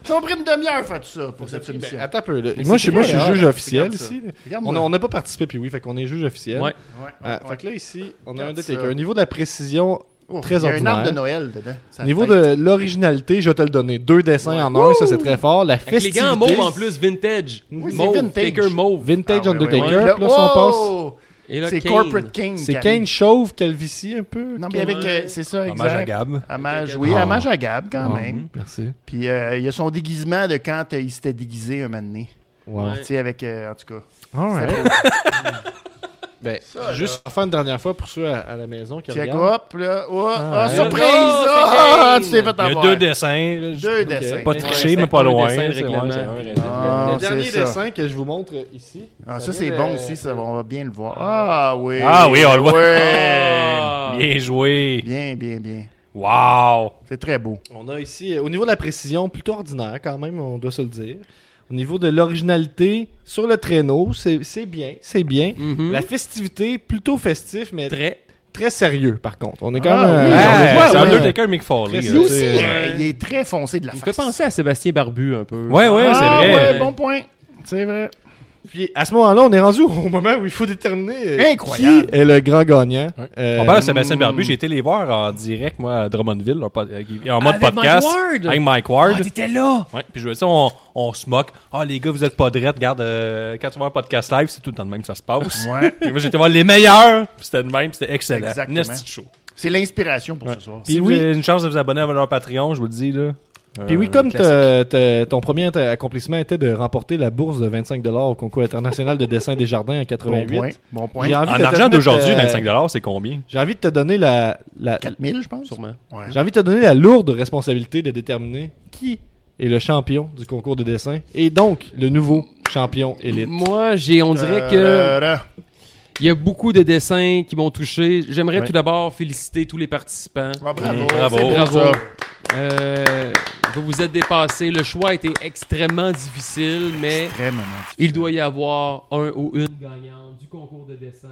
Speaker 3: Ça m'a pris une demi-heure, faire tout ça, pour cette émission.
Speaker 2: Ben, attends un peu. là. Moi, je, suis- moi, je suis
Speaker 3: vrai,
Speaker 2: juge
Speaker 3: hein.
Speaker 2: officiel
Speaker 3: Regarde ça.
Speaker 2: ici. là. On
Speaker 3: Regarde-moi.
Speaker 2: a- on n'a pas participé, puis oui, fait qu'on est juge officiel.
Speaker 5: Ouais.
Speaker 3: Ouais, ouais,
Speaker 2: Ah,
Speaker 3: ouais.
Speaker 2: Fait que là, ici, on a un
Speaker 3: Regarde
Speaker 2: détail.
Speaker 3: ça.
Speaker 2: Au niveau de la précision,
Speaker 3: Oh,
Speaker 2: très
Speaker 3: Il y a un arbre de
Speaker 2: ordinaire.
Speaker 3: Noël dedans.
Speaker 2: au niveau de l'originalité, je vais te le donner. Deux dessins en un, ça c'est très fort. La
Speaker 5: Avec les
Speaker 2: festivité.
Speaker 5: gants mauve en plus, vintage.
Speaker 3: Oui, c'est
Speaker 5: mauve,
Speaker 3: vintage.
Speaker 5: Taker mauve.
Speaker 3: Ah,
Speaker 2: Vintage Undertaker.
Speaker 3: Là, oh!
Speaker 2: Puis là, si on passe-
Speaker 3: wow!
Speaker 5: Et là,
Speaker 3: C'est
Speaker 5: Kane.
Speaker 3: Corporate Kane.
Speaker 2: C'est
Speaker 3: Kane.
Speaker 2: Kane chauve, calvitie un peu.
Speaker 3: Non, mais avec. euh, c'est ça, exact.
Speaker 7: Hommage à Gab.
Speaker 3: Hommage, oui,
Speaker 2: Ah.
Speaker 3: hommage à Gab quand même.
Speaker 2: Merci.
Speaker 3: Puis euh, il y a son déguisement de quand euh, il s'était déguisé un moment donné.
Speaker 2: Wow.
Speaker 3: Tu sais, avec. euh, en tout cas.
Speaker 2: Alright. ben,
Speaker 3: Ça,
Speaker 2: juste enfin une dernière fois pour ceux à, à la maison qui
Speaker 3: Check
Speaker 2: regardent.
Speaker 3: up, là. Oh,
Speaker 2: Ah,
Speaker 3: ah,
Speaker 2: ouais.
Speaker 3: surprise!
Speaker 5: Oh, c'est
Speaker 3: Ah,
Speaker 5: Kane!
Speaker 3: tu t'es fait
Speaker 7: Il y a
Speaker 3: avoir.
Speaker 7: deux dessins. là, je-
Speaker 3: Deux dessins.
Speaker 7: Pas triché, mais pas
Speaker 5: Un
Speaker 7: loin.
Speaker 5: dessin de
Speaker 7: c'est-
Speaker 5: règlement.
Speaker 7: ouais, c'est un règlement.
Speaker 3: Ah,
Speaker 2: Le dernier
Speaker 3: c'est ça.
Speaker 2: dessin que je vous montre ici.
Speaker 3: Ah, ça,
Speaker 2: vient
Speaker 3: c'est
Speaker 2: de-
Speaker 3: bon aussi, ça, on va bien le voir. Ah oui.
Speaker 7: Ah oui, on le voit.
Speaker 9: Ah.
Speaker 3: Ouais.
Speaker 7: Bien joué.
Speaker 3: Bien, bien, bien.
Speaker 7: Wow.
Speaker 3: C'est très beau.
Speaker 2: On a ici, euh, au niveau de la précision, plutôt ordinaire quand même, on doit se le dire. Au niveau de l'originalité, sur le traîneau, c'est c'est bien, c'est bien.
Speaker 5: Mhm.
Speaker 2: La festivité, plutôt festif, mais très,
Speaker 5: Très.
Speaker 2: sérieux par contre. On est quand
Speaker 3: Ah,
Speaker 2: même...
Speaker 3: oui,
Speaker 2: euh,
Speaker 3: on
Speaker 7: Hey,
Speaker 3: le voit,
Speaker 7: C'est
Speaker 3: ouais.
Speaker 7: Undertaker Mick Foley.
Speaker 2: Très
Speaker 7: là.
Speaker 3: Lui aussi,
Speaker 2: c'est-
Speaker 3: euh, il est très foncé de la
Speaker 5: Il me
Speaker 3: face.
Speaker 5: fait penser à Sébastien Barbu un peu.
Speaker 7: Ouais, ouais, c'est
Speaker 3: ah,
Speaker 7: vrai.
Speaker 3: ouais, bon point. C'est vrai.
Speaker 2: Puis à ce moment-là, on est rendu au moment où il faut déterminer euh,
Speaker 3: Incroyable.
Speaker 2: qui est le grand gagnant. Euh,
Speaker 7: On parle de Sébastien
Speaker 3: hmm.
Speaker 7: Barbu, j'ai été les voir en direct, moi, à Drummondville, leur pod- euh, en mode
Speaker 5: Ah, Avec Mike
Speaker 7: podcast.
Speaker 5: Ward.
Speaker 7: Avec Mike Ward.
Speaker 5: Ah, t'étais là!
Speaker 7: Ouais, puis je veux dire, on, on se moque. Ah, les gars, vous êtes pas drettes. Regarde, euh, quand tu vois un podcast live, c'est tout le temps de même que ça se passe.
Speaker 3: Ouais.
Speaker 7: Puis moi, j'étais voir les meilleurs. puis C'était de même, c'était excellent.
Speaker 3: Exactement.
Speaker 7: Nasty show.
Speaker 3: C'est l'inspiration pour ce soir.
Speaker 7: Si
Speaker 2: Puis
Speaker 7: vous
Speaker 2: oui.
Speaker 7: avez une chance de vous abonner à leur Patreon, je vous le dis, là.
Speaker 2: Puis
Speaker 7: euh,
Speaker 2: oui, comme t'as- t'as- ton premier t- accomplissement était de remporter la bourse de 25 au concours international de dessin des jardins en
Speaker 3: Bon
Speaker 2: 88.
Speaker 3: point. Bon point.
Speaker 2: J'ai envie de
Speaker 7: En
Speaker 2: te
Speaker 7: argent d'aujourd'hui,
Speaker 2: mettre, euh,
Speaker 7: 25$, c'est combien?
Speaker 2: J'ai envie de te donner la, la-
Speaker 3: 4000, je pense.
Speaker 5: Sûrement.
Speaker 3: Ouais.
Speaker 2: j'ai envie de te donner la lourde responsabilité de déterminer qui est le champion du concours de dessin et donc le nouveau champion élite.
Speaker 5: Moi, j'ai, on
Speaker 3: Euh,
Speaker 7: Euh,
Speaker 5: dirait que
Speaker 3: Tadadada.
Speaker 5: il y a beaucoup de dessins qui m'ont touché. J'aimerais
Speaker 3: Ouais.
Speaker 5: tout d'abord féliciter tous les participants.
Speaker 3: Ah, bravo.
Speaker 7: Bravo.
Speaker 3: c'est beau,
Speaker 5: Bravo.
Speaker 3: ça.
Speaker 5: Euh, vous vous êtes dépassés. Le choix a été extrêmement difficile, mais
Speaker 3: Très moment.
Speaker 5: il doit y avoir un ou une gagnante du concours de dessin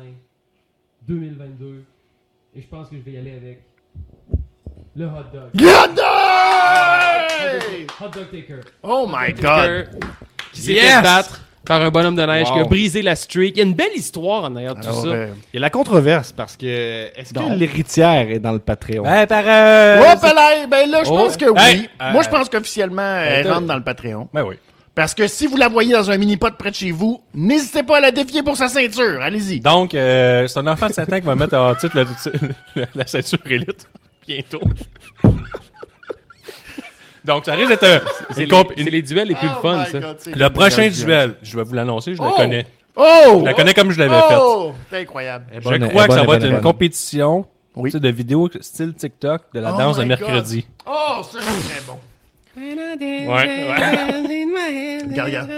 Speaker 5: 2022. Et je pense que je vais y aller avec le hot dog.
Speaker 3: Yadda!
Speaker 5: Hot dog taker.
Speaker 3: Oh my god.
Speaker 5: Qui s'est
Speaker 7: Yes!
Speaker 5: fait battre par un bonhomme de neige
Speaker 2: Wow.
Speaker 5: qui a brisé la streak. Il y a une belle histoire en arrière de tout
Speaker 3: Alors,
Speaker 5: ça.
Speaker 3: euh,
Speaker 2: Il y a la controverse parce que est-ce que
Speaker 3: Non.
Speaker 2: l'héritière est dans le Patreon
Speaker 7: Ben, par.
Speaker 5: Euh,
Speaker 3: Hop là, ben
Speaker 5: Oh.
Speaker 3: là, je pense que oui.
Speaker 7: Hey,
Speaker 3: Moi,
Speaker 7: euh,
Speaker 3: je pense qu'officiellement, elle rentre dans le Patreon.
Speaker 7: Ben oui.
Speaker 3: Parce que si vous la voyez dans un mini-pot près de chez vous, n'hésitez pas à la défier pour sa ceinture. Allez-y.
Speaker 7: Donc, euh, c'est un enfant de 7 ans qui va mettre en titre le- la ceinture élite bientôt. Donc, ça risque d'être un-
Speaker 5: C'est
Speaker 7: une
Speaker 5: les,
Speaker 7: comp-
Speaker 5: c'est les duels les plus le
Speaker 3: Oh
Speaker 5: fun,
Speaker 3: my
Speaker 5: ça.
Speaker 3: God, c'est
Speaker 7: Le prochain
Speaker 3: génial.
Speaker 7: duel, je vais vous l'annoncer, je
Speaker 3: Oh!
Speaker 7: la connais.
Speaker 3: Oh!
Speaker 7: Je la connais comme je l'avais
Speaker 3: Oh! C'est incroyable.
Speaker 7: faite.
Speaker 2: bonne,
Speaker 7: je crois
Speaker 2: eh,
Speaker 7: que ça va
Speaker 2: bonne, bonne,
Speaker 7: être une
Speaker 2: bonne.
Speaker 7: compétition
Speaker 3: Oui.
Speaker 7: tu sais, de vidéos style TikTok de la
Speaker 9: Ah.
Speaker 3: Oh
Speaker 7: danse de
Speaker 3: my
Speaker 7: mercredi.
Speaker 3: Oh, ça, c'est très bon.
Speaker 7: Ouais, ouais.
Speaker 3: Regarde, regarde.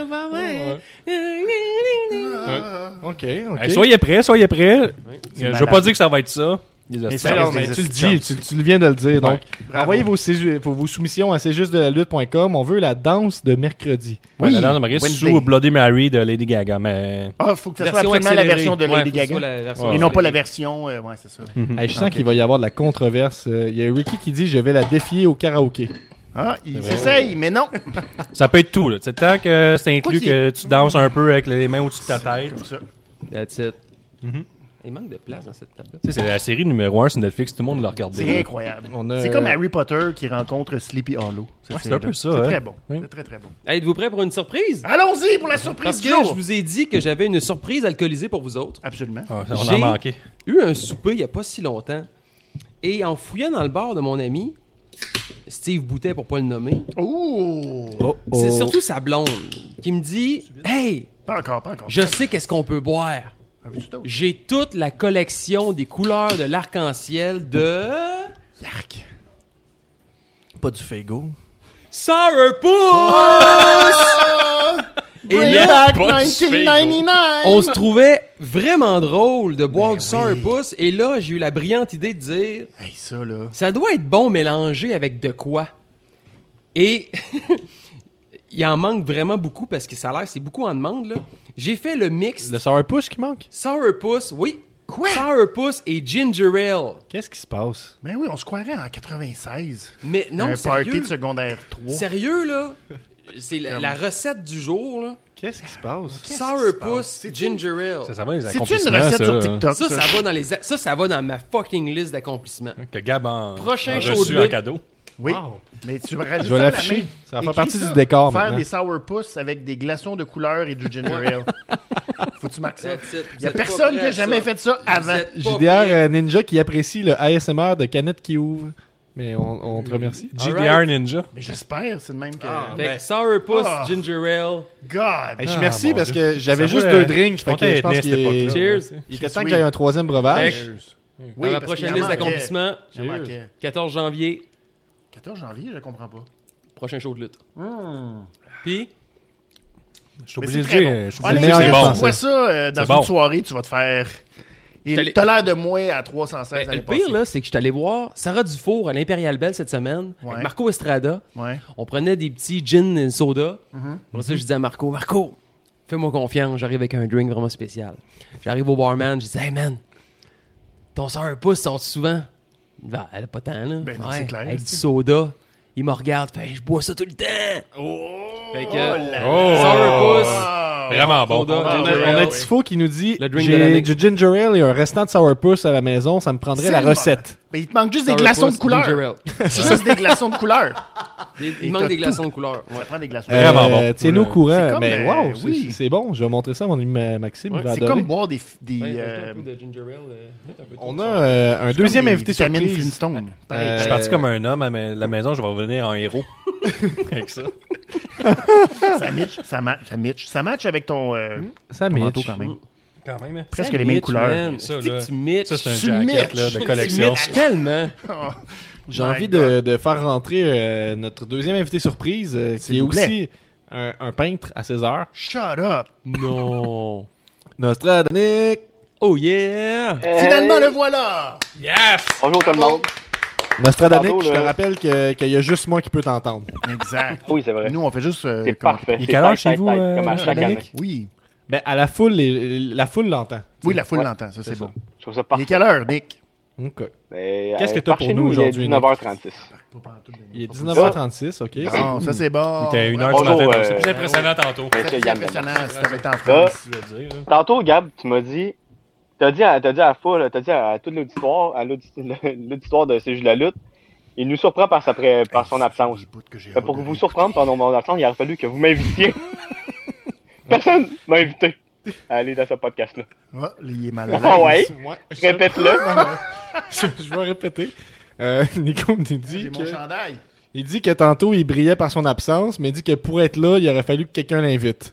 Speaker 3: Ah,
Speaker 2: Ok,
Speaker 7: Hey, Ben, soyez prêts, soyez prêts. Euh, je veux
Speaker 3: malade.
Speaker 7: pas dire que ça va être ça. Les
Speaker 3: Mais
Speaker 7: astuces.
Speaker 3: ça-
Speaker 2: Alors, mais
Speaker 3: les
Speaker 2: tu le dis,
Speaker 3: assistances.
Speaker 2: tu, tu le viens de le dire. Donc,
Speaker 3: Bravo.
Speaker 2: envoyez vos, séju- vos- vos soumissions à c'est juste de la lutte.com. On veut la danse de mercredi.
Speaker 7: Ouais, la danse de mercredi
Speaker 3: Wednesday.
Speaker 7: sous Bloody Mary de Lady Gaga. Mais...
Speaker 3: Ah, faut que ça soit absolument la version de Lady Gaga. Et non pas la version. euh, ouais, c'est ça.
Speaker 2: Hey, je sens qu'il va y avoir de la controverse. Euh, Il y a Ricky qui dit Je vais la défier au karaoké.
Speaker 3: Ah, il s'essaye, mais non.
Speaker 7: Ça peut être tout. Là. Tu sais, Tant que c'est inclus
Speaker 3: qu'il-
Speaker 7: que tu danses un peu avec les mains au-dessus de ta tête.
Speaker 3: Comme ça.
Speaker 5: That's it. Il manque de place dans cette table.
Speaker 7: Tu sais, C'est la série numéro 1 sur Netflix. Tout le monde l'a regardé.
Speaker 3: C'est incroyable.
Speaker 2: On a-
Speaker 3: C'est comme Harry Potter qui rencontre Sleepy Hollow.
Speaker 7: Ouais, c'est
Speaker 3: série-là.
Speaker 7: un peu ça,
Speaker 3: C'est
Speaker 7: hein.
Speaker 3: très bon.
Speaker 7: Oui.
Speaker 3: C'est très, très bon.
Speaker 5: Êtes-vous prêts pour une
Speaker 3: Ah,
Speaker 5: surprise?
Speaker 3: Allons-y pour la surprise
Speaker 5: Parce
Speaker 3: du
Speaker 5: que
Speaker 3: jour.
Speaker 5: je vous ai dit que j'avais une surprise alcoolisée pour vous autres.
Speaker 3: Absolument.
Speaker 7: Ah, on
Speaker 5: J'ai-
Speaker 7: a manqué.
Speaker 5: eu un souper il n'y a pas si longtemps. Et en fouillant dans le bar de mon ami, Steve Boutet, pour pas le nommer,
Speaker 3: Ouh!
Speaker 5: c'est surtout sa blonde qui me dit Hey,
Speaker 3: Pas encore, pas encore. Ah,
Speaker 5: je sais qu'est-ce qu'on peut boire.
Speaker 3: Un petit toast.
Speaker 5: J'ai toute la collection des couleurs de l'arc-en-ciel de.
Speaker 3: Yark. Pas du Fego.
Speaker 5: Sourpuss! Et
Speaker 3: Bring
Speaker 5: là,
Speaker 3: back
Speaker 7: pas du
Speaker 3: 1999!
Speaker 5: on se trouvait vraiment drôle de boire du Sourpuss. Et là, j'ai eu la brillante idée de dire
Speaker 3: Hey, ça, là.
Speaker 5: Ça doit être bon mélangé avec de quoi? Et il en manque vraiment beaucoup parce que ça a l'air, c'est beaucoup en demande. là. J'ai fait le mix
Speaker 2: Le sourpuss qui manque?
Speaker 5: Sourpuss, oui. Quoi? Sourpuss et Ginger Ale.
Speaker 2: Qu'est-ce qui se passe?
Speaker 3: Ben oui, on se croirait en 96.
Speaker 5: Mais non,
Speaker 3: un party
Speaker 5: sérieux,
Speaker 3: de secondaire 3.
Speaker 5: sérieux, là, c'est la, la recette du jour, là.
Speaker 2: Qu'est-ce qui se passe?
Speaker 5: Sourpuss, Ginger Ale.
Speaker 9: Ça, ça va les
Speaker 3: C'est une
Speaker 9: accomplissements,
Speaker 3: recette
Speaker 9: ça,
Speaker 3: sur
Speaker 9: hein.
Speaker 3: TikTok.
Speaker 5: Ça, ça va dans les a- ça, ça va dans ma fucking liste d'accomplissements.
Speaker 9: Que Gab en,
Speaker 5: Prochain
Speaker 9: en
Speaker 5: show
Speaker 9: reçu
Speaker 5: de
Speaker 9: Ah, en
Speaker 5: lutte.
Speaker 9: cadeau.
Speaker 3: Oui. Mais tu me rajoutes
Speaker 2: Je vais
Speaker 3: ça à la
Speaker 2: l'afficher.
Speaker 3: main.
Speaker 2: Ça va
Speaker 3: Écris
Speaker 2: faire partie
Speaker 3: ça.
Speaker 2: du décor
Speaker 3: Faire
Speaker 2: maintenant.
Speaker 3: des sourpuss avec des glaçons de couleur et du ginger ale. Faut que tu marques ça.
Speaker 5: That's it.
Speaker 3: Il n'y a
Speaker 5: Vous êtes pas
Speaker 3: personne
Speaker 5: prêts
Speaker 3: qui
Speaker 5: à
Speaker 3: a jamais
Speaker 5: ça.
Speaker 3: fait ça
Speaker 5: Vous
Speaker 3: avant.
Speaker 5: êtes pas
Speaker 2: JDR
Speaker 5: prêts.
Speaker 2: euh, Ninja qui apprécie le ASMR de canette qui ouvre. Mais on, on te remercie.
Speaker 9: JDR
Speaker 5: Alright.
Speaker 9: Ninja.
Speaker 3: Mais j'espère, c'est le même que.
Speaker 5: Fait que Sourpuss,
Speaker 3: Ah.
Speaker 5: Ginger Ale.
Speaker 3: God!
Speaker 2: Hey, je
Speaker 9: Ah,
Speaker 2: merci
Speaker 9: mon
Speaker 2: parce
Speaker 9: Dieu.
Speaker 2: que j'avais
Speaker 9: Ça
Speaker 2: juste
Speaker 9: va,
Speaker 2: deux
Speaker 9: euh,
Speaker 2: drinks.
Speaker 9: je
Speaker 2: fait que
Speaker 9: comptais
Speaker 2: je pense
Speaker 9: être né à
Speaker 2: qu'il
Speaker 9: cette
Speaker 2: est-
Speaker 9: époque-là.
Speaker 5: Cheers.
Speaker 2: il était temps
Speaker 3: Oui.
Speaker 2: qu'il y ait un troisième breuvage.
Speaker 5: Fait que,
Speaker 3: Oui,
Speaker 5: dans la
Speaker 3: parce qu'il
Speaker 5: prochaine
Speaker 3: en
Speaker 5: liste
Speaker 3: manquait.
Speaker 5: d'accomplissements,
Speaker 3: Il en manquait.
Speaker 5: 14 janvier,
Speaker 3: 14 janvier, je comprends pas.
Speaker 5: prochain show de lutte.
Speaker 2: Hmm.
Speaker 5: Puis,
Speaker 9: Je suis
Speaker 3: Mais
Speaker 9: obligé
Speaker 3: c'est
Speaker 9: de
Speaker 3: très
Speaker 9: dire,
Speaker 3: bon.
Speaker 9: euh, je suis
Speaker 3: Honnêtement,
Speaker 9: obligé de
Speaker 2: meilleur
Speaker 3: si tu
Speaker 9: dire, c'est bon.
Speaker 2: réponse.
Speaker 3: vois ça euh, dans
Speaker 9: C'est
Speaker 3: une
Speaker 9: bon.
Speaker 3: soirée, tu vas te faire.
Speaker 5: J'allais-
Speaker 3: Il t'a l'air de moi à 316
Speaker 5: ben,
Speaker 3: l'année
Speaker 5: le pire,
Speaker 3: passée.
Speaker 5: là, c'est que je suis allé voir Sarah Dufour à l'Imperial Bell cette semaine,
Speaker 3: Ouais.
Speaker 5: avec Marco Estrada.
Speaker 3: Ouais. Mhm.
Speaker 5: On prenait des petits gin and soda. Après ça, je disais à Marco, Marco, fais-moi confiance, j'arrive avec un drink vraiment spécial. J'arrive au barman, je dis, hey man, ton sourpuss sort souvent. Il dit, Ben, elle a pas tant, là.
Speaker 3: Ben non,
Speaker 5: Ouais,
Speaker 3: c'est clair,
Speaker 5: Avec du
Speaker 3: c'est-
Speaker 5: soda. Il me regarde, fait, je bois ça tout le temps.
Speaker 3: Oh!
Speaker 5: Fait que,
Speaker 9: Oh!
Speaker 5: sourpuss,
Speaker 9: Vraiment bon.
Speaker 5: soda,
Speaker 3: Ah,
Speaker 2: On a,
Speaker 5: ginger
Speaker 3: ouais,
Speaker 2: on a
Speaker 3: ouais.
Speaker 2: Tifo qui nous dit
Speaker 5: Le drink de
Speaker 2: J'ai
Speaker 5: l'année.
Speaker 2: du ginger ale et un restant de sourpuss à la maison, ça me prendrait la
Speaker 3: Seulement.
Speaker 2: recette.
Speaker 3: Mais il te manque juste des
Speaker 5: Sourpuss,
Speaker 3: glaçons de
Speaker 5: ginger
Speaker 3: couleur.
Speaker 5: ale.
Speaker 3: C'est juste des glaçons de couleur.
Speaker 5: Il, il
Speaker 3: Et
Speaker 5: manque
Speaker 3: t'as
Speaker 5: des
Speaker 3: tout.
Speaker 5: glaçons de couleur.
Speaker 3: On va prendre des glaçons
Speaker 2: Euh,
Speaker 3: de couleur.
Speaker 9: Vraiment bon.
Speaker 2: Tiens-nous au
Speaker 3: C'est
Speaker 2: courant.
Speaker 3: comme,
Speaker 2: Mais
Speaker 3: euh,
Speaker 2: wow, c'est-
Speaker 3: oui.
Speaker 2: c'est bon. Je vais montrer ça à mon ami Ma- Maxime. il va
Speaker 3: C'est
Speaker 2: adorer.
Speaker 3: comme boire des. des, euh,
Speaker 2: On a euh, un deuxième
Speaker 3: des
Speaker 2: invité
Speaker 3: vitamines
Speaker 2: surprise.
Speaker 3: Flintstone. Pareil.
Speaker 2: Euh,
Speaker 9: Je suis parti comme un homme à ma- la maison, je vais revenir en héros. Avec ça.
Speaker 3: Ça match, ça match, ça match. Ça match avec ton, euh,
Speaker 2: Ça
Speaker 3: ton
Speaker 2: m'est.
Speaker 3: manteau quand même.
Speaker 9: Quand même, hein.
Speaker 3: Presque les mêmes couleurs.
Speaker 9: Ça,
Speaker 5: Ça,
Speaker 9: là.
Speaker 5: tu mitches.
Speaker 9: Ça, c'est un
Speaker 3: Tu
Speaker 9: jacket
Speaker 3: mitches.
Speaker 9: là, de
Speaker 3: Tu
Speaker 9: collection.
Speaker 5: mitches tellement.
Speaker 2: J'ai
Speaker 3: My
Speaker 2: envie
Speaker 3: God.
Speaker 2: de, de faire rentrer euh, notre deuxième invité surprise, euh, qui est
Speaker 3: vous plaît.
Speaker 2: aussi un, un peintre à ses heures.
Speaker 3: Shut up!
Speaker 5: Non.
Speaker 2: Nostradanic.
Speaker 5: Oh yeah!
Speaker 10: Euh,
Speaker 3: Finalement, le voilà!
Speaker 9: Ah,
Speaker 10: Bonjour tout le monde.
Speaker 2: Nostradanic,
Speaker 10: Pardon,
Speaker 2: je te
Speaker 10: là.
Speaker 2: rappelle que- qu'il y a juste moi qui peux t'entendre.
Speaker 3: Exact.
Speaker 10: Oui, c'est vrai.
Speaker 3: Nous, on fait juste. euh,
Speaker 10: C'est
Speaker 3: comment-
Speaker 10: parfait.
Speaker 9: Il est
Speaker 10: C'est
Speaker 9: quelle heure
Speaker 10: tight,
Speaker 9: chez
Speaker 10: tight,
Speaker 9: vous,
Speaker 10: tight,
Speaker 9: euh,
Speaker 10: comme à chaque
Speaker 2: Dominique?
Speaker 10: année.
Speaker 3: Oui.
Speaker 2: Ben, à la foule, les- la foule l'entend.
Speaker 3: Oui, la foule
Speaker 10: Ouais.
Speaker 3: l'entend, ça, c'est bon.
Speaker 10: Je trouve
Speaker 3: Il
Speaker 10: ça
Speaker 3: est
Speaker 10: parfait.
Speaker 3: quelle heure, Nick?
Speaker 2: OK.
Speaker 10: Mais,
Speaker 2: Qu'est-ce
Speaker 10: euh,
Speaker 2: que t'as
Speaker 10: par
Speaker 2: pour
Speaker 10: chez
Speaker 2: nous aujourd'hui,
Speaker 10: Il est
Speaker 2: Nick?
Speaker 10: 19h36.
Speaker 2: Il est 19h36, OK.
Speaker 3: Bon, ça, c'est bon.
Speaker 9: T'es à une heure du
Speaker 10: Bonjour,
Speaker 9: matin.
Speaker 10: euh, Ah,
Speaker 9: donc C'est plus impressionnant tantôt.
Speaker 10: Mais
Speaker 3: C'est
Speaker 10: c'est Yann
Speaker 3: impressionnant si t'avais été en
Speaker 10: Là,
Speaker 3: France.
Speaker 10: Tantôt, Gab, tu m'as dit. T'as dit, à- t'as dit à la foule, t'as dit à tout l'auditoire, à l'audi- l'auditoire de C'est juste la lutte, il nous surprend par, sa pré- par son absence.
Speaker 3: Le bout que j'ai
Speaker 10: Fait Bah, pour vous
Speaker 3: redonné.
Speaker 10: surprendre pendant mon absence, il a fallu que vous m'invitiez. Personne m'a invité à aller dans ce podcast-là.
Speaker 3: Ah, il est mal à
Speaker 10: Ah
Speaker 3: l'aise.
Speaker 10: ouais,
Speaker 2: Ouais,
Speaker 10: répète-le.
Speaker 2: je, je vais répéter. Euh, Nico me dit
Speaker 3: J'ai mon
Speaker 2: que,
Speaker 3: chandail.
Speaker 2: il dit que tantôt il brillait par son absence, mais il dit que pour être là, il aurait fallu que quelqu'un l'invite.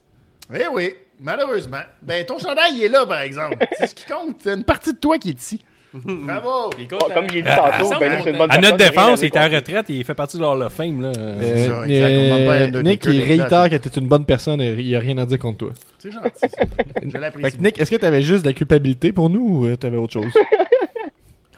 Speaker 3: Eh oui, malheureusement. Ben, ton chandail, il est là, par exemple. C'est ce qui compte. C'est une partie de toi qui est ici. Bravo! Ah,
Speaker 10: Bon, comme j'ai dit tantôt, ben là, c'est une bonne
Speaker 9: À notre
Speaker 10: personne, rien
Speaker 9: défense, il est en
Speaker 10: dire.
Speaker 9: retraite, il fait partie de leur le fame. Là. Euh,
Speaker 2: Euh,
Speaker 3: Ben, ça, exact. On demande pas à
Speaker 2: euh, Nick,
Speaker 3: Undertaker
Speaker 2: il
Speaker 3: d'être là,
Speaker 2: réitère que t'es une bonne personne et il n'y a rien à dire contre toi.
Speaker 3: C'est gentil. ça. Je
Speaker 2: Fait que
Speaker 3: l'apprécie.
Speaker 2: Nick, est-ce que t'avais juste de la culpabilité pour nous ou euh, t'avais autre chose?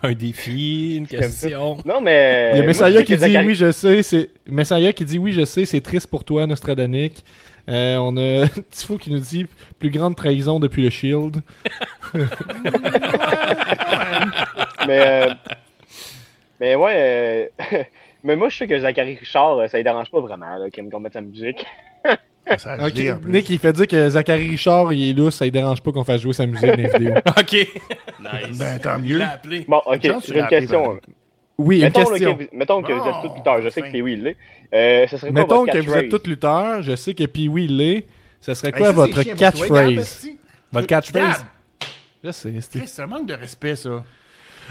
Speaker 9: Un défi, une question.
Speaker 10: Non, mais.
Speaker 2: Il y a
Speaker 10: Euh, moi,
Speaker 2: Messiah
Speaker 10: je
Speaker 2: qui
Speaker 10: sais que
Speaker 2: dit
Speaker 10: Zachary-
Speaker 2: oui, je sais, c'est. Messiah qui dit oui, je sais, c'est triste pour toi, Nostradanic. Euh, on a Tifo qui nous dit plus grande trahison depuis le Shield.
Speaker 10: Mais, euh, mais ouais. euh, mais moi, je sais que Zachary Richard, euh, ça ne dérange pas vraiment, là, qu'il me combatte sa musique.
Speaker 3: Ça a
Speaker 2: Ok,
Speaker 3: gelé, en plus.
Speaker 2: Nick, il fait dire que Zachary Richard, il est lousse, ça ne dérange pas qu'on fasse jouer sa musique dans les vidéos.
Speaker 9: OK.
Speaker 3: Ben, tant mieux.
Speaker 10: Bon, ok,
Speaker 3: Chance,
Speaker 10: j'ai une
Speaker 3: rappelé,
Speaker 10: question.
Speaker 3: par
Speaker 10: là.
Speaker 2: Oui, une
Speaker 10: Mettons, là,
Speaker 2: question.
Speaker 10: que vous, mettons que vous êtes tous lutteurs, je sais que
Speaker 3: Enfin.
Speaker 10: c'est oui, il l'est. Euh, ce serait quoi
Speaker 2: Mettons
Speaker 10: votre
Speaker 2: que vous êtes
Speaker 10: catchphrase?
Speaker 2: tous lutteurs, je sais que Pee-Wee l'est. Ce serait
Speaker 3: Hey,
Speaker 2: quoi
Speaker 3: ça,
Speaker 2: votre
Speaker 3: c'est chiant pour toi, Gab,
Speaker 2: catchphrase?
Speaker 3: esti.
Speaker 9: Votre catchphrase?
Speaker 3: Gab,
Speaker 2: Je sais, c'est-
Speaker 3: Chris, C'est un manque de respect, ça.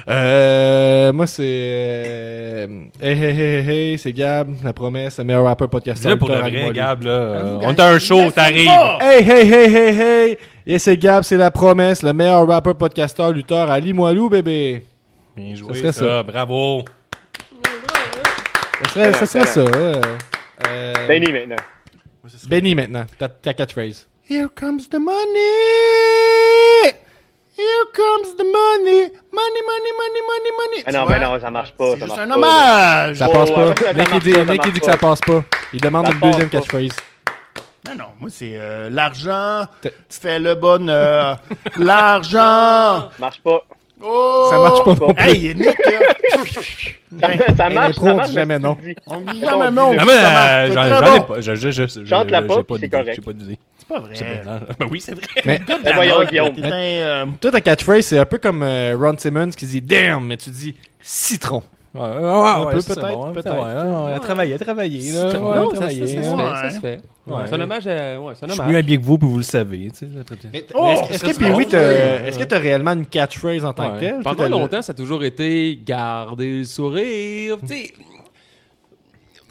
Speaker 2: Euh, moi, c'est. euh, Hey, hey, hey, hey, hey, c'est Gab, la promesse, le meilleur rappeur podcast.
Speaker 9: Dis-le pour le vrai, Gab. Là, euh, on est à un show,
Speaker 3: Laisse-le pas!
Speaker 9: t'arrives.
Speaker 2: Hey, hey, hey, hey, hey! Et c'est Gab, c'est la promesse, le meilleur rappeur, podcasteur, lutteur à Limoilou, bébé!
Speaker 9: Bien joué,
Speaker 2: serait
Speaker 9: ça.
Speaker 2: ça.
Speaker 9: Bravo.
Speaker 2: Ça serait ça. Serait ça euh, euh,
Speaker 10: Benny, maintenant.
Speaker 2: Benny maintenant, ta, ta catchphrase.
Speaker 3: Here comes the money! Here comes the money, money, money, money, money, money.
Speaker 10: Ah non,
Speaker 3: Tu
Speaker 10: mais
Speaker 3: vois?
Speaker 10: non, ça marche pas.
Speaker 3: C'est
Speaker 10: ça
Speaker 3: juste un
Speaker 10: marche pas.
Speaker 3: hommage.
Speaker 2: Ça
Speaker 10: Oh,
Speaker 2: passe pas.
Speaker 10: ouais, ça
Speaker 2: Nick, il
Speaker 10: marche
Speaker 2: dit,
Speaker 10: pas, ça
Speaker 2: Nick, il
Speaker 10: marche
Speaker 2: dit que ça
Speaker 10: pas.
Speaker 2: passe pas. Il demande
Speaker 10: Ça
Speaker 2: une deuxième
Speaker 10: passe pas.
Speaker 2: catchphrase.
Speaker 3: Non, non, moi c'est euh, l'argent. Tu fais le bonheur. l'argent.
Speaker 10: Marche pas.
Speaker 3: Oh!
Speaker 2: Ça marche pas non plus.
Speaker 3: Hey, Nick, là.
Speaker 10: Ça- Ça marche,
Speaker 2: l'impro, on
Speaker 10: ça
Speaker 2: dit
Speaker 10: marche.
Speaker 2: jamais
Speaker 10: mais
Speaker 2: non.
Speaker 10: tu le dis.
Speaker 3: on dit
Speaker 10: Ah,
Speaker 3: jamais
Speaker 10: bon,
Speaker 3: non.
Speaker 9: Ah,
Speaker 3: ça
Speaker 9: mais
Speaker 3: marche,
Speaker 9: euh,
Speaker 3: c'est
Speaker 9: j'en
Speaker 3: très
Speaker 9: j'en ai
Speaker 3: bon.
Speaker 9: pas. Je, je, je, je,
Speaker 10: Chante la
Speaker 7: Euh,
Speaker 9: j'ai
Speaker 10: pas,
Speaker 9: pas
Speaker 10: puis c'est
Speaker 9: d'idée,
Speaker 10: correct.
Speaker 9: J'ai pas d'idée.
Speaker 3: C'est pas vrai.
Speaker 9: C'est blanc, là. Ben oui, c'est vrai.
Speaker 10: Ben voyons, Guillaume.
Speaker 3: Putain, euh,
Speaker 2: Toi, ta catchphrase, c'est un peu comme euh, Ron Simmons qui dit Damn, mais tu dis citron.
Speaker 9: Ouais, ouais, Ah, ouais,
Speaker 2: peut,
Speaker 9: ça, c'est
Speaker 2: peut-être,
Speaker 9: ouais,
Speaker 2: peut-être.
Speaker 9: ouais, ouais, ouais, Elle travaillait, elle travaillait. là. Ouais,
Speaker 5: Non,
Speaker 9: elle
Speaker 5: ça, ça, ça,
Speaker 9: travaillait.
Speaker 5: se fait,
Speaker 3: hein.
Speaker 5: ça se fait.
Speaker 9: Ouais.
Speaker 5: Ouais, C'est un hommage. à- Ouais, c'est un
Speaker 9: Je suis mieux
Speaker 5: hommage.
Speaker 9: habillé que vous, puis vous le savez. tu sais, la traite-
Speaker 2: Mais t-
Speaker 3: Oh,
Speaker 2: mais est-ce- est-ce
Speaker 3: qu'est-ce
Speaker 2: que puis
Speaker 3: que
Speaker 2: oui,
Speaker 3: tu
Speaker 2: t'as-
Speaker 3: penses?
Speaker 2: est-ce que t'as réellement une catchphrase en tant
Speaker 9: Ouais.
Speaker 2: que telle?
Speaker 5: Pendant
Speaker 2: Toi, t'as-
Speaker 5: longtemps, ça a toujours été garder le sourire. Tu sais,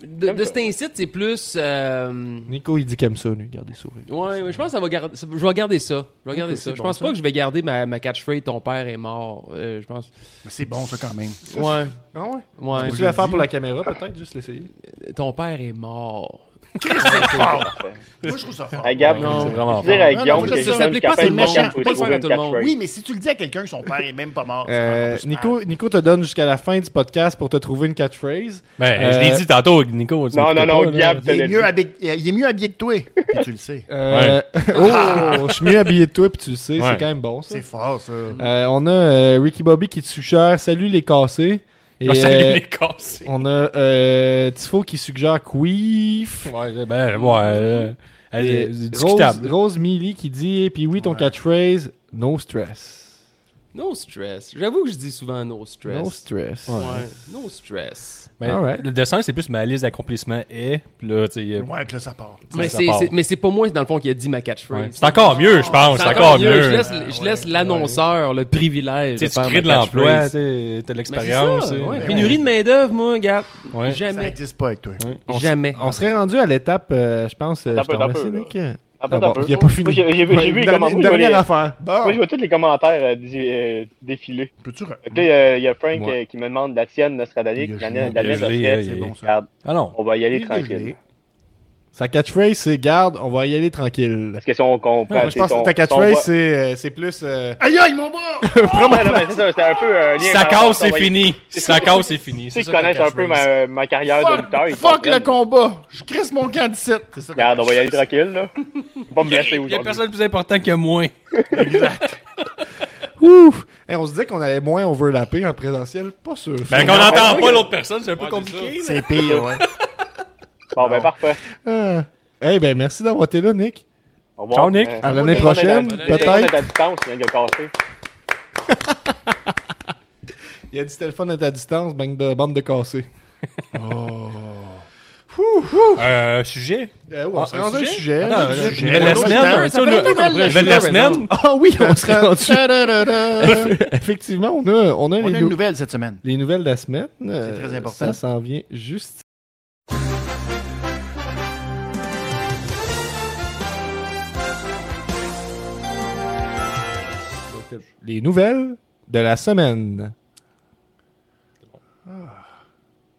Speaker 5: de, de cet incite, c'est plus. euh,
Speaker 2: Nico, il dit comme ça, lui, garder sourire.
Speaker 5: Ouais, mais je pense que ça va garder. ça- Je vais garder ça. Je vais garder
Speaker 2: Ok,
Speaker 5: ça.
Speaker 2: c'est
Speaker 5: Je
Speaker 2: bon,
Speaker 5: pense
Speaker 2: ça.
Speaker 5: pas que je vais garder ma, ma catchphrase Ton père est mort. Euh, je pense.
Speaker 3: mais C'est bon, ça, quand même.
Speaker 5: Ouais.
Speaker 2: Ah ouais?
Speaker 5: Ouais.
Speaker 2: Tu vas faire pour la caméra, peut-être, juste l'essayer.
Speaker 5: Ton père est mort.
Speaker 3: Moi, je trouve ça fort.
Speaker 10: Hey, Gab,
Speaker 5: Non.
Speaker 9: C'est vraiment
Speaker 10: tu dirais à
Speaker 3: Non,
Speaker 10: Guillaume
Speaker 3: non,
Speaker 10: que
Speaker 3: ça, ça
Speaker 10: quelqu'un
Speaker 5: s'applique
Speaker 10: qui
Speaker 5: pas,
Speaker 10: appelle
Speaker 5: c'est
Speaker 10: mon
Speaker 5: méchant.
Speaker 10: chef, faut
Speaker 5: Pas le
Speaker 10: trouver
Speaker 5: faire à
Speaker 10: une
Speaker 5: tout le monde.
Speaker 10: catchphrase.
Speaker 3: Oui, mais si tu le dis à quelqu'un que son père est même pas mort. c'est
Speaker 2: Euh,
Speaker 3: encore plus mal.
Speaker 2: Nico, Nico te donne jusqu'à la fin du podcast pour te trouver une catchphrase.
Speaker 9: Ben,
Speaker 2: Euh,
Speaker 9: je l'ai dit tantôt, Nico. tu
Speaker 10: Non, non,
Speaker 9: m'écoutais
Speaker 10: non,
Speaker 9: pas, là.
Speaker 10: Gab,
Speaker 3: il,
Speaker 10: te
Speaker 3: est
Speaker 10: le
Speaker 3: mieux
Speaker 10: dit.
Speaker 3: habillé, il est mieux habillé que toi. Puis tu le sais.
Speaker 2: Euh, oh, je suis mieux habillé de toi, puis tu le sais,
Speaker 9: Ouais.
Speaker 2: c'est quand même bon, ça.
Speaker 3: C'est fort, ça.
Speaker 2: Euh, on a euh, Ricky Bobby qui te suggère Salut les cassés. Et,
Speaker 9: Ah, ça,
Speaker 2: euh,
Speaker 9: il est cassé.
Speaker 2: on a euh, Tifo qui suggère Queef.
Speaker 9: Ouais, ben, ouais. euh, elle est
Speaker 2: Et Rose,
Speaker 9: discutable.
Speaker 2: Rose Mealy qui dit, et puis oui, ton catchphrase, no stress.
Speaker 5: No stress. J'avoue que je dis souvent no stress.
Speaker 2: No stress.
Speaker 5: Ouais. No stress.
Speaker 9: Ben,
Speaker 2: Alright.
Speaker 9: Le dessin, c'est plus ma liste d'accomplissements et. Puis là, tu sais. euh,
Speaker 3: Ouais, que là, ça part.
Speaker 5: Mais
Speaker 9: ça
Speaker 5: c'est-
Speaker 9: part.
Speaker 5: c'est mais c'est pas moi, dans le fond, qui a dit ma
Speaker 9: ouais.
Speaker 5: catchphrase.
Speaker 9: C'est encore mieux, je pense. C'est encore
Speaker 5: Je
Speaker 9: mieux.
Speaker 5: laisse, je laisse l'annonceur le privilège.
Speaker 9: Tu sais,
Speaker 5: de
Speaker 9: tu
Speaker 5: faire
Speaker 9: crées de
Speaker 5: ma
Speaker 9: l'emploi, tu
Speaker 5: catchphrase.
Speaker 9: sais, t'as de
Speaker 5: Mais c'est ça,
Speaker 9: l'expérience. tu sais.
Speaker 5: ouais. Pénurie de main-d'œuvre, moi, gars.
Speaker 9: Ouais.
Speaker 3: Ça
Speaker 5: Jamais.
Speaker 3: n'existe pas avec toi.
Speaker 5: Jamais.
Speaker 2: On serait rendu à l'étape, euh, je pense. euh,
Speaker 10: Attends
Speaker 2: je te
Speaker 10: un peu,
Speaker 2: remercie,
Speaker 10: attends un peu,
Speaker 2: Nick. Ah
Speaker 10: Attends
Speaker 2: bon,
Speaker 10: un peu.
Speaker 2: il a pas
Speaker 10: Moi,
Speaker 2: fini.
Speaker 10: J'ai j'ai vu j'ai vu
Speaker 2: Dernière-
Speaker 10: les commentaires. moi, je
Speaker 2: dernière
Speaker 10: vois les-
Speaker 2: affaire.
Speaker 10: Moi,
Speaker 3: Bon,
Speaker 10: je vois tous les commentaires euh, di- euh, défiler.
Speaker 3: peux-tu. re-
Speaker 10: Fait que là, il y a- il y a Frank
Speaker 2: Ouais.
Speaker 10: euh, qui me demande la tienne, Nostradamus.
Speaker 3: Il a
Speaker 10: La
Speaker 3: gelé,
Speaker 10: mienne, la
Speaker 9: il a
Speaker 10: mienne,
Speaker 9: gelé,
Speaker 10: Nostradamus.
Speaker 9: euh, il a-
Speaker 3: C'est bon, ça.
Speaker 10: Regarde,
Speaker 9: Ah non.
Speaker 10: on va y aller
Speaker 3: Il est
Speaker 10: tranquille.
Speaker 3: gelé.
Speaker 2: Sa catchphrase, c'est garde, on va y aller tranquille.
Speaker 10: Parce que si on comprend.
Speaker 2: je pense que ta catchphrase, c'est euh, c'est plus. euh,
Speaker 3: Aïe, aïe, mon bras!
Speaker 10: C'était un peu euh, un lien.
Speaker 9: Si ça
Speaker 10: par rapport à
Speaker 9: casse, c'est
Speaker 10: envoyer-
Speaker 9: fini. Si ça casse, c'est fini.
Speaker 10: Tu sais
Speaker 9: C'est ça,
Speaker 10: qu'ils
Speaker 9: ta
Speaker 10: connaissent un peu
Speaker 9: catchphrase.
Speaker 10: ma, ma carrière de lutteur. ils
Speaker 3: Fuck, fuck le
Speaker 10: comprennent.
Speaker 3: combat! Je crisse mon camp de site. C'est ça.
Speaker 10: Regarde, on va y aller tranquille, là. Faut Pas me blesser
Speaker 9: Il y a
Speaker 10: aujourd'hui.
Speaker 9: personne de plus important que moi.
Speaker 2: Ouf! Eh, on se disait qu'on allait moins overlapper en présentiel. Pas sûr.
Speaker 9: Ben, qu'on n'entend pas l'autre personne, c'est un peu compliqué.
Speaker 3: C'est pire, ouais.
Speaker 10: Bon, ben, parfait.
Speaker 2: Ah. Eh ben, merci d'avoir été là, Nick.
Speaker 10: Au revoir.
Speaker 9: Ciao, Nick.
Speaker 10: Euh,
Speaker 2: À l'année prochaine,
Speaker 10: on est à- On est
Speaker 2: peut-être.
Speaker 10: à distance, il vient de le casser.
Speaker 2: Il y a du téléphone à ta distance, bande de, bande de cassés.
Speaker 9: Euh, sujet?
Speaker 2: Euh, ouais, on se
Speaker 9: un
Speaker 2: rendu à un
Speaker 9: sujet?
Speaker 2: sujet.
Speaker 7: Ah,
Speaker 9: Attends,
Speaker 2: Un
Speaker 9: euh,
Speaker 2: sujet.
Speaker 9: nouvelle la semaine. ça, le- nouvelle la semaine.
Speaker 2: Ah oui, on se rendu.
Speaker 3: Ta-da-da-da.
Speaker 2: Effectivement, on a, on a,
Speaker 3: On
Speaker 2: les,
Speaker 3: a une
Speaker 2: nou-
Speaker 3: nouvelle cette semaine.
Speaker 2: les nouvelles de la semaine. Euh,
Speaker 3: très important.
Speaker 2: Ça s'en vient juste. Les nouvelles de la semaine.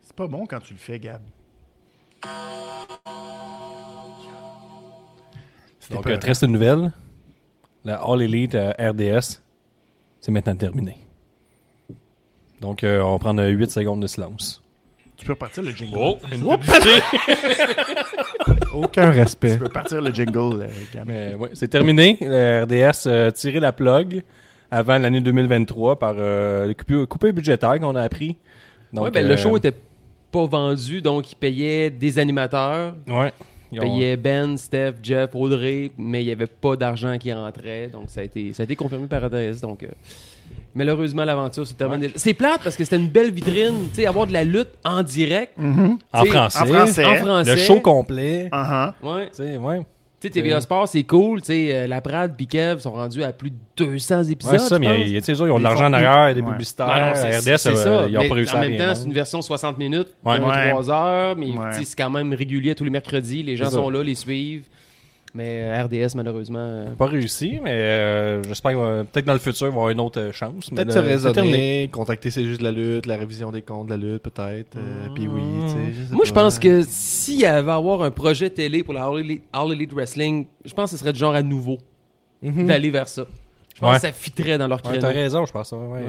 Speaker 3: C'est pas bon quand tu le fais, Gab.
Speaker 9: Donc,
Speaker 3: pas
Speaker 9: euh, très une nouvelle. La All Elite euh, RDS, c'est maintenant terminé. Donc, euh, on va prendre 8 secondes de silence.
Speaker 3: Tu peux repartir le jingle.
Speaker 5: Oh,
Speaker 2: Aucun respect.
Speaker 3: Tu peux partir le jingle, euh, Gab.
Speaker 9: Mais ouais, c'est terminé. La RDS euh, tirait la plug avant l'année 2023 par euh, le coupé, coupé budgétaire qu'on a appris. Donc,
Speaker 5: ouais, ben, le
Speaker 9: euh,
Speaker 5: show était pas vendu, donc ils payaient des animateurs.
Speaker 9: Ouais. Ils
Speaker 5: Ils
Speaker 9: ont-
Speaker 5: payaient Ben, Steph, Jeff, Audrey, mais il n'y avait pas d'argent qui rentrait. Donc, ça a été, ça a été confirmé par ADS. Donc, euh, malheureusement, l'aventure se termine. déjà. C'est plate parce que c'était une belle vitrine. Tu sais, avoir de la lutte en direct,
Speaker 9: en
Speaker 5: t'sais,
Speaker 9: français.
Speaker 3: Mm-hmm. En français. hein?
Speaker 5: en français.
Speaker 9: Le show complet.
Speaker 3: Uh-huh.
Speaker 5: Ouais.
Speaker 9: Tu sais, ouais.
Speaker 5: Tu sais, TVA Sport, c'est cool. Tu sais, euh, la Prade puis Kev sont rendus à plus de 200 épisodes.
Speaker 9: Ouais, c'est ça,
Speaker 5: je pense.
Speaker 9: mais tu sais, eux autres, ils ont de
Speaker 3: Ils
Speaker 9: l'argent
Speaker 3: font-
Speaker 9: en arrière, des
Speaker 3: Ouais.
Speaker 9: publicitaires.
Speaker 5: Ah non, c'est-
Speaker 9: RDS,
Speaker 5: c'est
Speaker 9: euh,
Speaker 5: ça.
Speaker 9: ils ont
Speaker 5: Mais
Speaker 9: pas réussi
Speaker 5: en
Speaker 9: à
Speaker 5: même
Speaker 9: rien.
Speaker 5: temps, c'est une version 60 minutes,
Speaker 9: Ouais.
Speaker 5: 3 heures, mais
Speaker 3: Ouais.
Speaker 5: tu sais, c'est quand même régulier à tous les mercredis. Les gens
Speaker 9: C'est ça.
Speaker 5: sont là, les suivent. Mais euh, RDS, malheureusement. euh,
Speaker 9: pas réussi, mais euh, j'espère que euh, peut-être dans le futur, il va y avoir une autre euh, chance. mais
Speaker 2: Peut-être
Speaker 9: là,
Speaker 2: se
Speaker 9: c'est terminé.
Speaker 2: raisonner, contacter c'est juste de la lutte, la révision des comptes de la lutte, peut-être. euh,
Speaker 9: Hmm.
Speaker 2: Puis oui, tu sais. sais
Speaker 5: Moi, je
Speaker 2: pas.
Speaker 5: pense que s'il y avait à avoir un projet
Speaker 9: Mhm.
Speaker 5: télé pour la All Elite, All Elite Wrestling, je pense que ce serait du genre à nouveau d'aller vers ça. Je Je pense
Speaker 7: Ouais.
Speaker 5: que ça fitterait dans leur
Speaker 7: Ouais,
Speaker 5: créneau.
Speaker 7: t'as raison, je pense. ouais, ouais. Mm.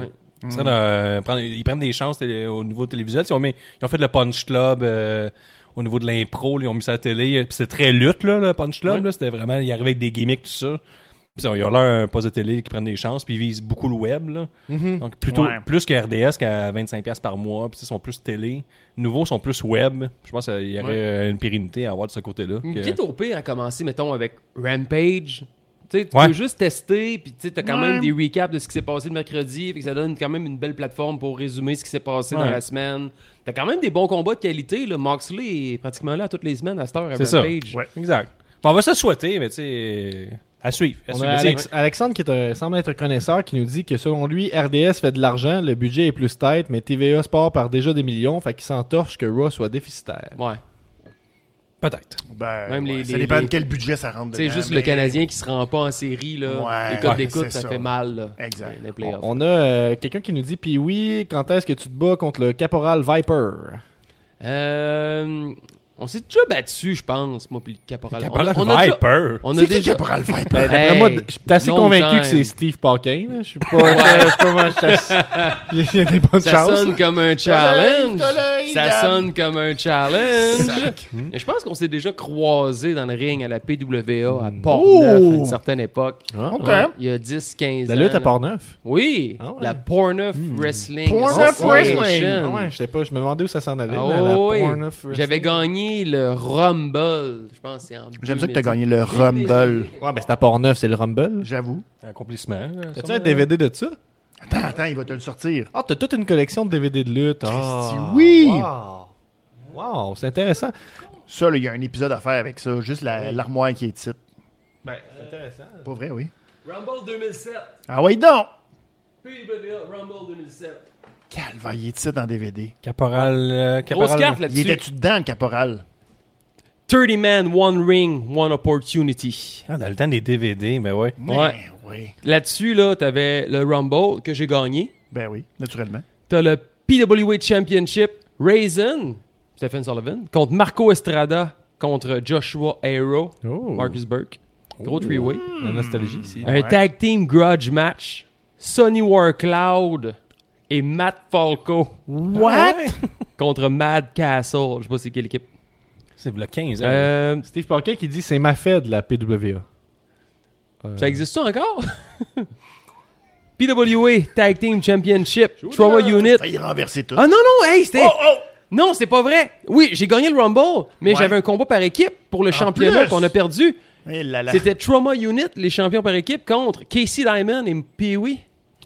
Speaker 7: Ça
Speaker 5: Ouais.
Speaker 7: serait de- prendre- ils prennent des chances télé- au niveau télévisuel. Ils ont, mis- ils ont fait le Punch Club euh, au niveau de l'impro. là, Ils ont mis ça à la télé. euh, puis C'était très lutte, là, le Punch Club.
Speaker 5: Ouais.
Speaker 7: là, C'était vraiment. Ils arrivaient avec des gimmicks, tout ça. Puis ils ont l'air un poste de télé qui prennent des chances. Puis ils visent beaucoup le web. là. Donc plutôt
Speaker 3: Ouais.
Speaker 7: plus que RDS qu'à 25$ par mois. Puis ils sont plus télé. Nouveaux sont plus web. Je pense qu'il y aurait euh, une pérennité à avoir de ce côté-là.
Speaker 5: Mais
Speaker 7: que-
Speaker 5: Quitte au pire à commencer, mettons, avec Rampage. Tu sais, tu
Speaker 7: Ouais.
Speaker 5: peux juste tester, puis tu as quand
Speaker 3: Ouais.
Speaker 5: même des recaps de ce qui s'est passé le mercredi, fait que ça donne quand même une belle plateforme pour résumer ce qui s'est passé dans
Speaker 7: Ouais.
Speaker 5: la semaine. T'as quand même des bons combats de qualité. Là. Moxley est pratiquement là toutes les semaines à cette heure à
Speaker 7: C'est ça.
Speaker 5: Rampage.
Speaker 7: Ouais, exact. Bon, on va se le souhaiter, mais tu sais. À suivre. à
Speaker 9: On a
Speaker 7: suivre. Mais tu sais,
Speaker 9: Alex- Alexandre, qui est un- semble être un connaisseur, qui nous dit que selon lui, RDS fait de l'argent, le budget est plus tête, mais TVA Sport part déjà des millions, fait qu'il s'entorche que Raw soit déficitaire.
Speaker 5: Ouais.
Speaker 7: Peut-être.
Speaker 3: Ben,
Speaker 5: Même
Speaker 3: ouais,
Speaker 5: les-
Speaker 3: ça
Speaker 5: les-
Speaker 3: dépend
Speaker 5: les-
Speaker 3: de quel budget ça rentre
Speaker 5: C'est
Speaker 3: dedans.
Speaker 5: juste
Speaker 3: mais-
Speaker 5: le Canadien qui se rend pas en série. Là.
Speaker 3: Ouais.
Speaker 5: les codes
Speaker 3: Ouais,
Speaker 5: d'écoute,
Speaker 3: c'est
Speaker 5: ça,
Speaker 3: ça.
Speaker 5: fait mal. Là.
Speaker 3: Exact.
Speaker 5: Les
Speaker 9: On,
Speaker 5: playoffs.
Speaker 9: on a euh, quelqu'un qui nous dit Puis oui, quand est-ce que tu te bats contre le Caporal Viper
Speaker 5: Euh, on s'est déjà battu, je pense, moi, puis le caporal.
Speaker 7: Parlant de
Speaker 5: On, a déjà-
Speaker 7: Viper.
Speaker 5: on a
Speaker 3: C'est qui
Speaker 5: déjà.
Speaker 3: Caporal Viper?
Speaker 9: Ben, d'après moi,
Speaker 5: Hey,
Speaker 9: je suis assez
Speaker 5: long
Speaker 9: convaincu
Speaker 5: time.
Speaker 9: que c'est Steve Parkin. là. Je suis pas. je sais pas moi, je suis- Il y a des bonnes
Speaker 5: Ça
Speaker 9: chances.
Speaker 5: sonne comme un challenge.
Speaker 3: Soleil,
Speaker 5: Ça
Speaker 3: Dan.
Speaker 5: sonne comme un challenge. Mais Je pense qu'on s'est déjà croisés dans le ring à la PWA à Port-Neuf à une certaine époque.
Speaker 3: OK.
Speaker 5: Ouais, il y a 10, 15
Speaker 9: La
Speaker 5: ans.
Speaker 9: lutte à
Speaker 5: là.
Speaker 9: Port-Neuf.
Speaker 5: Oui,
Speaker 9: Ah ouais.
Speaker 5: la Portneuf Wrestling.
Speaker 3: Hmm. Portneuf
Speaker 5: Association.
Speaker 3: Wrestling.
Speaker 9: Ah ouais, je sais pas, je me demandais où ça s'en allait.
Speaker 5: Ah
Speaker 9: mais la
Speaker 5: oui.
Speaker 9: Portneuf-
Speaker 5: J'avais gagné le Rumble, je pense. que c'est en
Speaker 3: J'aime ça que
Speaker 5: 2010.
Speaker 3: t'as gagné le Rumble.
Speaker 9: Ouais, ben c'est à Port-Neuf, c'est le Rumble.
Speaker 3: J'avoue.
Speaker 7: Accomplissement.
Speaker 9: T'as-tu un DVD de ça
Speaker 3: Attends, attends, il va te le sortir.
Speaker 9: Ah, t'as toute une collection de DVD de lutte. Ah,
Speaker 3: Christy, oui!
Speaker 9: Wow, Wow, c'est intéressant.
Speaker 3: Ça, là, il y a un épisode à faire avec ça. Juste la- l'armoire qui est titre.
Speaker 9: Ben, c'est intéressant.
Speaker 3: Pas vrai, oui.
Speaker 4: Rumble 2007.
Speaker 3: Ah oui, donc!
Speaker 4: PWA Rumble 2007.
Speaker 3: Calvaire, il est titre en DVD.
Speaker 7: Caporal. euh,
Speaker 5: Grosse
Speaker 7: caporal
Speaker 5: carte
Speaker 3: Il
Speaker 5: là-dessus.
Speaker 3: était-tu dedans, le caporal?
Speaker 5: 30 men, one ring, one opportunity.
Speaker 7: Ah, dans le temps des DVD, mais ouais.
Speaker 5: Ouais.
Speaker 3: Ben oui.
Speaker 5: Là-dessus, là, t'avais le Rumble que j'ai gagné.
Speaker 3: Ben oui, naturellement.
Speaker 5: T'as le PWA Championship Raisin, Stephen Sullivan, contre Marco Estrada, contre Joshua Aero,
Speaker 9: Oh.
Speaker 5: Marcus Burke. Gros three-way.
Speaker 9: La nostalgie ici.
Speaker 5: Un tag team grudge match. Sonny Warcloud et Matt Falco
Speaker 3: What?
Speaker 5: contre Mad Castle. Je sais pas c'est quelle équipe.
Speaker 7: C'est le 15. hein.
Speaker 5: Euh,
Speaker 9: Steve Parker qui dit c'est ma fed la PWA.
Speaker 5: Ça existe ça encore? PWA Tag Team Championship. Trois Unit.
Speaker 3: Il a renversé tout.
Speaker 5: Ah non, non, hey, c'était. Non, c'est pas vrai. Oui, j'ai gagné le Rumble, mais
Speaker 3: Ouais.
Speaker 5: j'avais un combat par équipe pour le championnat
Speaker 3: plus!
Speaker 5: qu'on a perdu.
Speaker 3: Eh là là.
Speaker 5: C'était Trauma Unit, les champions par équipe, contre Casey Diamond et E. Pee-Wee.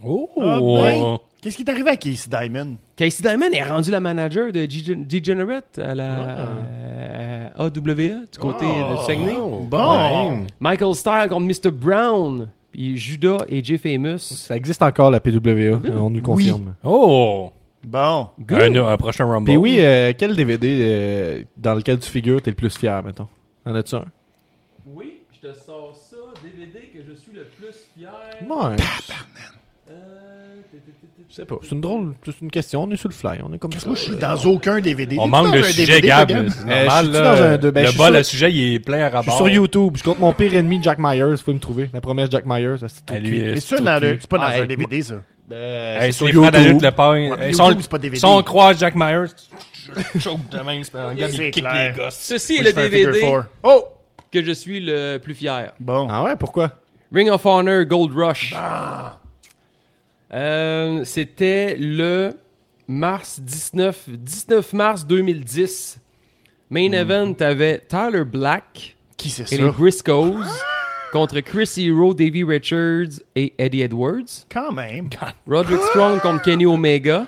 Speaker 7: Oh!
Speaker 3: Ah ben, Qu'est-ce qui est arrivé à Casey Diamond?
Speaker 5: Casey Diamond est rendu la manager de G- Degenerate à la euh, AWA du côté
Speaker 7: Oh. Ah.
Speaker 5: de Saguenay.
Speaker 3: Bon!
Speaker 5: Michael Styles contre Mr. Brown, puis Judas et Jay Famous.
Speaker 9: Ça existe encore la PWA, euh, on nous confirme.
Speaker 7: Oh!
Speaker 3: Bon!
Speaker 7: Un, un prochain Rumble.
Speaker 9: Puis oui, euh, quel DVD euh, dans lequel tu figures t'es le plus fier, mettons En as-tu un
Speaker 4: Oui, je te sors ça, DVD que je suis le plus fier.
Speaker 9: Ouais.
Speaker 4: Euh, t- t- t- t-
Speaker 9: Je sais pas. C'est une drôle, c'est une question, on est sur le fly, on est comme ça.
Speaker 3: Moi, je suis dans aucun DVD.
Speaker 7: On
Speaker 3: T'es-tu
Speaker 7: manque
Speaker 3: dans
Speaker 7: de
Speaker 3: un
Speaker 7: sujet,
Speaker 3: DVD, toi,
Speaker 7: Gab.
Speaker 3: Gab?
Speaker 7: C'est
Speaker 9: Euh,
Speaker 7: normal,
Speaker 9: je suis-tu
Speaker 7: là.
Speaker 9: dans un- de- ben, je
Speaker 7: le
Speaker 9: suis
Speaker 7: bol
Speaker 9: sur-
Speaker 7: à sujet, il est plein à
Speaker 9: Je suis
Speaker 7: rabat.
Speaker 9: sur YouTube, je compte mon pire ennemi Jack Myers, faut me trouver. La promesse Jack Myers, ça, c'est tout.
Speaker 7: Ah, lui,
Speaker 9: cul.
Speaker 7: euh,
Speaker 3: C'est sûr,
Speaker 7: tout
Speaker 3: dans
Speaker 7: cul.
Speaker 3: le- c'est pas dans
Speaker 9: Ouais,
Speaker 3: un DVD, ça.
Speaker 9: Euh,
Speaker 7: Hey,
Speaker 9: c'est
Speaker 7: sur les frères de la
Speaker 9: YouTube.
Speaker 7: lutte, le pain.
Speaker 3: Ouais,
Speaker 7: Hey, si on-
Speaker 3: YouTube, c'est pas DVD.
Speaker 7: Si on croise Jack Myers, choke de même, c'est pas un gars,
Speaker 3: C'est
Speaker 7: il kick
Speaker 3: clair.
Speaker 7: les gosses.
Speaker 5: Ceci est
Speaker 3: Moi,
Speaker 5: le
Speaker 3: je fais un figure
Speaker 5: DVD
Speaker 3: four. Oh!
Speaker 5: que je suis le plus fier.
Speaker 3: Bon.
Speaker 9: Ah ouais, pourquoi
Speaker 5: Ring of Honor Gold Rush.
Speaker 3: Bah.
Speaker 5: Euh, C'était le mars 19, 19 mars 2010. Main event avait Tyler Black
Speaker 3: Qui c'est
Speaker 5: et les
Speaker 3: Hmm. ça?
Speaker 5: Briscoes contre Chris Hero, Davey Richards et Eddie Edwards.
Speaker 3: Quand même.
Speaker 5: Roderick Strong contre Kenny
Speaker 3: Ah
Speaker 5: Omega.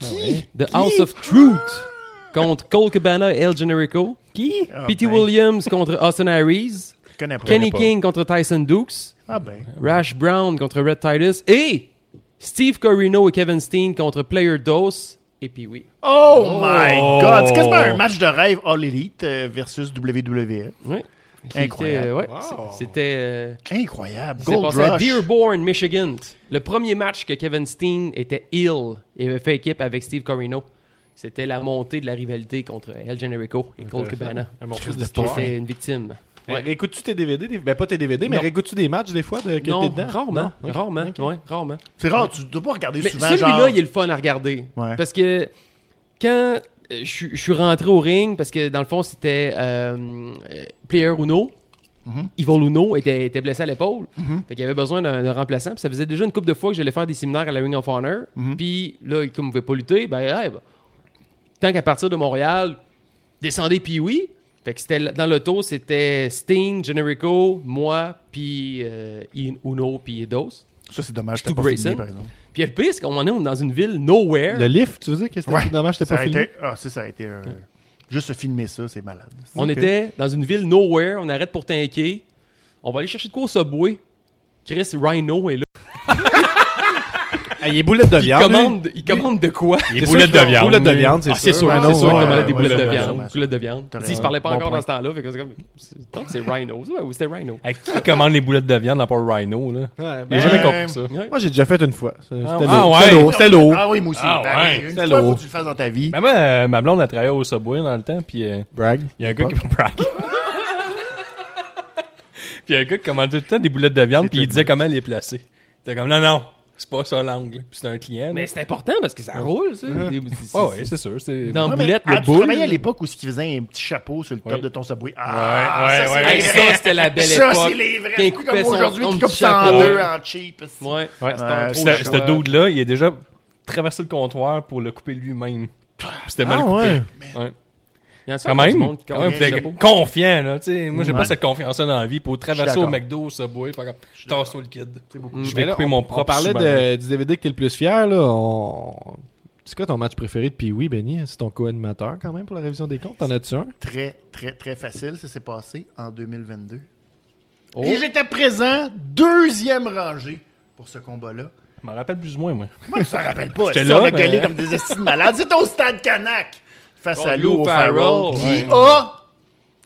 Speaker 5: The House of Truth contre Cole Cabana et El Generico.
Speaker 3: Qui? Ah,
Speaker 5: P.T.
Speaker 3: ben,
Speaker 5: Williams contre Austin Aries.
Speaker 3: Je connais pas.
Speaker 5: Kenny
Speaker 3: Pas.
Speaker 5: King contre Tyson Dukes.
Speaker 3: Ah ben.
Speaker 5: Rash Brown contre Red Titus et Steve Corino et Kevin Steen contre Player Dose et puis oui.
Speaker 3: Oh, my God! C'est quasiment un match de rêve All Elite euh, versus WWE.
Speaker 5: Ouais. Qui
Speaker 3: Incroyable.
Speaker 5: était- ouais, c'est- C'était euh,
Speaker 3: Incroyable.
Speaker 5: c'est
Speaker 3: Gold
Speaker 5: passé à
Speaker 3: Rush.
Speaker 5: Dearborn, Michigan. Le premier match que Kevin Steen était ill et avait fait équipe avec Steve Corino. C'était la montée de la rivalité contre El Generico et Cole Cabana.
Speaker 9: Un bon fils
Speaker 5: C'était une victime.
Speaker 2: Mais Réécoutes-tu tes DVD des- Ben, pas tes DVD, mais
Speaker 5: Non.
Speaker 2: réécoutes-tu des matchs des fois de... que
Speaker 5: Non,
Speaker 2: t'es dedans
Speaker 5: rarement.
Speaker 2: Non? Ok.
Speaker 5: Rarement, ouais, rarement.
Speaker 3: C'est rare, tu dois pas regarder
Speaker 5: Mais
Speaker 3: souvent,
Speaker 5: celui-là,
Speaker 3: genre...
Speaker 5: il est le fun à regarder.
Speaker 3: Ouais.
Speaker 5: Parce que quand euh, je suis- je suis rentré au ring, parce que dans le fond, c'était euh, euh, Player Uno.
Speaker 3: Mm-hmm.
Speaker 5: Yvon Luno était, était blessé à l'épaule. Fait qu'il avait besoin d'un d'un remplaçant. Puis ça faisait déjà une couple de fois que j'allais faire des séminaires à la Ring of Honor.
Speaker 3: Mm-hmm.
Speaker 5: Puis là, comme ne pouvait pas lutter, ben, hey, ben, tant qu'à partir de Montréal, descendez puis oui. Fait que c'était dans l'auto, c'était Sting, Generico, moi, puis euh, Ian Uno, puis Dos.
Speaker 3: Ça, c'est dommage, t'as
Speaker 5: Stu
Speaker 3: pas fini,
Speaker 5: Grayson.
Speaker 3: par exemple.
Speaker 5: Puis le pire, c'est qu'on est on est dans une ville nowhere.
Speaker 9: Le lift, tu veux dire que c'était
Speaker 3: Ouais.
Speaker 9: tout dommage, c'était
Speaker 3: Ça
Speaker 9: pas
Speaker 3: a
Speaker 9: filmé?
Speaker 3: été... Ah, ça, ça a été un... Juste filmer ça, c'est malade.
Speaker 5: On était dans une ville nowhere, on arrête pour tanker. On va aller chercher de quoi au Subway. Chris Rhino est là.
Speaker 2: Ah, il est boulette de
Speaker 5: Il
Speaker 2: viande.
Speaker 3: hein?
Speaker 5: commande, il commande de quoi?
Speaker 7: Les boulettes de viande.
Speaker 2: Boulette de viande, c'est
Speaker 5: Ah, c'est sûr,
Speaker 2: sûr.
Speaker 5: c'est
Speaker 2: Ah,
Speaker 5: sûr
Speaker 2: non, ouais,
Speaker 5: qu'il commandait des
Speaker 2: ouais,
Speaker 5: boulettes
Speaker 2: ouais,
Speaker 5: de
Speaker 2: ouais,
Speaker 5: viande.
Speaker 3: ouais.
Speaker 5: boulettes de viande.
Speaker 3: T'as
Speaker 5: Ils se
Speaker 3: raison.
Speaker 5: parlaient pas
Speaker 3: Bon
Speaker 5: encore
Speaker 3: point.
Speaker 5: dans ce temps-là. Fait que c'est comme. c'est- Tant que c'est Rhino. Ouais, ouais, c'était Rhino.
Speaker 7: À qui commande les boulettes de viande dans Paul Rhino, là?
Speaker 9: Ouais,
Speaker 7: J'ai
Speaker 9: ben,
Speaker 7: jamais compris ça.
Speaker 9: Moi, j'ai déjà fait une fois. C'était
Speaker 7: Ah,
Speaker 9: lourd.
Speaker 7: ah ouais.
Speaker 9: C'était lourd, C'était lourd.
Speaker 3: Ah oui, moi aussi.
Speaker 7: Ah,
Speaker 3: pareil.
Speaker 7: ouais,
Speaker 3: Une
Speaker 7: c'est lourd.
Speaker 3: fois, faut que tu le fasses dans ta vie.
Speaker 7: Ben, moi, euh, ma blonde, elle travaillait au Subway dans le temps, puis euh,
Speaker 9: Brag.
Speaker 7: il y a un gars qui braque. Puis il y a un gars qui commandait tout le temps des boulettes de viande, puis il disait comment les placer. C'était comme, non, non, c'est pas ça l'angle. Puis c'était un client.
Speaker 5: Mais
Speaker 7: là.
Speaker 5: c'est important parce que ça roule, ça. Des-
Speaker 7: Ah ouais, c'est sûr. c'est-
Speaker 5: Dans
Speaker 3: Ouais, mais,
Speaker 5: boulette,
Speaker 3: ah,
Speaker 5: le
Speaker 3: tu
Speaker 5: boule.
Speaker 3: travaillais à l'époque où ce qui faisait un petit chapeau sur le top
Speaker 7: Oui.
Speaker 3: de ton saboué.
Speaker 7: Ouais, ouais,
Speaker 3: Ah, ça,
Speaker 7: ouais,
Speaker 3: c'est
Speaker 7: ouais.
Speaker 3: les
Speaker 5: Hey,
Speaker 3: vrais.
Speaker 5: ça, c'était la belle
Speaker 3: Ça,
Speaker 5: époque.
Speaker 3: c'est les
Speaker 5: Quand
Speaker 3: vrais
Speaker 5: il
Speaker 3: coups
Speaker 5: coupait
Speaker 3: comme
Speaker 5: son-
Speaker 3: aujourd'hui
Speaker 5: son
Speaker 3: qui
Speaker 5: petit
Speaker 3: coupent ça en
Speaker 5: chapeau.
Speaker 3: deux en cheap.
Speaker 5: Ouais.
Speaker 7: Ouais.
Speaker 3: Euh,
Speaker 7: Puis ce-
Speaker 3: c'est-
Speaker 7: ce dude-là, il a déjà traversé le comptoir pour le couper lui-même. Puis C'était mal coupé.
Speaker 5: Il y en a
Speaker 7: Quand
Speaker 5: encore du
Speaker 7: même,
Speaker 5: monde qui
Speaker 7: quand même,
Speaker 5: commande des
Speaker 7: t'es
Speaker 5: chapeaux.
Speaker 7: confiant, là, tu sais. Moi, j'ai
Speaker 3: Ouais.
Speaker 7: pas cette confiance-là dans la vie pour
Speaker 3: Je
Speaker 7: traverser
Speaker 3: suis
Speaker 7: au
Speaker 3: d'accord.
Speaker 7: McDo ou Subway, par exemple. Je tasse sur le kid. Je
Speaker 9: Mm. Mais
Speaker 7: vais
Speaker 9: là,
Speaker 7: couper
Speaker 9: on-
Speaker 7: mon propre
Speaker 9: On parlait
Speaker 7: Subaru.
Speaker 9: de, du DVD que t'es le plus fier, là. On- C'est quoi ton match préféré de Pee-Wee, Benny? C'est ton co-animateur, quand même, pour la révision des comptes? T'en as-tu un?
Speaker 3: Très, très, très facile. Ça s'est passé en 2022.
Speaker 5: Oh.
Speaker 3: Et j'étais présent, deuxième rangée pour ce combat-là.
Speaker 7: Je m'en rappelle plus ou moins, moi.
Speaker 3: Moi, je me rappelle pas.
Speaker 7: J'étais
Speaker 3: Si
Speaker 7: là,
Speaker 3: on a
Speaker 7: mais-
Speaker 3: gueulé comme des estis de malades. C'est au stade Canac face à
Speaker 5: Lou
Speaker 3: Lou
Speaker 5: Farrell,
Speaker 3: Farrell qui a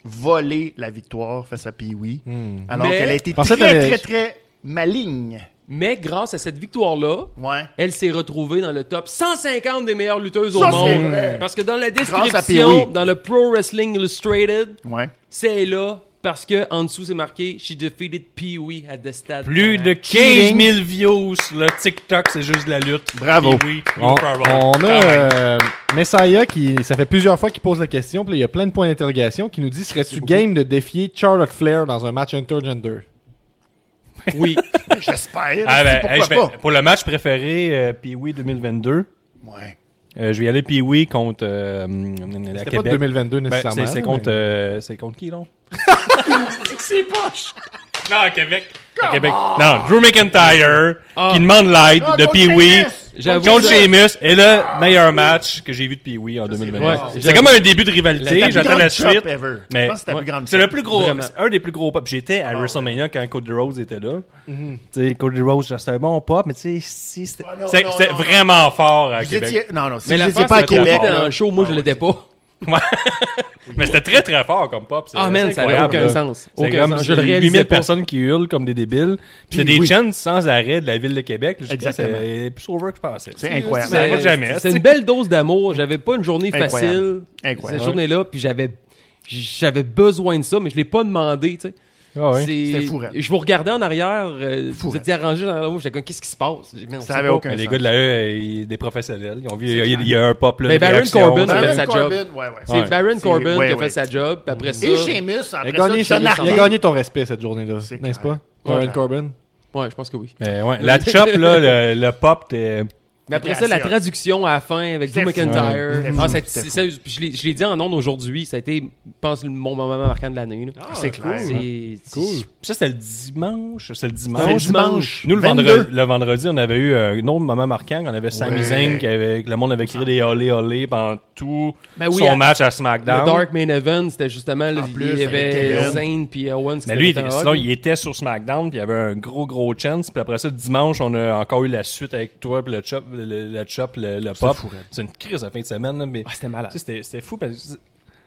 Speaker 3: volé la victoire face à Pee-Wee.
Speaker 7: Hmm.
Speaker 3: Alors
Speaker 5: Mais-
Speaker 3: qu'elle a été
Speaker 9: Pensais
Speaker 3: très,
Speaker 9: que t'avais-
Speaker 3: très, très maligne.
Speaker 5: Mais grâce à cette victoire-là,
Speaker 3: Ouais.
Speaker 5: elle s'est retrouvée dans le top 150 des meilleures lutteuses au
Speaker 3: Ça, c'est
Speaker 5: monde.
Speaker 3: vrai.
Speaker 5: Parce que dans la
Speaker 3: à
Speaker 5: description,
Speaker 3: Pee-wee.
Speaker 5: dans le Pro Wrestling Illustrated,
Speaker 3: Ouais.
Speaker 5: c'est là parce que en dessous c'est marqué She defeated Pee-wee at the stade.
Speaker 7: Plus de 15 000 views, le TikTok, c'est juste de la lutte.
Speaker 3: Bravo.
Speaker 7: Puis oui, no
Speaker 9: On,
Speaker 7: problem.
Speaker 9: on
Speaker 7: Ah ouais.
Speaker 9: a euh, Messiah qui, ça fait plusieurs fois qu'il pose la question, puis là, il y a plein de points d'interrogation qui nous dit serais-tu game de défier Charlotte Flair dans un match intergender
Speaker 5: Oui.
Speaker 3: J'espère.
Speaker 7: Ah, ben, hey,
Speaker 3: pourquoi
Speaker 7: je vais- pour le match préféré, euh, Pee-Wee 2022,
Speaker 3: pas. Ouais.
Speaker 7: euh, je vais y aller Pee-Wee contre euh, hum, la
Speaker 9: C'était pas de
Speaker 7: Québec.
Speaker 9: 2022
Speaker 7: Ben,
Speaker 9: nécessairement.
Speaker 7: c'est- c'est
Speaker 9: là,
Speaker 7: contre,
Speaker 9: mais-
Speaker 7: euh, c'est contre qui, donc?
Speaker 3: C'est poche.
Speaker 7: Non, à Québec. À Québec. Non, Drew McIntyre
Speaker 3: Ah.
Speaker 7: qui demande l'aide de Pee-Wee.
Speaker 5: J'avoue
Speaker 7: Contre
Speaker 5: ça.
Speaker 7: Sheamus est le meilleur match que j'ai vu de Pee-Wee en 2020.
Speaker 5: Ouais,
Speaker 7: c'est
Speaker 5: j'avoue.
Speaker 7: comme un début de
Speaker 3: La
Speaker 7: rivalité,
Speaker 3: plus
Speaker 7: j'attends
Speaker 3: grande
Speaker 7: la
Speaker 3: chop
Speaker 7: suite.
Speaker 3: ever.
Speaker 7: Mais
Speaker 3: Je pense que c'est la plus grande Ah,
Speaker 7: c'est
Speaker 3: chop.
Speaker 7: le plus gros,
Speaker 5: Vraiment.
Speaker 7: c'est un des plus gros pop. J'étais à WrestleMania quand Cody Rhodes était là. Tu sais, Cody Rhodes, c'était un bon pop, mais tu sais, si, c'était
Speaker 3: Mhm. Ah non,
Speaker 7: c'est-
Speaker 3: non,
Speaker 7: c'était
Speaker 3: non.
Speaker 7: vraiment fort à
Speaker 3: Vous
Speaker 7: Québec.
Speaker 3: étiez- Non, non, si
Speaker 5: Mais
Speaker 3: vous
Speaker 5: la
Speaker 3: étiez
Speaker 5: fois
Speaker 3: pas à Québec,
Speaker 5: dans
Speaker 3: là,
Speaker 5: un show, moi je l'étais pas.
Speaker 7: Ouais. mais c'était très très fort comme pop. c'est-
Speaker 5: Ah
Speaker 7: c'est
Speaker 5: man, ça n'a
Speaker 7: incroyable,
Speaker 5: aucun
Speaker 7: là.
Speaker 5: sens.
Speaker 7: C'est
Speaker 5: Aucun
Speaker 7: comme
Speaker 5: sens. Je le
Speaker 7: 8000
Speaker 5: réalisais pas.
Speaker 7: personnes qui hurlent comme des débiles. Puis c'est des chants sans arrêt de la ville de Québec. Je sais pas, C'est euh, plus over que je pensais.
Speaker 3: c'est
Speaker 7: Ça
Speaker 3: incroyable.
Speaker 7: arrive jamais, tu
Speaker 5: C'est
Speaker 7: sais.
Speaker 5: une belle dose d'amour. J'avais pas une journée
Speaker 3: Incroyable.
Speaker 5: facile.
Speaker 3: Incroyable.
Speaker 5: Cette journée-là, puis j'avais j'avais besoin de ça, mais je l'ai pas demandé. Tu sais.
Speaker 7: Ah ouais.
Speaker 5: C'est-
Speaker 3: C'était fou, raide.
Speaker 5: Je vous regardais en arrière, euh, vous
Speaker 3: raide.
Speaker 5: étiez arrangé dans la roue, j'étais comme, qu'est-ce qui se passe? J'ai dit, Man, on
Speaker 3: Ça
Speaker 5: sait
Speaker 3: avait
Speaker 5: pas.
Speaker 3: aucun
Speaker 7: Mais les
Speaker 3: sens.
Speaker 7: gars de la E, ils- des professionnels. Ils ont vu, il y a- il y a un pop là.
Speaker 5: Mais
Speaker 7: une
Speaker 5: Baron
Speaker 7: réaction,
Speaker 5: Corbin,
Speaker 7: ça-
Speaker 5: il
Speaker 3: Baron
Speaker 5: fait sa
Speaker 3: Corbin,
Speaker 5: job.
Speaker 3: ouais, ouais.
Speaker 5: C'est Baron Corbin
Speaker 3: ouais,
Speaker 5: qui a
Speaker 3: ouais.
Speaker 5: fait sa job, puis après ça.
Speaker 3: Et Sheamus,
Speaker 9: Il a
Speaker 3: après ça,
Speaker 9: gagné,
Speaker 3: tu t'en
Speaker 9: il a
Speaker 3: arrêtes.
Speaker 9: gagné ton respect cette journée-là,
Speaker 3: C'est
Speaker 9: n'est-ce pas
Speaker 3: clair.
Speaker 9: Baron
Speaker 3: Ouais.
Speaker 9: Corbin.
Speaker 5: Ouais, je pense que oui.
Speaker 7: Mais Ben, ouais, la chop là, le, le pop, t'es.
Speaker 5: Mais après ça, la traduction à la fin avec Drew
Speaker 3: C'était fou.
Speaker 5: McIntyre.
Speaker 3: C'était
Speaker 5: Ah,
Speaker 3: fou,
Speaker 5: ça-
Speaker 3: c'était
Speaker 5: c'est- ça- puis je l'ai- je l'ai dit en ondes aujourd'hui, ça a été, je pense, le- mon moment marquant de l'année. là.
Speaker 3: Ah, C'est clair.
Speaker 5: C'est c'est-
Speaker 7: Ça c'était le dimanche, c'est le
Speaker 3: C'est le
Speaker 7: dimanche.
Speaker 3: dimanche.
Speaker 7: Nous le
Speaker 3: 22.
Speaker 7: vendredi, le vendredi, on avait eu euh, un autre moment marquant. On avait Sami Zayn qui avait, le monde avait crié des olé olé pendant tout
Speaker 5: Ben oui,
Speaker 7: son
Speaker 5: à-
Speaker 7: match à
Speaker 5: Le
Speaker 7: SmackDown.
Speaker 5: Dark Main Event, c'était justement, là,
Speaker 3: En
Speaker 5: il
Speaker 3: plus, avec
Speaker 5: y avait
Speaker 3: Kevin.
Speaker 5: Zayn puis Owens. qui
Speaker 7: Mais lui,
Speaker 5: s'étaient fait
Speaker 7: sinon,
Speaker 5: hug.
Speaker 7: il était sur SmackDown, puis il y avait un gros, gros chance. Puis après ça, dimanche, on a encore eu la suite avec toi, puis le chop, le, le chop, le, le pop. C'est une crise la fin de semaine, là, mais
Speaker 5: Ah, c'était malade.
Speaker 7: tu sais, c'était c'était fou. Parce que, tu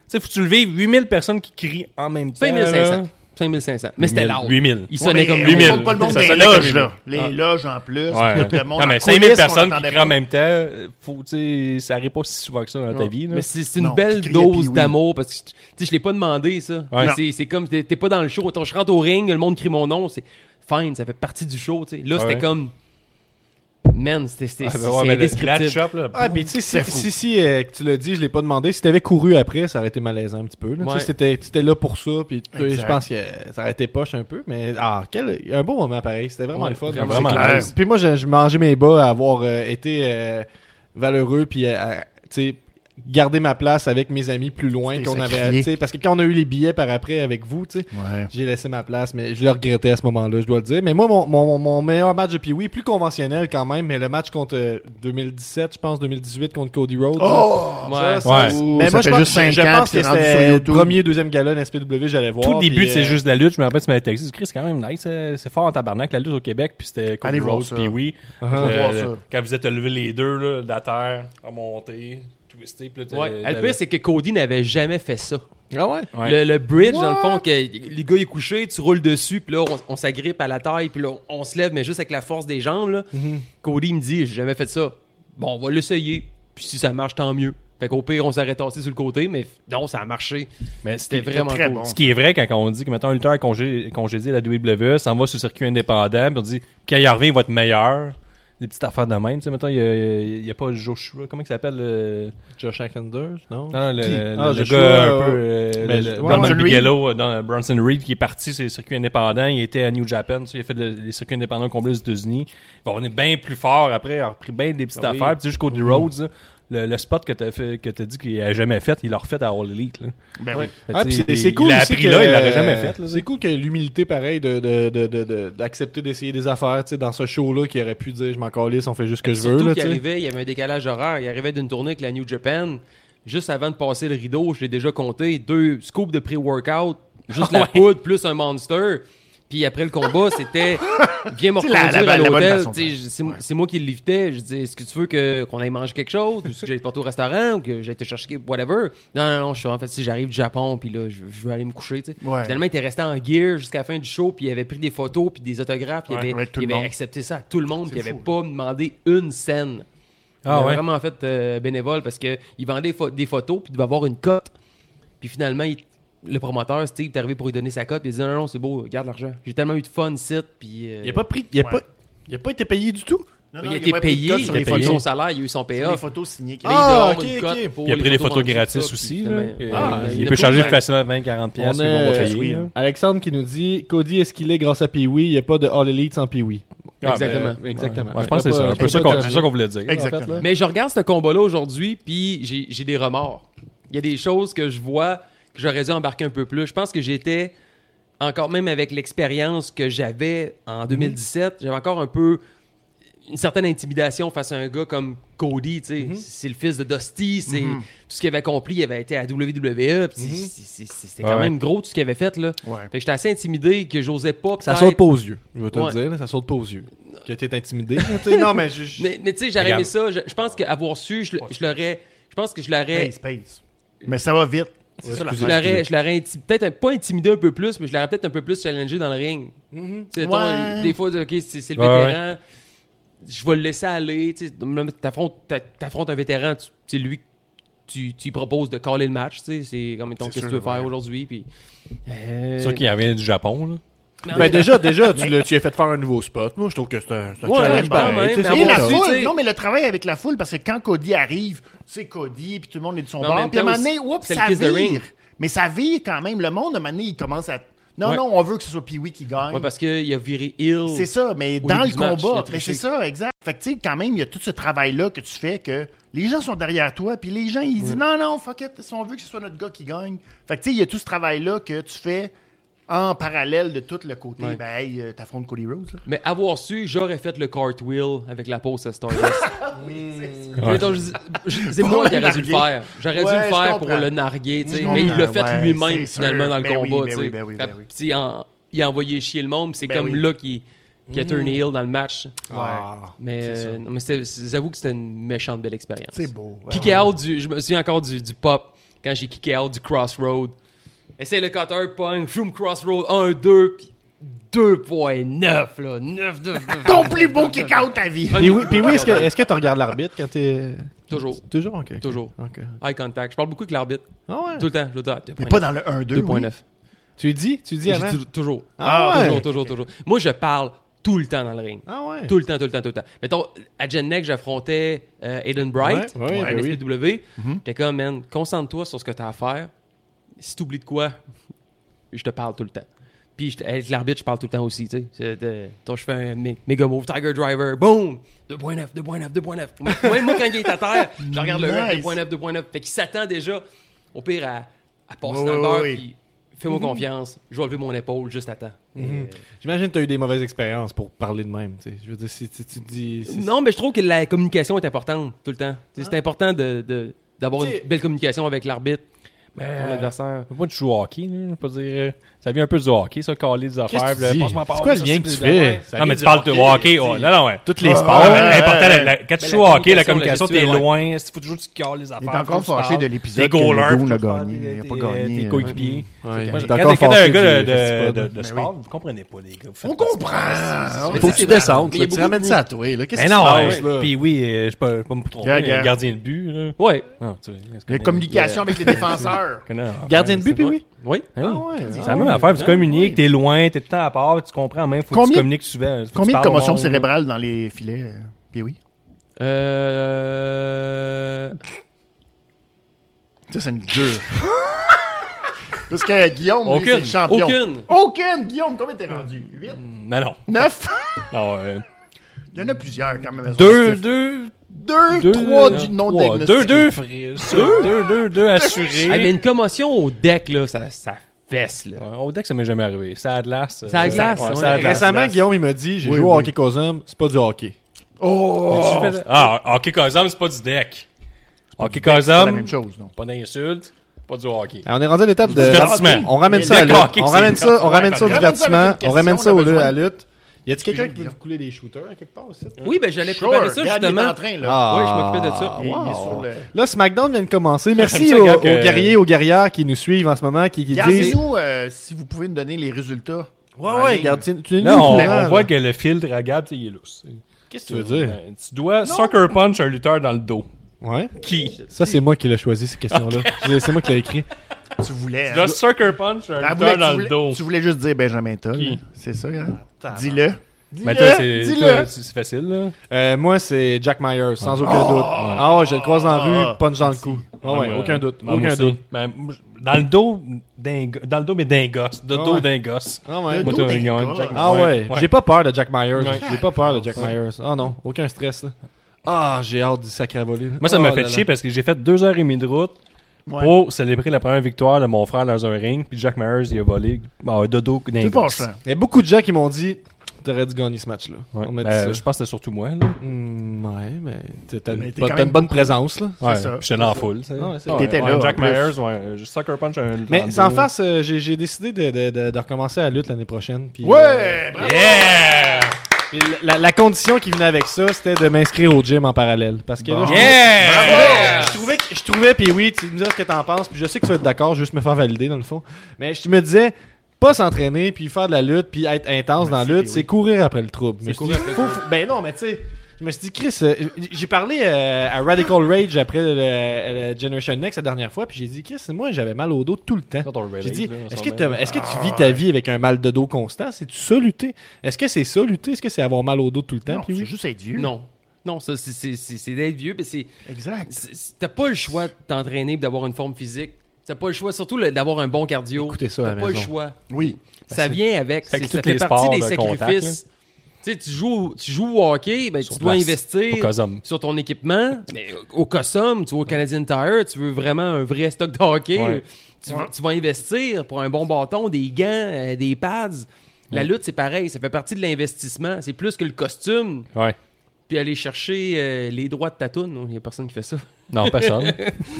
Speaker 7: sais, faut que tu le vives, 8000 personnes qui crient en même temps.
Speaker 5: 5500.
Speaker 7: là.
Speaker 5: 5500. Mais c'était
Speaker 7: 8000,
Speaker 5: large.
Speaker 7: 8000.
Speaker 5: Il sonnait comme
Speaker 7: on compte
Speaker 5: 8000.
Speaker 7: pas le monde Ça des sonnait loges, comme
Speaker 3: là. Les
Speaker 7: Ah.
Speaker 3: loges en plus.
Speaker 7: Ouais.
Speaker 3: tout le monde
Speaker 7: Non,
Speaker 3: en
Speaker 7: mais
Speaker 3: coulisses
Speaker 7: 5000
Speaker 3: qu'on
Speaker 7: personnes qui
Speaker 3: entendait
Speaker 7: crient en
Speaker 3: pas.
Speaker 7: même temps, euh, faut, tu sais, ça arrive pas si souvent que ça dans ta vie. là.
Speaker 5: Mais c'est c'est une
Speaker 3: Non,
Speaker 5: belle
Speaker 3: tu criais
Speaker 5: dose
Speaker 3: Pee-wee.
Speaker 5: d'amour parce que tu sais, je l'ai pas demandé ça.
Speaker 7: Ouais.
Speaker 5: Mais c'est- C'est comme t'es t'es pas dans le show. Attends, je rentre au ring, le monde crie mon nom, c'est fine, ça fait partie du show. tu sais. Là, c'était
Speaker 7: Ouais.
Speaker 5: comme man, c'était c'était-
Speaker 7: Ah,
Speaker 5: c'est
Speaker 7: ben ouais, mais le Glad
Speaker 5: indescriptible.
Speaker 7: Shop, là,
Speaker 2: Ah, puis tu sais,
Speaker 3: fou.
Speaker 2: si, si, si, euh, que tu l'as dit, je l'ai pas demandé. Si t'avais couru après, ça aurait été malaisant un petit peu. là. Tu
Speaker 5: Ouais.
Speaker 2: sais, c'était- tu étais là pour ça, puis tu sais, je
Speaker 3: Exact.
Speaker 2: pense que ça aurait été poche un peu. Mais ah, quel, un beau moment pareil. C'était vraiment
Speaker 5: Ouais,
Speaker 2: le fun.
Speaker 7: vraiment.
Speaker 2: C'est clair.
Speaker 3: Clair.
Speaker 2: Puis moi, je, je mangeais mes bas à avoir euh, été euh, valeureux, puis euh, à- à, tu sais, garder ma place avec mes amis plus loin
Speaker 3: C'était
Speaker 2: qu'on avait.
Speaker 3: sacrifié.
Speaker 2: tu sais, Parce que quand on a eu les billets par après avec vous, tu sais,
Speaker 3: Ouais.
Speaker 2: j'ai laissé ma place, mais je le regrettais à ce moment-là, je dois le dire. Mais moi, mon, mon, mon meilleur match de Pee-Wee, plus conventionnel quand même, mais le match contre euh, 2017, je pense, 2018 contre Cody Rhodes.
Speaker 3: Oh!
Speaker 5: Ouais.
Speaker 7: Ouais.
Speaker 2: mais moi, je pense,
Speaker 3: cinq
Speaker 2: je
Speaker 3: ans,
Speaker 2: pense
Speaker 3: puis
Speaker 2: que
Speaker 3: c'est rendu sur
Speaker 2: c'était le
Speaker 3: YouTube.
Speaker 2: premier, deuxième gala en SPW, j'allais voir.
Speaker 7: Tout le début,
Speaker 2: puis,
Speaker 7: c'est
Speaker 2: euh,
Speaker 7: juste de la lutte. Je me rappelle, tu m'avais texté. Chris, c'est quand même nice. euh, C'est fort en tabarnak, la lutte au Québec. Puis c'était Cody
Speaker 3: Allez voir
Speaker 7: Rhodes,
Speaker 3: ça.
Speaker 7: puis oui. Euh,
Speaker 3: Allez voir ça.
Speaker 7: Quand vous êtes levés les deux, là, de la terre, à monter, twister. Puis là, t'as-
Speaker 5: Ouais. Le
Speaker 7: t'avais-
Speaker 5: pire, c'est que Cody n'avait jamais fait ça.
Speaker 2: Ah ouais?
Speaker 7: Ouais.
Speaker 5: Le, le bridge, dans le fond, que les gars est couché, tu roules dessus, puis là, on, on s'agrippe à la taille, puis là, on, on se lève, mais juste avec la force des jambes. Là. Cody me dit, j'ai jamais fait ça. Bon, on va l'essayer, puis si ça marche, tant mieux. Fait qu'au pire, on s'est retassé sur le côté, mais non, ça a marché. Mais c'était vraiment
Speaker 3: très
Speaker 5: cool.
Speaker 3: bon.
Speaker 7: Ce qui est vrai quand on dit que mettons un lutteur est congé- congédié à la WWE, s'en va sur le circuit indépendant, puis on dit quand il revient, il va être meilleur. Des petites affaires de même. Tu sais, mettons, il y a- il n'y a, pas Joshua, comment il s'appelle euh,
Speaker 2: Josh Hackenders, non?
Speaker 7: non, le, le-
Speaker 2: Ah,
Speaker 7: le
Speaker 2: Joshua,
Speaker 7: gars un
Speaker 2: ouais.
Speaker 7: peu. euh,
Speaker 2: Mais
Speaker 7: le-
Speaker 2: je-
Speaker 7: le-
Speaker 2: ouais,
Speaker 7: Bronson
Speaker 3: ouais.
Speaker 7: Bigelow, euh, dans euh, Bronson Reed, qui est parti sur les circuits indépendants. Il était à New Japan. tu sais, il a fait le- les circuits indépendants complets aux États-Unis. Bon, on est bien plus fort après. Il a repris bien des petites
Speaker 5: Ah oui.
Speaker 7: affaires. Puis tu sais, jusqu'au D-Roads, là, le, le spot que tu as dit qu'il a jamais fait, il l'a refait à All Elite. là.
Speaker 3: Ben oui.
Speaker 7: Fait que
Speaker 2: Ah,
Speaker 7: tu
Speaker 2: puis
Speaker 7: sais,
Speaker 2: c'est c'est cool
Speaker 7: Il l'a
Speaker 2: aussi
Speaker 7: appris
Speaker 2: que-
Speaker 7: là, il l'aurait jamais fait. là.
Speaker 2: C'est cool que l'humilité, pareil, d'accepter de, de, de, de- d'accepter d'essayer des affaires, tu sais, dans ce show-là, qui aurait pu dire, je m'en calisse, on fait juste ce que je veux,
Speaker 5: Surtout
Speaker 2: là,
Speaker 5: qu'il
Speaker 2: tu sais.
Speaker 5: arrivait, il y avait un décalage horaire. Il arrivait d'une tournée avec la New Japan. Juste avant de passer le rideau, je l'ai déjà compté, deux scoops de pré-workout, juste la poudre plus un monster. Puis après le combat, c'était viens me
Speaker 3: C'est la- la
Speaker 5: reconduire à
Speaker 3: bonne- la bonne
Speaker 5: l'hôtel.
Speaker 3: façon de
Speaker 5: Tu sais, je- C'est c'est moi qui le liftais. Je dis est-ce que tu veux que- qu'on aille manger quelque chose Ou est-ce que j'aille te porter au restaurant Ou que j'aille te chercher whatever Non, non, non, je suis en fait, si j'arrive du Japon, puis là, je, je veux aller me coucher. tu sais.
Speaker 3: Ouais.
Speaker 5: Finalement, il était resté en gear jusqu'à la fin du show, puis il avait pris des photos, puis des autographes, puis il
Speaker 3: Ouais,
Speaker 5: avait,
Speaker 3: avec tout
Speaker 5: il
Speaker 3: le
Speaker 5: avait
Speaker 3: monde.
Speaker 5: accepté ça à tout le monde, puis il
Speaker 3: C'est
Speaker 5: avait
Speaker 3: fou.
Speaker 5: pas demandé une scène.
Speaker 7: Ah
Speaker 5: il a
Speaker 7: ouais.
Speaker 5: vraiment fait euh, bénévole parce qu'il vendait pho- des photos, puis il devait avoir une cote. Puis finalement, il- le promoteur, Steve, est arrivé pour lui donner sa cote, puis il dit non, non, c'est beau, garde l'argent. J'ai tellement eu de fun, site, puis. euh,
Speaker 2: Il a pas pris, il a
Speaker 3: Ouais.
Speaker 2: pas, il a pas été payé du tout.
Speaker 3: Non,
Speaker 5: il
Speaker 3: non,
Speaker 5: a
Speaker 3: y
Speaker 5: été
Speaker 3: pas de
Speaker 5: payé,
Speaker 3: cote
Speaker 5: il
Speaker 3: sur
Speaker 5: a
Speaker 3: les
Speaker 5: payé son
Speaker 3: photos.
Speaker 5: salaire, il a eu son
Speaker 3: Sur les
Speaker 5: payoff.
Speaker 3: photos signées.
Speaker 2: Ah,
Speaker 5: Mais il doit avoir
Speaker 2: ok,
Speaker 5: une
Speaker 2: ok.
Speaker 5: cote
Speaker 2: Puis
Speaker 5: pour
Speaker 7: Il a pris
Speaker 5: les
Speaker 7: des photos
Speaker 5: en dessous de
Speaker 7: gratis
Speaker 5: ça,
Speaker 7: aussi.
Speaker 5: puis
Speaker 7: là.
Speaker 5: finalement,
Speaker 7: Euh,
Speaker 5: ah,
Speaker 7: il,
Speaker 5: a
Speaker 7: peut
Speaker 5: tout
Speaker 7: charger
Speaker 5: fait.
Speaker 7: facilement 20-40$
Speaker 2: On
Speaker 7: piastres,
Speaker 2: a,
Speaker 7: ils vont
Speaker 2: euh,
Speaker 7: payer. là.
Speaker 2: Alexandre qui nous dit Cody est-ce qu'il est grâce à Pee-Wee Il n'y a pas de All Elite sans Pee-Wee.
Speaker 7: Ah,
Speaker 5: Exactement.
Speaker 2: ben, exactement.
Speaker 7: Ouais, je pense que c'est
Speaker 2: pas-
Speaker 7: ça. un peu
Speaker 2: je
Speaker 7: ça
Speaker 2: peux pas
Speaker 7: qu'on-
Speaker 2: te-
Speaker 7: C'est ça qu'on voulait dire.
Speaker 3: Exactement.
Speaker 2: En fait, là.
Speaker 5: Mais je regarde ce combat-là aujourd'hui, puis j'ai- j'ai des remords. Il y a des choses que je vois que j'aurais dû embarquer un peu plus. Je pense que j'étais, encore même avec l'expérience que j'avais en 2017, j'avais encore un peu une certaine intimidation face à un gars comme Cody. tu sais. C'est le fils de Dusty, c'est tout ce qu'il avait accompli, il avait été à WWE, puis c'est- c'est- c'est- c'était quand
Speaker 7: Ouais.
Speaker 5: même gros tout ce qu'il avait fait. Là.
Speaker 3: Ouais.
Speaker 5: Fait que j'étais assez intimidé que j'osais pas.
Speaker 2: Ça
Speaker 5: peut-être-
Speaker 2: saute pas aux yeux. Je vais te
Speaker 5: Ouais.
Speaker 2: le dire, là, ça saute pas aux yeux. Que t'es intimidé. là, tu sais. non, mais je- je-
Speaker 5: Mais, mais tu sais, j'aurais
Speaker 7: Regarde.
Speaker 5: aimé ça. Je, je pense qu'avoir su, je, le- je l'aurais. Je pense que je l'aurais.
Speaker 3: Space, space. Mais ça va vite. C'est ça la
Speaker 5: Je l'aurais, je l'aurais inti- peut-être un- pas intimidé un peu plus, mais je l'aurais peut-être un peu plus challengé dans le ring. Tu sais, mettons,
Speaker 3: Mm-hmm. Ouais.
Speaker 5: Des fois, ok, c'est, c'est le
Speaker 7: Ouais,
Speaker 5: vétéran, je vais le laisser aller. tu sais, même T'affrontes, t'a- t'affrontes un vétéran, tu- c'est lui que tu, tu lui proposes de caller le match. tu sais, C'est comme, mettons,
Speaker 3: C'est
Speaker 5: qu'est-ce que tu
Speaker 3: sûr,
Speaker 5: veux faire
Speaker 3: ouais.
Speaker 5: aujourd'hui? Puis,
Speaker 7: C'est
Speaker 5: euh,
Speaker 7: sûr qu'il revient du Japon. là.
Speaker 5: mais en
Speaker 2: Ben,
Speaker 5: même
Speaker 2: déjà, déjà, tu l'as- tu lui as fait faire un nouveau spot. Moi, je trouve que c'est un, c'est un
Speaker 5: Ouais,
Speaker 2: challenge
Speaker 5: ouais,
Speaker 9: ben,
Speaker 5: quand
Speaker 2: pareil,
Speaker 5: même,
Speaker 2: tu sais,
Speaker 5: mais
Speaker 2: c'est
Speaker 5: en
Speaker 3: Et
Speaker 2: bon,
Speaker 3: la
Speaker 5: bon,
Speaker 2: ça.
Speaker 5: tu
Speaker 3: foule,
Speaker 5: sais.
Speaker 3: non, mais le travail avec la foule, parce que quand Cody arrive, c'est Cody, puis tout le monde est de son
Speaker 5: Mais en
Speaker 3: bord,
Speaker 5: même
Speaker 3: puis à un
Speaker 5: temps
Speaker 3: moment
Speaker 5: aussi,
Speaker 3: donné, oups,
Speaker 5: c'est le
Speaker 3: ça
Speaker 5: kiss the ring.
Speaker 3: vire. Mais ça vire quand même. Le monde, à un moment donné, il commence à. Non,
Speaker 7: Ouais.
Speaker 3: non, on veut que ce soit Pee-Wee qui gagne.
Speaker 5: temps, ouais, parce qu'il a viré Hill.
Speaker 3: C'est ça, mais
Speaker 5: Au
Speaker 3: dans
Speaker 5: début
Speaker 3: le
Speaker 5: du match, il a
Speaker 3: combat, mais
Speaker 5: triché.
Speaker 3: c'est ça, exact. Fait que, tu sais, quand même, il y a tout ce travail-là que tu fais que les gens sont derrière toi, puis les gens, ils disent non, non, fuck it, si on veut que ce soit notre gars qui gagne. Fait que, tu sais, il y a tout ce travail-là que tu fais en parallèle de tout le côté.
Speaker 5: Ouais.
Speaker 3: Ben, hey, euh, t'affrontes Cody Rhodes, là.
Speaker 5: Mais avoir su, j'aurais fait le cartwheel avec la pause à Stardust.
Speaker 7: Ouais.
Speaker 5: Mettons, je dis- je- C'est
Speaker 3: Pour
Speaker 5: moi
Speaker 3: le
Speaker 5: qui aurais dû
Speaker 3: narguer.
Speaker 5: le faire. J'aurais dû
Speaker 3: Ouais,
Speaker 5: le faire
Speaker 3: je
Speaker 5: pour
Speaker 3: comprends.
Speaker 5: le narguer, tu sais,
Speaker 3: Je
Speaker 5: mais il l'a fait
Speaker 3: comprends, ouais,
Speaker 5: lui-même
Speaker 3: c'est
Speaker 5: finalement
Speaker 3: sûr.
Speaker 5: dans le
Speaker 3: Ben oui,
Speaker 5: combat.
Speaker 3: ben
Speaker 5: tu
Speaker 3: oui,
Speaker 5: sais.
Speaker 3: ben oui,
Speaker 5: Fait-
Speaker 3: ben oui.
Speaker 5: tu sais, en- il a envoyé chier le monde, puis c'est
Speaker 3: Ben
Speaker 5: comme
Speaker 3: oui. Mm.
Speaker 5: là qu'il qu'il a turné heel dans le match.
Speaker 2: Ah.
Speaker 5: Mais, euh, non, mais c'était- c'est- j'avoue que c'était une méchante belle expérience.
Speaker 3: C'est beau.
Speaker 5: Kick out du, je me souviens encore du, du pop quand j'ai kické out du crossroad. Essaye le cutter, punk, Froome Crossroad 1, 2, puis 2.9, là. 9, 9, 9.
Speaker 3: Ton plus beau kick-out à vie.
Speaker 2: Puis oui, puis oui, est-ce que est-ce que tu regardes l'arbitre quand t'es.
Speaker 5: Toujours,
Speaker 2: Toujours, ok.
Speaker 5: toujours.
Speaker 2: Ok.
Speaker 5: Eye contact. Je parle beaucoup avec l'arbitre.
Speaker 2: Ah ouais.
Speaker 5: Tout le temps, tout le temps.
Speaker 3: Mais pas dans le 1-2. oui.
Speaker 5: 2.9.
Speaker 2: Tu dis, tu dis
Speaker 5: J'ai
Speaker 2: avant.
Speaker 5: tou- Toujours.
Speaker 2: hein? Ah ouais.
Speaker 5: Toujours, toujours, toujours. Moi, je parle tout le temps dans le ring.
Speaker 2: Ah ouais.
Speaker 5: Tout le temps, tout le temps, tout le temps. Mettons, à Gen Neck, j'affrontais euh, Aiden Bright,
Speaker 2: Ouais, ouais,
Speaker 5: à
Speaker 2: ben oui.
Speaker 5: NSPW. J'étais comme, man, concentre-toi sur ce que t'as à faire. Si t'oublies de quoi, je te parle tout le temps. Puis je- avec l'arbitre, je parle tout le temps aussi, tu sais. C'est, euh, mettons, je fais un mé- méga move, Tiger Driver, boom! 2.9, 2.9, 2.9. Moi, moi, quand il est à terre, je regarde le ref,
Speaker 3: Nice.
Speaker 5: 2.9, 2.9. Fait qu'il s'attend déjà, au pire, à, à passer
Speaker 3: Oui,
Speaker 5: dans le
Speaker 3: oui,
Speaker 5: beurre,
Speaker 3: oui.
Speaker 5: puis
Speaker 2: Mm-hmm.
Speaker 5: fais-moi confiance, je vais lever mon épaule juste à temps. euh,
Speaker 2: Mhm. J'imagine que tu as eu des mauvaises expériences pour parler de même. tu sais. Je veux dire, si tu tu te dis. si-
Speaker 5: Non, mais je trouve que la communication est importante tout le temps. Tu sais, C'est important de- de- d'avoir
Speaker 2: Ah. Tu sais-
Speaker 5: une belle communication avec l'arbitre, ton adversaire.
Speaker 7: Moi, tu joues au hockey, là, je peux dire. Ça vient un peu du hockey, ça, caler des
Speaker 2: Qu'est-ce
Speaker 7: affaires.
Speaker 2: que tu dis? C'est quoi le lien que tu fais? Ça
Speaker 7: Non,
Speaker 2: vient
Speaker 7: mais
Speaker 2: du
Speaker 7: tu parles de
Speaker 2: hockey.
Speaker 7: hockey. ouais. Non, non, ouais.
Speaker 2: Tous les sports.
Speaker 7: Ah, ouais,
Speaker 2: hein.
Speaker 7: important, la- la- quand tu
Speaker 5: Mais
Speaker 7: joues
Speaker 5: la
Speaker 7: au hockey, la communication,
Speaker 5: communication, là,
Speaker 7: t'es
Speaker 5: que tu es,
Speaker 7: loin. Il faut toujours que tu cales les
Speaker 3: Il
Speaker 7: affaires.
Speaker 3: est encore
Speaker 7: faut que tu
Speaker 3: fâché
Speaker 7: parles.
Speaker 3: de l'épisode
Speaker 7: Les
Speaker 3: que
Speaker 7: goalers,
Speaker 3: Legault n'a
Speaker 7: faut que tu
Speaker 3: gagné.
Speaker 7: parles
Speaker 3: Il n'a
Speaker 7: des-
Speaker 3: pas
Speaker 7: des-
Speaker 3: gagné. euh.
Speaker 7: Tes coéquipiers.
Speaker 2: Ouais.
Speaker 7: Moi,
Speaker 2: T'es
Speaker 7: je-
Speaker 2: encore
Speaker 7: Quand t'es- quand t'es un
Speaker 2: fâché
Speaker 7: gars
Speaker 2: du
Speaker 7: de- de-
Speaker 2: festival.
Speaker 7: de de sport, vous comprenez pas, les gars. Vous faites
Speaker 3: On
Speaker 7: pas de
Speaker 3: comprend.
Speaker 5: Mais
Speaker 3: Faut
Speaker 5: ça,
Speaker 3: que
Speaker 5: c'est
Speaker 3: tu
Speaker 5: vrai.
Speaker 3: descendes.
Speaker 5: Mais il y
Speaker 3: là.
Speaker 5: a
Speaker 3: Tu
Speaker 5: beaucoup
Speaker 3: ramènes
Speaker 5: de-
Speaker 3: ça à toi. là. Qu'est-ce
Speaker 7: Mais
Speaker 3: qui se
Speaker 7: non,
Speaker 3: passe, là?
Speaker 7: ouais. puis oui, euh, je peux pas me tromper.
Speaker 3: Regarde, regarde.
Speaker 7: Gardien de but, là.
Speaker 5: Ouais.
Speaker 7: Non, tu sais,
Speaker 3: La communication avec les défenseurs.
Speaker 2: Gardien de but, puis oui.
Speaker 5: Oui.
Speaker 7: C'est la même affaire, tu communiques, t'es loin, t'es tout le temps à part, tu comprends même, faut que
Speaker 3: Combien-
Speaker 7: tu communiques souvent. faut que tu
Speaker 3: Combien de
Speaker 7: parles au
Speaker 3: commotions
Speaker 7: monde.
Speaker 3: cérébrales dans les filets? euh, Puis oui.
Speaker 5: Euh...
Speaker 3: Ça, c'est une dure. Parce que euh, Guillaume, lui, c'est le
Speaker 5: Aucune.
Speaker 3: champion.
Speaker 5: Aucune.
Speaker 3: Aucune. Guillaume, combien t'es rendu? 8?
Speaker 7: Non, non.
Speaker 3: 9?
Speaker 7: Non, euh,
Speaker 3: Il y en a plusieurs quand même.
Speaker 7: deux, deux,
Speaker 3: 2,
Speaker 7: deux.
Speaker 3: 3
Speaker 7: euh,
Speaker 3: du non
Speaker 7: trois.
Speaker 3: diagnostiqué.
Speaker 7: Deux, deux, frère. Deux, deux, deux, deux
Speaker 5: Ah, mais
Speaker 7: assurés.
Speaker 5: une commotion au deck, là, ça, ça fesse, là.
Speaker 7: Ouais, Au deck, ça m'est jamais arrivé. Ah, Ça a de l'as.
Speaker 5: Ça hein. a de l'as, ouais.
Speaker 2: Récemment, Guillaume, il m'a dit j'ai
Speaker 3: Oui,
Speaker 2: joué au
Speaker 3: oui.
Speaker 2: hockey Cosum, c'est pas du hockey.
Speaker 3: Oh!
Speaker 7: Ah, hockey Kazam, c'est pas du deck. Hockey
Speaker 3: C'est la même
Speaker 7: Kazam,
Speaker 3: chose, non?
Speaker 7: pas d'insulte, pas du hockey.
Speaker 2: Alors, on est rendu à l'étape de.
Speaker 7: Divertissement.
Speaker 2: On ramène
Speaker 7: Le
Speaker 2: ça à
Speaker 7: deck
Speaker 2: lutte.
Speaker 7: hockey,
Speaker 2: On
Speaker 7: c'est
Speaker 2: ramène ça, on
Speaker 7: divertissement.
Speaker 2: ramène ça au
Speaker 3: Ramène ça avec
Speaker 2: divertissement.
Speaker 3: une
Speaker 2: On ramène
Speaker 3: question,
Speaker 2: ça
Speaker 3: on a
Speaker 2: au-
Speaker 3: besoin.
Speaker 2: à la lutte. Y a-t-il quelqu'un qui
Speaker 3: Excusez,
Speaker 2: veut couler des shooters à quelque part aussi?
Speaker 5: Oui, ben j'allais
Speaker 3: Sure,
Speaker 5: préparer ça,
Speaker 3: regarde, il est
Speaker 5: justement.
Speaker 3: en train, là.
Speaker 2: Ah,
Speaker 5: Ouais, je m'occupais de ça.
Speaker 3: Il est- il est
Speaker 2: wow.
Speaker 3: sur le-
Speaker 2: Là, SmackDown vient de commencer. Merci
Speaker 7: J'aime ça
Speaker 2: aux,
Speaker 7: quand
Speaker 2: aux
Speaker 7: que-
Speaker 2: guerriers et aux guerrières qui nous suivent en ce moment, qui, qui disent.
Speaker 3: Gardez-nous euh, si vous pouvez nous donner les résultats.
Speaker 2: Ouais, ouais, garde, tu, tu es
Speaker 7: Là,
Speaker 2: nous au
Speaker 7: on,
Speaker 2: courant,
Speaker 7: on
Speaker 2: là.
Speaker 7: voit que le filtre à Gab, il est lousse.
Speaker 2: Qu'est-ce que tu veux dire?
Speaker 7: Euh, Tu dois soccer punch un lutteur dans le dos.
Speaker 2: Ouais.
Speaker 7: Qui?
Speaker 2: Ça, c'est moi qui l'ai choisi, ces questions-là. C'est- C'est moi qui l'ai écrit.
Speaker 3: Tu voulais. hein.
Speaker 7: Tu dois soccer punch un
Speaker 3: Ah,
Speaker 7: lutteur
Speaker 3: voulais- tu,
Speaker 7: dans le
Speaker 3: voulais,
Speaker 7: dos.
Speaker 3: tu voulais juste dire Benjamin Toll.
Speaker 7: Qui?
Speaker 3: C'est ça, hein? Dis-le.
Speaker 7: Mais toi, c'est
Speaker 3: Dis-le,
Speaker 7: toi,
Speaker 3: dis-le.
Speaker 7: c'est- c'est facile, là.
Speaker 2: Euh, moi, c'est Jack Myers, sans aucun
Speaker 7: Oh!
Speaker 2: doute. Ah ouais, je le croise dans la rue, punch dans le cou. Ah ouais,
Speaker 7: Euh,
Speaker 2: aucun doute.
Speaker 7: moi aussi.
Speaker 2: Aucun doute.
Speaker 7: Ben, moi, je- dans le dos, d'un go- dans le dos, mais d'un gosse. De
Speaker 2: Ah
Speaker 7: dos
Speaker 2: ouais.
Speaker 7: d'un gosse.
Speaker 2: Ah
Speaker 3: Le
Speaker 2: ouais.
Speaker 3: dos.
Speaker 7: Moi, toi,
Speaker 3: d'un
Speaker 7: Jack-
Speaker 3: gosse.
Speaker 7: Jack-
Speaker 2: Ah ouais, j'ai pas peur de Jack Myers.
Speaker 7: Ouais.
Speaker 2: J'ai pas peur de Jack Myers. Ah non, aucun stress. là. Ah, j'ai hâte du sacré voler. Ah
Speaker 7: Moi, ça m'a fait chier parce que j'ai fait deux heures et demie de route
Speaker 3: Oh Ouais.
Speaker 7: pour célébrer la première victoire de mon frère dans un ring. Puis Jack Myers, il a volé ah, de dos d'un
Speaker 3: C'est pas
Speaker 7: gosse.
Speaker 3: ça.
Speaker 2: Il y a beaucoup de gens qui m'ont dit T'aurais dû gagner ce match-là.
Speaker 7: Ouais.
Speaker 2: On m'a dit
Speaker 7: Ben,
Speaker 2: ça.
Speaker 7: je pense que c'était surtout moi. Là.
Speaker 2: Hmm, ouais, mais t'as- t'as
Speaker 3: Mais
Speaker 2: une,
Speaker 3: t'es
Speaker 2: bonne-
Speaker 3: quand
Speaker 2: t'as une
Speaker 3: même
Speaker 2: bonne présence, là.
Speaker 7: Ouais,
Speaker 3: ça.
Speaker 7: J'étais dans la foule. tu sais.
Speaker 2: Ouais, c'est-
Speaker 7: Ouais,
Speaker 3: Euh, T'étais
Speaker 7: ouais,
Speaker 3: là,
Speaker 7: Jack
Speaker 3: en plus.
Speaker 7: Myers, ouais. Je sucker punch un lutteur dans
Speaker 2: Mais
Speaker 7: le
Speaker 2: sans
Speaker 7: dos.
Speaker 2: face, euh, j'ai j'ai décidé de, de- de- de recommencer la lutte l'année prochaine. puis, euh,
Speaker 3: Ouais! bravo.
Speaker 7: Yeah!
Speaker 2: puis la, la condition qui venait avec ça, c'était de m'inscrire au gym en parallèle. Parce que là, je-
Speaker 7: Yeah!
Speaker 2: je trouvais, que- je trouvais, puis oui, tu me dis ce que t'en penses, puis je sais que tu vas être d'accord, juste me faire valider dans le fond. Mais je me disais, pas s'entraîner, puis faire de la lutte, puis être intense dans la lutte, c'est courir après le trouble. Je me suis dit, faut- faut- ben non, mais tu sais, je me suis dit, Chris, euh, j'ai parlé euh, à Radical Rage après le, le Generation Next la dernière fois, puis j'ai dit, Chris, moi j'avais mal au dos tout le temps.
Speaker 7: Quand on le
Speaker 2: J'ai dit,
Speaker 7: relate, là, on
Speaker 2: est-ce
Speaker 7: s'en
Speaker 2: que,
Speaker 7: met.
Speaker 2: t'as- est-ce que tu vis ta vie avec un mal de dos constant? C'est-tu ça lutter? Est-ce que c'est ça lutter? Est-ce que c'est avoir mal au dos tout le temps?
Speaker 3: Non,
Speaker 2: Puis
Speaker 3: c'est
Speaker 2: oui.
Speaker 3: juste être vieux.
Speaker 5: Non. Non, ça, c'est- c'est c'est- c'est d'être vieux, mais c'est.
Speaker 3: Exact.
Speaker 5: c'est- c'est- T'as pas le choix de t'entraîner et d'avoir une forme physique. T'as pas le choix, surtout le- d'avoir un bon cardio.
Speaker 2: Écoutez ça à
Speaker 5: T'as
Speaker 2: la
Speaker 5: pas le
Speaker 2: maison.
Speaker 5: choix.
Speaker 3: Oui.
Speaker 5: Ça vient avec.
Speaker 7: Fait que
Speaker 5: C'est- Ça
Speaker 7: tous les
Speaker 5: fait partie
Speaker 7: sports
Speaker 5: des
Speaker 7: de contact,
Speaker 5: sacrifices. Tu sais, tu joues, tu joues au hockey, ben, tu dois
Speaker 7: place.
Speaker 5: investir
Speaker 7: Au Cosum.
Speaker 5: sur ton équipement. Mais au Cossum, tu vas au Canadian Tire, tu veux vraiment un vrai stock de hockey.
Speaker 7: Ouais.
Speaker 5: Tu, tu vas investir pour un bon bâton, des gants, euh, des pads. La lutte, c'est pareil. Ça fait partie de l'investissement. C'est plus que le costume.
Speaker 7: Ouais.
Speaker 5: Puis aller chercher euh, les droits de ta toune. Il n'y a personne qui fait ça.
Speaker 7: Non, personne.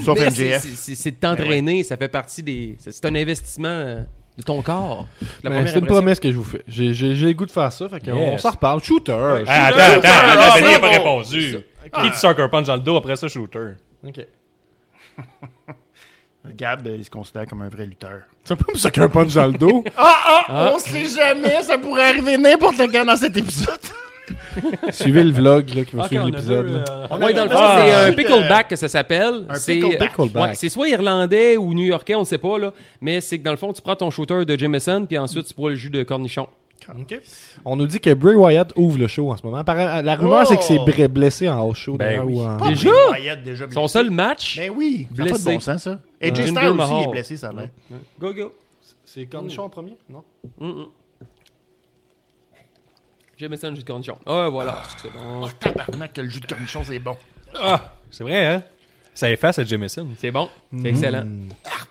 Speaker 3: Sauf
Speaker 5: Mais c'est-
Speaker 3: MJF.
Speaker 5: c'est c'est- c'est de
Speaker 3: Ben
Speaker 5: t'entraîner. Ça fait partie des. C'est c'est un investissement euh, de ton corps. La
Speaker 3: Ben,
Speaker 2: Mais
Speaker 5: première
Speaker 2: Ben, C'est une
Speaker 5: impression.
Speaker 2: promesse que je vous fais. J'ai j'ai- j'ai le goût de faire ça, fait qu'on
Speaker 7: Yes.
Speaker 2: on s'en reparle. Shooter! shooter.
Speaker 7: Ah, attends,
Speaker 3: Shooter,
Speaker 7: attends, la
Speaker 3: shooter,
Speaker 7: Benny a pas
Speaker 3: bravo.
Speaker 7: répondu. Qui te sucker punch dans le dos après ça, shooter?
Speaker 2: Ok.
Speaker 3: Gab, euh, il se considère comme un vrai lutteur.
Speaker 2: C'est pas me sac un punch dans le dos.
Speaker 3: Ah, ah, on sait jamais, ça pourrait arriver n'importe quand dans cet épisode.
Speaker 2: Suivez le vlog là, qui va
Speaker 9: Ok,
Speaker 2: suivre
Speaker 9: on a
Speaker 2: l'épisode.
Speaker 9: deux,
Speaker 2: là.
Speaker 9: euh,
Speaker 5: Ouais, dans le fond,
Speaker 3: Ah,
Speaker 5: c'est un
Speaker 3: euh,
Speaker 5: pickleback que ça s'appelle.
Speaker 3: un
Speaker 5: C'est-
Speaker 3: pickleback.
Speaker 2: Pickleback.
Speaker 5: Ouais, c'est soit irlandais ou new-yorkais, on ne sait pas, là. Mais c'est que dans le fond, tu prends ton shooter de Jameson, puis ensuite, tu bois le jus de cornichon.
Speaker 11: Ok.
Speaker 9: euh,
Speaker 2: On nous dit que Bray Wyatt ouvre le show en ce moment. Par- La rumeur,
Speaker 3: Oh!
Speaker 2: c'est que c'est bra- blessé en haut show.
Speaker 9: Ben
Speaker 2: d'ailleurs,
Speaker 9: oui.
Speaker 2: ou en-
Speaker 3: Pas
Speaker 5: Déjà?
Speaker 3: Bray Wyatt, déjà blessé.
Speaker 5: Son seul match,
Speaker 3: Ben oui, ça a pas de
Speaker 5: Blessé.
Speaker 3: bon sens, ça. Et AJ
Speaker 5: Jinder
Speaker 3: Styles aussi
Speaker 5: Mahal.
Speaker 3: est blessé, ça va.
Speaker 5: go go.
Speaker 2: C'est Cornichon en premier Non.
Speaker 5: Jameson, jus de cornichon. Ah, voilà. C'est bon.
Speaker 3: Tabarnak, que le jus de cornichon, c'est bon.
Speaker 9: Ah, c'est vrai, hein? Ça efface à Jameson.
Speaker 5: C'est bon.
Speaker 3: Hmm.
Speaker 5: C'est excellent.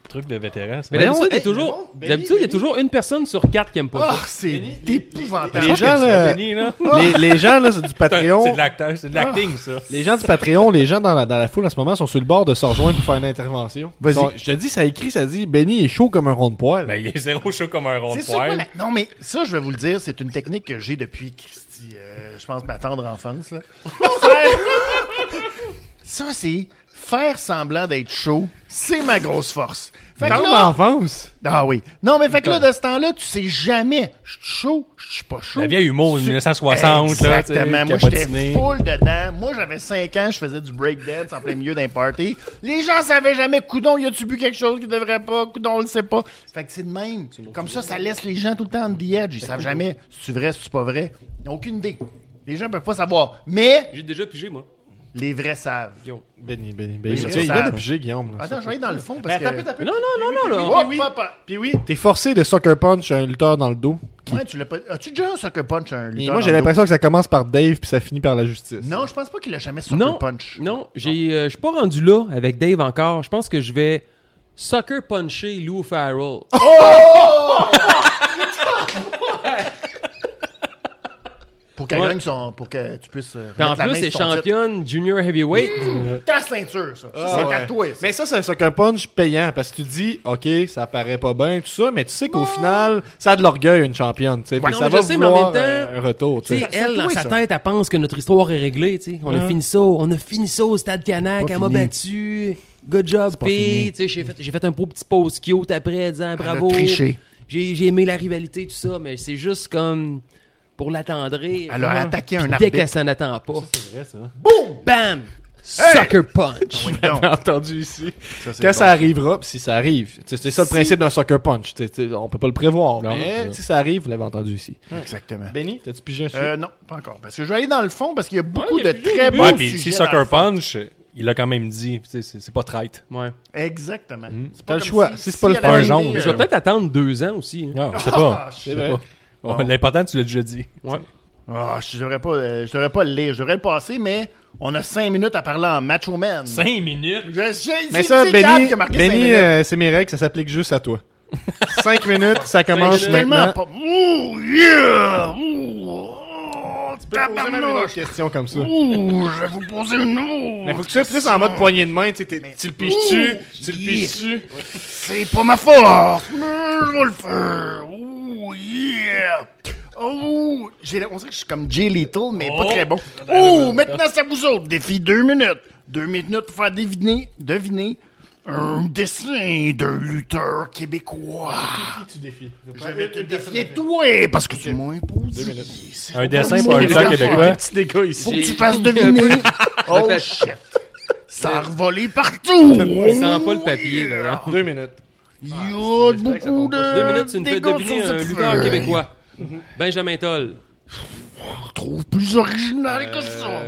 Speaker 9: Truc de vétéran, ça.
Speaker 5: Mais d'habitude, il y a
Speaker 3: Ben hey,
Speaker 5: toujours,
Speaker 3: bon, Benny,
Speaker 5: d'habitude, il y a
Speaker 3: Benny.
Speaker 5: toujours une personne sur quatre qui aime pas
Speaker 3: Ah,
Speaker 5: ça.
Speaker 3: c'est épouvantable.
Speaker 2: Les gens, là, les, les gens là, c'est du
Speaker 9: C'est
Speaker 2: Patreon.
Speaker 9: de l'acteur, c'est de
Speaker 3: Ah!
Speaker 9: l'acting, ça.
Speaker 2: Les gens du Patreon, les gens dans la, dans la foule en ce moment sont sur le bord de s'en rejoindre pour faire une intervention.
Speaker 3: Vas-y.
Speaker 2: Ils sont- Je te dis, ça écrit, ça dit Benny est chaud comme un rond de poil.
Speaker 9: Ben, il est zéro chaud comme un rond de
Speaker 3: C'est sûr que
Speaker 9: poil.
Speaker 3: la- Non, mais ça, je vais vous le dire, c'est une technique que j'ai depuis, Christy, euh, je pense, ma tendre enfance. là. Faire- ça, c'est faire semblant d'être chaud, c'est ma grosse force. Fait que
Speaker 2: Dans
Speaker 3: là-
Speaker 2: l'enfance.
Speaker 3: Ah oui. Non, mais fait que là, de ce temps-là, tu sais jamais. Je suis chaud, je suis pas chaud.
Speaker 9: La vieille humour de 1960, là. tu sais,
Speaker 3: Exactement. Moi,
Speaker 9: cabotiné.
Speaker 3: j'étais full dedans. Moi, j'avais 5 ans, je faisais du breakdance en plein milieu d'un party. Les gens savaient jamais, coudon, y a-tu bu quelque chose qui devrait pas, coudon, on le sait pas. Fait que c'est de même. Comme ça, ça laisse les gens tout le temps on the edge. Ils savent jamais si c'est vrai, si c'est pas vrai. Ils n'ont aucune idée. Les gens peuvent pas savoir. Mais
Speaker 5: J'ai déjà pigé, moi.
Speaker 3: les vrais savent.
Speaker 2: Benny, Benny, Benny.
Speaker 3: je
Speaker 2: Tu
Speaker 3: sais
Speaker 2: sais, Il vient
Speaker 3: ça.
Speaker 2: de piger, Guillaume. là.
Speaker 3: Attends, je vais aller dans le fond parce
Speaker 9: Ben,
Speaker 3: que...
Speaker 5: Mais Non, non, non, non, là.
Speaker 3: Hop, hop, hop. Puis oui.
Speaker 2: T'es forcé de sucker punch un lutteur dans le dos.
Speaker 3: Ouais, tu l'as pas... As-tu déjà un sucker punch un
Speaker 2: Et
Speaker 3: lutteur
Speaker 2: moi,
Speaker 3: dans
Speaker 2: j'ai
Speaker 3: le dos?
Speaker 2: l'impression que ça commence par Dave puis ça finit par la justice.
Speaker 3: Non, je pense pas qu'il a jamais sucker
Speaker 5: Non,
Speaker 3: punch.
Speaker 5: non, j'ai, euh, je suis pas rendu là avec Dave encore. Je pense que je vais sucker puncher Lou Farrell.
Speaker 3: Oh, Pour qu'elle
Speaker 5: Ouais.
Speaker 3: gagne son. Pour que tu puisses. euh,
Speaker 5: Puis en
Speaker 3: mettre la main
Speaker 5: plus, c'est
Speaker 3: sur Mmh. ton
Speaker 5: championne junior heavyweight.
Speaker 3: titre. Ta ceinture, ça. Ça, c'est
Speaker 2: Ah, ouais.
Speaker 3: à toi, ça.
Speaker 2: Mais ça, c'est un sucker punch payant parce que tu dis, OK, ça paraît pas bien, tout ça, mais tu sais qu'au
Speaker 3: Ah.
Speaker 2: final, ça a de l'orgueil, une championne. tu sais, puis
Speaker 5: non,
Speaker 2: ça
Speaker 5: mais
Speaker 2: va
Speaker 5: je sais, mais en
Speaker 2: vouloir
Speaker 5: même
Speaker 2: un-
Speaker 5: temps,
Speaker 2: un retour. tu sais.
Speaker 5: Tu sais, elle, dans
Speaker 2: Oui,
Speaker 5: sa
Speaker 2: ça.
Speaker 5: tête, elle pense que notre histoire est réglée. tu sais. On
Speaker 3: Ah.
Speaker 5: a fini ça, on a fini ça au stade Canac, elle m'a battu. Good job, P. Tu sais, J'ai fait, j'ai fait un beau petit post cute après, disant bravo.
Speaker 3: triché.
Speaker 5: J'ai j'ai aimé la rivalité, tout ça, mais c'est juste comme pour l'attendrir.
Speaker 3: Elle a
Speaker 5: Ah.
Speaker 3: attaqué un
Speaker 5: Puis Dès
Speaker 3: arbitre.
Speaker 5: qu'elle s'en attend pas. Boum! Bam! Sucker punch!
Speaker 3: Non,
Speaker 2: Bien entendu ici.
Speaker 3: ça, c'est
Speaker 2: Quand
Speaker 3: bon.
Speaker 2: ça arrivera, puis si ça arrive, tu sais, c'est ça le principe d'un sucker punch. tu sais, tu sais, on peut pas le prévoir, mais si ça arrive, vous l'avez entendu ici.
Speaker 3: Exactement.
Speaker 2: Benny, t'as-tu pigé un sujet?
Speaker 3: Euh, non, pas encore. Parce que je vais aller dans le fond parce qu'il y a beaucoup de très
Speaker 9: Ouais,
Speaker 3: bons
Speaker 9: puis si
Speaker 3: sujets.
Speaker 9: Sucker
Speaker 3: dans-
Speaker 9: Punch, il l'a quand même dit. tu sais, C'est c'est pas traite.
Speaker 5: Ouais.
Speaker 3: Exactement. C'est pas
Speaker 2: T'as le
Speaker 3: comme
Speaker 2: choix. Si c'est pas le
Speaker 3: elle avait
Speaker 9: feu jaune,
Speaker 3: été,
Speaker 5: Mais
Speaker 3: euh,
Speaker 5: je vais peut-être attendre deux ans aussi. hein.
Speaker 7: Ah,
Speaker 9: Non, je sais pas.
Speaker 2: C'est vrai.
Speaker 9: Bon, L'important, tu l'as déjà dit.
Speaker 5: Ouais.
Speaker 3: Ah, je devrais pas, euh, je devrais pas le lire. Je devrais le passer, mais on a cinq minutes à parler en Macho Man.
Speaker 9: Cinq minutes.
Speaker 3: Je sais,
Speaker 2: Mais
Speaker 3: c'est-
Speaker 2: ça,
Speaker 3: c'est Gab
Speaker 2: Benny,
Speaker 3: qui a marqué cinq
Speaker 2: Benny,
Speaker 3: minutes.
Speaker 2: euh, c'est mes règles, ça s'applique juste à toi. 5 minutes, ça
Speaker 3: Je
Speaker 2: commence
Speaker 3: suis
Speaker 2: maintenant.
Speaker 3: tellement pas. Ouh, yeah! Ouh! oh, tabarnouche.
Speaker 2: question comme ça.
Speaker 3: Ouh, je vais vous poser une autre.
Speaker 2: Mais faut que tu sois plus en mode poignée de main, tu sais, t'es- tu le piges-tu, tu le
Speaker 3: yeah.
Speaker 2: piges-tu.
Speaker 3: C'est pas ma force, mais je vais le faire. Ouh, yeah. Oh, j'ai, la- on dirait que je suis comme Jay Little, mais pas très bon.
Speaker 2: Ben,
Speaker 3: Oh, maintenant c'est à vous autres. Défi deux minutes. Deux minutes pour faire deviner, deviner un dessin de lutteur québécois.
Speaker 2: Tu défies.
Speaker 3: Je vais te défier toi, parce que tu m'as imposé. C'est
Speaker 9: Un dessin pour un lutteur québécois.
Speaker 2: Petit dégât ici.
Speaker 3: Faut que tu fasses deviner. Oh shit. Ça a revolé partout.
Speaker 5: Il sent pas le papier. là.
Speaker 2: Deux minutes.
Speaker 3: Il y a beaucoup de.
Speaker 5: Deux minutes, tu ne fais
Speaker 3: dégâts
Speaker 5: deviner
Speaker 3: sur
Speaker 5: un
Speaker 3: cette
Speaker 5: lutteur
Speaker 3: feuille.
Speaker 5: québécois. Benjamin Toll,
Speaker 3: On trouve plus original que ça.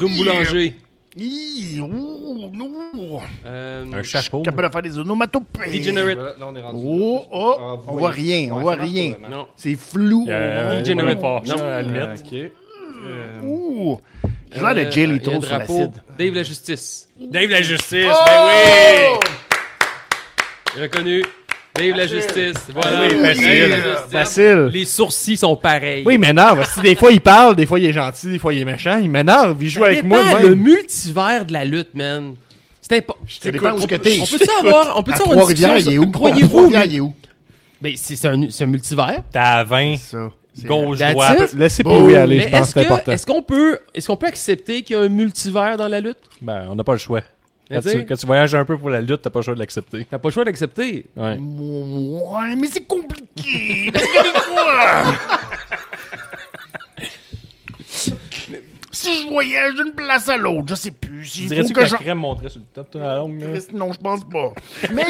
Speaker 5: Doom euh, Boulanger,
Speaker 3: Hi, ouh, non.
Speaker 5: euh,
Speaker 9: Un chapeau.
Speaker 3: Capable de faire des onomatopées.
Speaker 5: Degenerate,
Speaker 2: Là, on est rendu.
Speaker 3: Oh, oh,
Speaker 2: Ah,
Speaker 5: Ah,
Speaker 3: on voit rien, on voit rien. C'est flou.
Speaker 9: Euh,
Speaker 5: Degenerate
Speaker 9: ouais.
Speaker 5: Non.
Speaker 9: À la limite.
Speaker 3: Ouh. J'ai l'air de Jay
Speaker 5: euh, il y a un
Speaker 3: Lethal sur
Speaker 5: drapeau.
Speaker 3: l'acide.
Speaker 5: Dave la Justice,
Speaker 9: Dave la justice, ben oui!
Speaker 5: reconnu. Dave la Justice, voilà.
Speaker 9: Ah Oui, facile.
Speaker 5: Dave la Justice.
Speaker 2: Facile.
Speaker 5: Les sourcils sont pareils.
Speaker 2: Oui, il m'énerve. Si des fois il parle, des fois il est gentil, des fois il est méchant, il m'énerve. Il joue avec
Speaker 5: Dépend
Speaker 2: moi. de
Speaker 5: le
Speaker 2: même.
Speaker 5: multivers de la lutte, man. C'est important.
Speaker 3: Ça dépend où que t'es.
Speaker 5: On peut-tu avoir, on
Speaker 3: À
Speaker 5: peut-tu avoir une
Speaker 3: Trois-Rivières, il est
Speaker 5: discussion
Speaker 3: où?
Speaker 5: sur- Croyez-vous?
Speaker 3: Trois-Rivières, il est où?
Speaker 5: Ben, c'est c'est un, c'est un multivers.
Speaker 9: T'as 20,
Speaker 3: Ça. c'est-
Speaker 9: gauche,
Speaker 5: That's
Speaker 9: droite.
Speaker 5: it?
Speaker 2: Laissez Pee-Wee aller,
Speaker 5: Mais
Speaker 2: je pense
Speaker 5: est-ce
Speaker 2: que c'est
Speaker 5: que-
Speaker 2: important.
Speaker 5: est-ce qu'on peut, est-ce qu'on peut accepter qu'il y a un multivers dans la lutte?
Speaker 9: Ben, on n'a pas le choix.
Speaker 5: Mais
Speaker 7: Quand
Speaker 5: tu sais,
Speaker 7: tu, quand tu voyages un peu pour la lutte, t'as pas le choix de l'accepter.
Speaker 5: T'as pas le choix d'accepter.
Speaker 7: Ouais.
Speaker 3: Ouais, mais c'est compliqué. Regardez-moi. si je voyage d'une place à l'autre, je sais plus. Si faut
Speaker 7: Dirais-tu que
Speaker 3: que
Speaker 7: la
Speaker 3: j'en-
Speaker 7: crème monterait sur le top de la longue? là?
Speaker 3: Christ, Non, je pense pas. Mais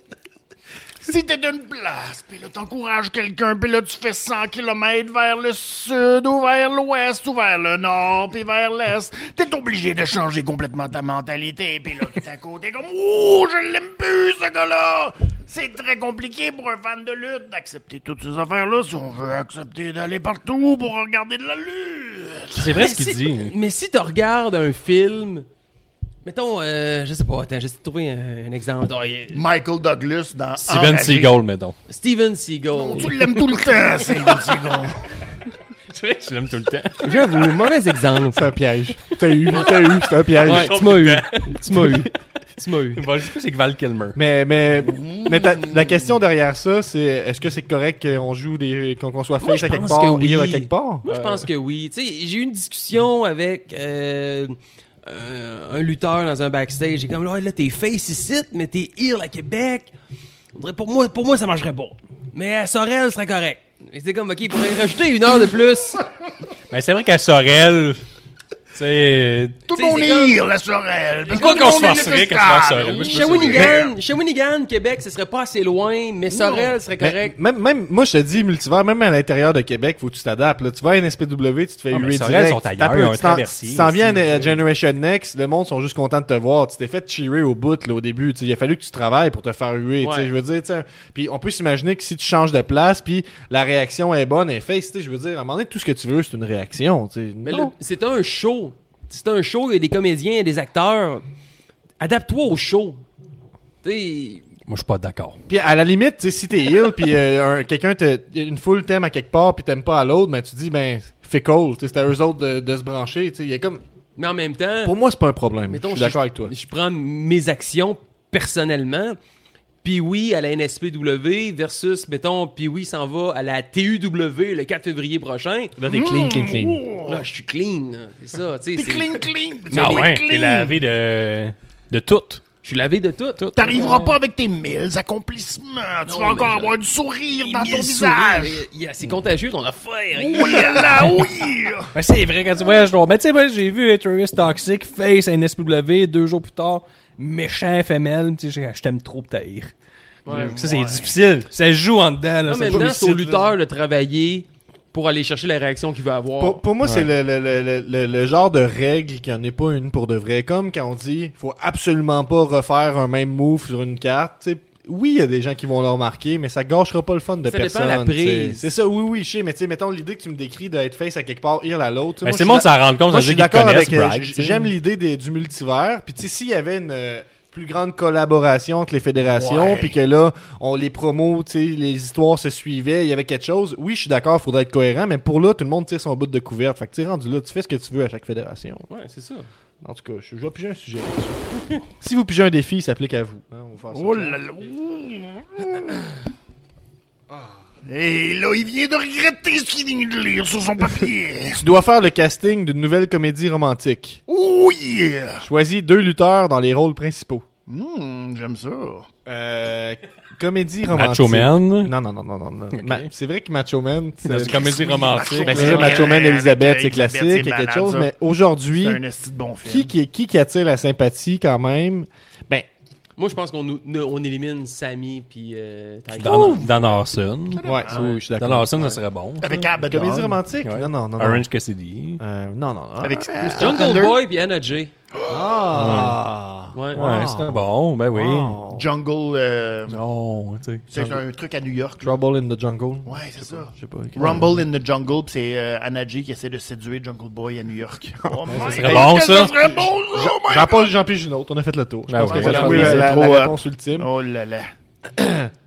Speaker 3: si t'es d'une place, puis là t'encourages quelqu'un, puis là tu fais 100 km vers le sud ou vers l'ouest ou vers le nord, puis vers l'est, t'es obligé de changer complètement ta mentalité, puis là tout à coup t'es comme « Ouh, je l'aime plus ce gars-là! » C'est très compliqué pour un fan de lutte d'accepter toutes ces affaires-là si on veut accepter d'aller partout pour regarder de la lutte.
Speaker 7: C'est vrai ce
Speaker 5: Mais
Speaker 7: qu'il
Speaker 5: si-
Speaker 3: hein.
Speaker 7: dit.
Speaker 5: Mais si tu regardes un film, mettons, euh, je sais pas, attends, j'essaie de trouver un, un exemple. Oh, yeah.
Speaker 3: Michael Douglas dans
Speaker 9: Ah,
Speaker 7: Steven
Speaker 9: ben,
Speaker 7: Seagal, mettons.
Speaker 5: Steven Seagal.
Speaker 3: Oh, Tu l'aimes tout le temps, Steven Seagal.
Speaker 7: Je l'aime tout le temps.
Speaker 5: J'avoue, mauvais exemple.
Speaker 2: C'est un piège. T'as eu, t'as eu, c'est un piège.
Speaker 5: Ouais, tu m'as eu. Tu m'as eu. Tu m'as eu.
Speaker 7: Bon, je sais que c'est que Val Kilmer.
Speaker 2: Mais, mais, mais ta- la question derrière ça, c'est est-ce que c'est correct qu'on joue des. qu'on qu'on soit
Speaker 5: Moi,
Speaker 2: face
Speaker 5: je
Speaker 2: à quelque
Speaker 5: pense
Speaker 2: part
Speaker 5: que
Speaker 2: ou rire
Speaker 5: oui.
Speaker 2: à quelque part? Euh.
Speaker 5: Moi, je pense que oui. Tu sais, j'ai eu une discussion avec euh, euh, un lutteur dans un backstage. J'ai comme, là, là, t'es face ici, mais t'es heel à Québec. On dirait, Pour moi, pour moi, ça marcherait pas. Mais à Sorel, ce serait correct. Et c'est comme, OK, il pourrait rajouter une heure de plus.
Speaker 7: Mais c'est vrai qu'à Sorel, tu sais,
Speaker 3: Tout
Speaker 5: Tu sais,
Speaker 3: le monde
Speaker 5: c'est
Speaker 3: est la Sorel. Parce
Speaker 7: Pourquoi
Speaker 3: que
Speaker 7: qu'on
Speaker 3: tout
Speaker 7: se
Speaker 3: le monde est
Speaker 7: forcerait qu'à
Speaker 3: détestable.
Speaker 7: se faire Sorel? Moi, je
Speaker 5: Shawinigan, Shawinigan, Québec, ce serait pas assez loin, mais Sorel serait
Speaker 2: Mais-
Speaker 5: correct.
Speaker 2: même, même, moi, je te dis, multivers, même à l'intérieur de Québec, faut que tu t'adaptes. là. Tu vas à NSPW, tu te fais
Speaker 7: Ah, mais
Speaker 2: huer
Speaker 7: ça,
Speaker 2: direct.
Speaker 7: elles sont ailleurs,
Speaker 2: T'as peu-
Speaker 7: ils ont un
Speaker 2: tu t'en-
Speaker 7: traversier
Speaker 2: Tu t'en viens
Speaker 7: aussi,
Speaker 2: à Generation Next, le monde sont juste contents de te voir. Tu t'es fait cheerer au bout là, au début. Tu sais, Il a fallu que tu travailles pour te faire huer. tu sais, Je veux dire, tu sais, puis on peut s'imaginer que si tu changes de place, puis la réaction est bonne, elle est face. tu sais, Je veux dire, à un moment donné, tout ce que tu veux, c'est une réaction. tu sais.
Speaker 5: Mais
Speaker 2: Non.
Speaker 5: le- c'est un show. C'est un show, il y a des comédiens, il y a des acteurs. Adapte-toi au show. Tu sais,
Speaker 7: Moi, je suis pas d'accord.
Speaker 2: Puis à la limite, tu sais, si t'es ill, puis euh, un- quelqu'un, te- une foule t'aime à quelque part, puis t'aimes pas à l'autre, ben tu dis, ben, fais cool, tu sais, c'est à eux autres de, de se brancher, tu sais, il y a comme...
Speaker 5: mais en même temps.
Speaker 2: Pour moi, c'est pas un problème,
Speaker 5: Mettons,
Speaker 2: je suis d'accord avec toi.
Speaker 5: Je prends mes actions personnellement. Puis oui, à la NSPW versus, mettons, puis oui, s'en va à la TUW le 4 février prochain.
Speaker 7: Là, t'es clean, clean, clean.
Speaker 5: Là, je suis clean. là. C'est ça,
Speaker 3: Ben,
Speaker 5: tu sais.
Speaker 3: T'es
Speaker 5: c'est-
Speaker 3: clean, clean.
Speaker 7: Ah
Speaker 3: T'es
Speaker 7: ouais,
Speaker 3: clean.
Speaker 7: t'es lavé de, de tout.
Speaker 5: Je suis lavé de tout.
Speaker 3: T'arriveras pas avec tes mille accomplissements. Tu vas
Speaker 5: mais
Speaker 3: encore
Speaker 5: je-
Speaker 3: avoir du sourire dans ton
Speaker 5: Mille
Speaker 3: visage.
Speaker 5: sourires, il y a- C'est contagieux ton affaire.
Speaker 3: Oh là là, oh yeah.
Speaker 7: Ben, c'est vrai, quand tu voyages loin. Ben, tu sais, moi, j'ai vu Tourist Toxic face à NSPW deux jours plus tard. Méchant FML, tu sais, j'ai- je t'aime trop pour t'haïr. ça, c'est difficile. Ça se joue en dedans, là.
Speaker 5: En
Speaker 7: ça
Speaker 5: même
Speaker 7: se
Speaker 5: temps,
Speaker 7: joue
Speaker 5: c'est au
Speaker 7: ici, là.
Speaker 5: lutteur de travailler pour aller chercher la réaction qu'il veut avoir.
Speaker 2: Pour, pour moi, c'est le, le- le- le- le- le genre de règle qui en est pas une pour de vrai. Comme quand on dit, faut absolument pas refaire un même move sur une carte, tu sais, Oui, il y a des gens qui vont le remarquer, mais ça gâchera pas le fun de
Speaker 5: Ça dépend
Speaker 2: personne.
Speaker 5: de la
Speaker 2: tu sais.
Speaker 5: prise.
Speaker 2: C'est ça, oui, oui, je sais, mais tu sais, mettons l'idée que tu me décris d'être face à quelque part, ir à l'autre. tu sais,
Speaker 7: Ben,
Speaker 2: moi,
Speaker 7: c'est
Speaker 2: je
Speaker 7: bon de
Speaker 2: suis
Speaker 7: s'en rendre compte.
Speaker 2: Moi, je
Speaker 7: c'est
Speaker 2: suis
Speaker 7: qu'ils
Speaker 2: d'accord
Speaker 7: connaissent
Speaker 2: avec. euh,
Speaker 7: Bragg,
Speaker 2: j-
Speaker 7: tu sais.
Speaker 2: J'aime l'idée des- du multivers. Puis, tu sais, s'il y avait une euh, plus grande collaboration entre les fédérations, puis que là, on les promos, tu sais, les histoires se suivaient, il y avait quelque chose. Oui, je suis d'accord, il faudrait être cohérent, mais pour là, tout le monde tire son bout de couvert. Fait que, tu sais, rendu là, tu fais ce que tu veux à chaque fédération.
Speaker 5: Ouais, c'est ça.
Speaker 2: En tout cas, je, je vais piger un sujet. si vous pigez un défi, il s'applique à vous. hein, on va faire ça.
Speaker 3: Oh là là. ouh. Et là, il vient de regretter ce qu'il vient de lire sur son papier.
Speaker 2: Tu dois faire le casting d'une nouvelle comédie romantique.
Speaker 3: Oh yeah!
Speaker 2: Choisis deux lutteurs dans les rôles principaux.
Speaker 3: Hmm, j'aime ça.
Speaker 2: Euh, comédie romantique.
Speaker 7: Macho Man.
Speaker 2: Non, non, non, non, non. non. Ma- c'est vrai que Macho Man, c'est
Speaker 7: C'est une comédie romantique.
Speaker 2: Ben,
Speaker 3: Ben,
Speaker 2: c'est
Speaker 3: c'est
Speaker 2: ça, Macho Man,
Speaker 3: vrai,
Speaker 2: Elisabeth, c'est
Speaker 3: avec Elisabeth,
Speaker 2: classique, il
Speaker 3: c'est
Speaker 2: y a quelque
Speaker 3: malade,
Speaker 2: chose,
Speaker 3: ça.
Speaker 2: mais aujourd'hui,
Speaker 3: C'est un esti de bon film.
Speaker 2: qui, qui, qui, qui attire la sympathie quand même? Ben,
Speaker 5: Moi, je pense qu'on nous- nous- on élimine Sammy puis euh, Tiger.
Speaker 7: Dans, dans Orson.
Speaker 2: ouais, oui, je suis
Speaker 7: Dans
Speaker 2: d'accord. Ah, ben,
Speaker 7: Orson, ça serait bon.
Speaker 3: Avec Abaddon.
Speaker 2: Comédie romantique?
Speaker 7: Ouais.
Speaker 2: Non, non, non. non.
Speaker 7: Orange Cassidy.
Speaker 2: Euh, non, non, non.
Speaker 3: Avec Christian
Speaker 5: Jungle
Speaker 3: Thunder.
Speaker 5: Boy puis Anna Jay.
Speaker 2: Ah!
Speaker 7: Ouais,
Speaker 5: Ouais.
Speaker 7: c'est bon, ben oui.
Speaker 2: Oh.
Speaker 3: Jungle, euh,
Speaker 7: Non, tu sais.
Speaker 3: c'est un truc à New York. là.
Speaker 2: Trouble in the Jungle.
Speaker 3: Ouais, c'est ça.
Speaker 2: Je sais pas.
Speaker 3: Rumble in the Jungle, pis c'est euh, Anna G qui essaie de séduire Jungle Boy à New York. Oh my
Speaker 7: serait
Speaker 3: God,
Speaker 7: bon,
Speaker 3: que
Speaker 7: ça.
Speaker 3: serait bon, ça, oh my
Speaker 2: J'en
Speaker 3: God.
Speaker 2: passe, j'en pige une autre. On a fait le tour. Je
Speaker 7: Ah,
Speaker 2: pense
Speaker 7: ok.
Speaker 2: qu'on va
Speaker 7: Voilà,
Speaker 2: faire
Speaker 3: oui,
Speaker 2: la,
Speaker 3: c'est
Speaker 2: la-
Speaker 3: trop,
Speaker 2: la
Speaker 3: euh,
Speaker 2: réponse ultime.
Speaker 3: Oh là là.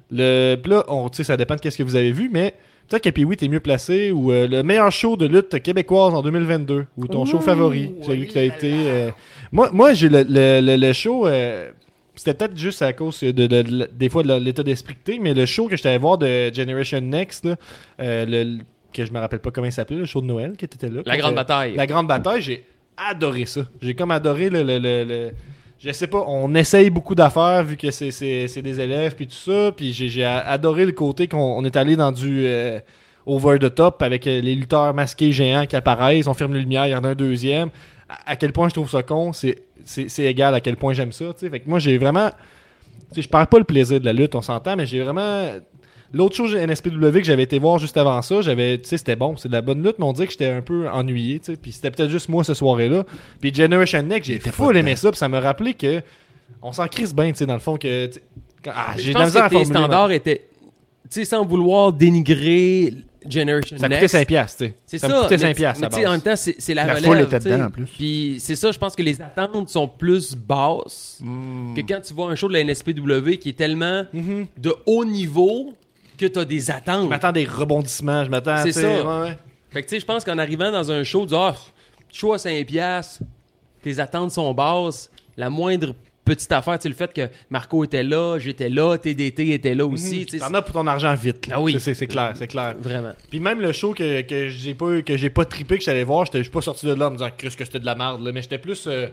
Speaker 2: Le, pis là, on, tu sais, ça dépend de qu'est-ce que vous avez vu, mais peut-être que Pee-Wee, t'es mieux placé ou euh, le meilleur show de lutte québécoise en 2022 ou ton show favori, celui qui a été. euh, moi, moi j'ai le, le, le- le show. euh, c'était peut-être juste à cause de, de- de- des fois de l'état d'esprit que t'es, mais le show que j'étais allé voir de Generation Next, là, euh, le- que je me rappelle pas comment il s'appelait, le show de Noël qui était là.
Speaker 5: La grande
Speaker 2: Euh,
Speaker 5: bataille.
Speaker 2: La grande bataille, j'ai adoré ça. J'ai comme adoré le, le- le- le- je sais pas, on essaye beaucoup d'affaires vu que c'est- c'est c'est des élèves puis tout ça. Puis j'ai j'ai a- adoré le côté qu'on on est allé dans du euh, over the top avec euh, les lutteurs masqués géants qui apparaissent. On ferme les lumières, il y en a un deuxième. À, à quel point je trouve ça con, c'est- c'est c'est égal à quel point j'aime ça. tu sais. Fait que moi, j'ai vraiment. tu sais, Je perds pas le plaisir de la lutte, on s'entend, mais j'ai vraiment. L'autre chose, NSPW, que j'avais été voir juste avant ça, j'avais, tu sais, c'était bon, c'est de la bonne lutte, mais on dirait que j'étais un peu ennuyé, tu sais, puis c'était peut-être juste moi ce soirée-là. Puis Generation Next, j'ai full aimé ça, puis ça me rappelait que on s'en crisse bien, tu sais, dans le fond, que. tu sais, quand- Ah,
Speaker 5: Je
Speaker 2: j'ai de la
Speaker 5: pense
Speaker 2: misère à
Speaker 5: que tes
Speaker 2: formuler,
Speaker 5: standards étaient. Tu sais, sans vouloir dénigrer Generation
Speaker 2: mais Ça coûtait
Speaker 5: Next.
Speaker 2: 5$, piastres, tu sais.
Speaker 5: C'est
Speaker 2: me
Speaker 5: ça.
Speaker 2: coûtait
Speaker 5: mais
Speaker 2: 5$
Speaker 5: tu-
Speaker 2: piastres,
Speaker 5: mais
Speaker 2: à
Speaker 5: tu sais, en
Speaker 2: base.
Speaker 5: même temps, c'est c'est la,
Speaker 3: La
Speaker 5: relève.
Speaker 3: foule était
Speaker 5: tu sais.
Speaker 3: dedans, en plus.
Speaker 5: Puis c'est ça, je pense que les attentes sont plus basses
Speaker 2: Hmm.
Speaker 5: que quand tu vois un show de la NSPW qui est tellement
Speaker 2: Mm-hmm.
Speaker 5: de haut niveau que tu as des
Speaker 2: Je
Speaker 5: attentes.
Speaker 2: m'attends à des rebondissements, je m'attends à.
Speaker 5: C'est
Speaker 2: tu sais,
Speaker 5: ça.
Speaker 2: ouais, ouais.
Speaker 5: Fait que tu sais, je pense qu'en arrivant dans un show, du oh, show à 5 piastres, tes attentes sont basses, la moindre petite affaire, tu sais, le fait que Marco était là, j'étais là, TDT était là aussi, tu sais,
Speaker 2: Mm-hmm. T'en as pour ton argent vite, là.
Speaker 5: Ah oui.
Speaker 2: C'est- C'est c'est clair, c'est clair.
Speaker 5: c'est- vraiment.
Speaker 2: Puis même le show que, que j'ai pas que j'ai pas trippé que j'allais voir, j'étais- je suis pas sorti de là en me disant Chris, que c'était de la merde là, mais j'étais plus euh,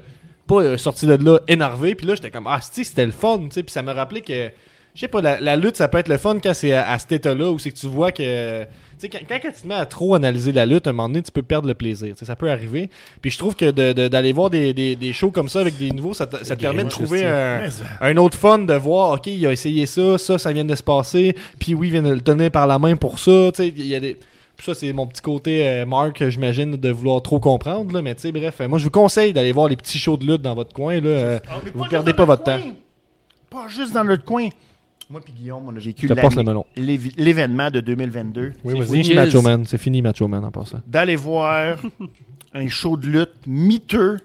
Speaker 2: pas euh, sorti de là énervé, puis là j'étais comme ah si c'était le fun, tu sais, puis ça me rappelait que je sais pas la, la lutte ça peut être le fun quand c'est à, à cet état-là où c'est que tu vois que tu sais quand, quand tu te mets à trop analyser la lutte, à un moment donné tu peux perdre le plaisir, tu sais, ça peut arriver. Puis je trouve que de- de- d'aller voir des, des- des shows comme ça avec des nouveaux, ça, te- ça te permet de trouver un, un autre fun de voir, OK, il a essayé ça, ça, ça vient de se passer, puis oui, il vient de le tenir par la main pour ça, tu sais, il y a des... Puis ça, c'est mon petit côté euh, Mark, j'imagine, de vouloir trop comprendre, là, mais tu sais, bref, euh, moi, je vous conseille d'aller voir les petits shows de lutte dans votre coin, là, euh,
Speaker 3: Ah,
Speaker 2: vous perdez pas votre temps.
Speaker 3: Pas juste dans notre coin. Moi puis Guillaume, on a vécu
Speaker 2: Je te
Speaker 3: la-
Speaker 2: passe le melon.
Speaker 3: l'évi- l'événement de 2022.
Speaker 2: Oui,
Speaker 5: C'est
Speaker 2: vas-y.
Speaker 5: fini,
Speaker 2: Macho
Speaker 5: Chills.
Speaker 2: Man, c'est fini, Macho Man, en passant.
Speaker 3: d'aller voir un show de lutte miteux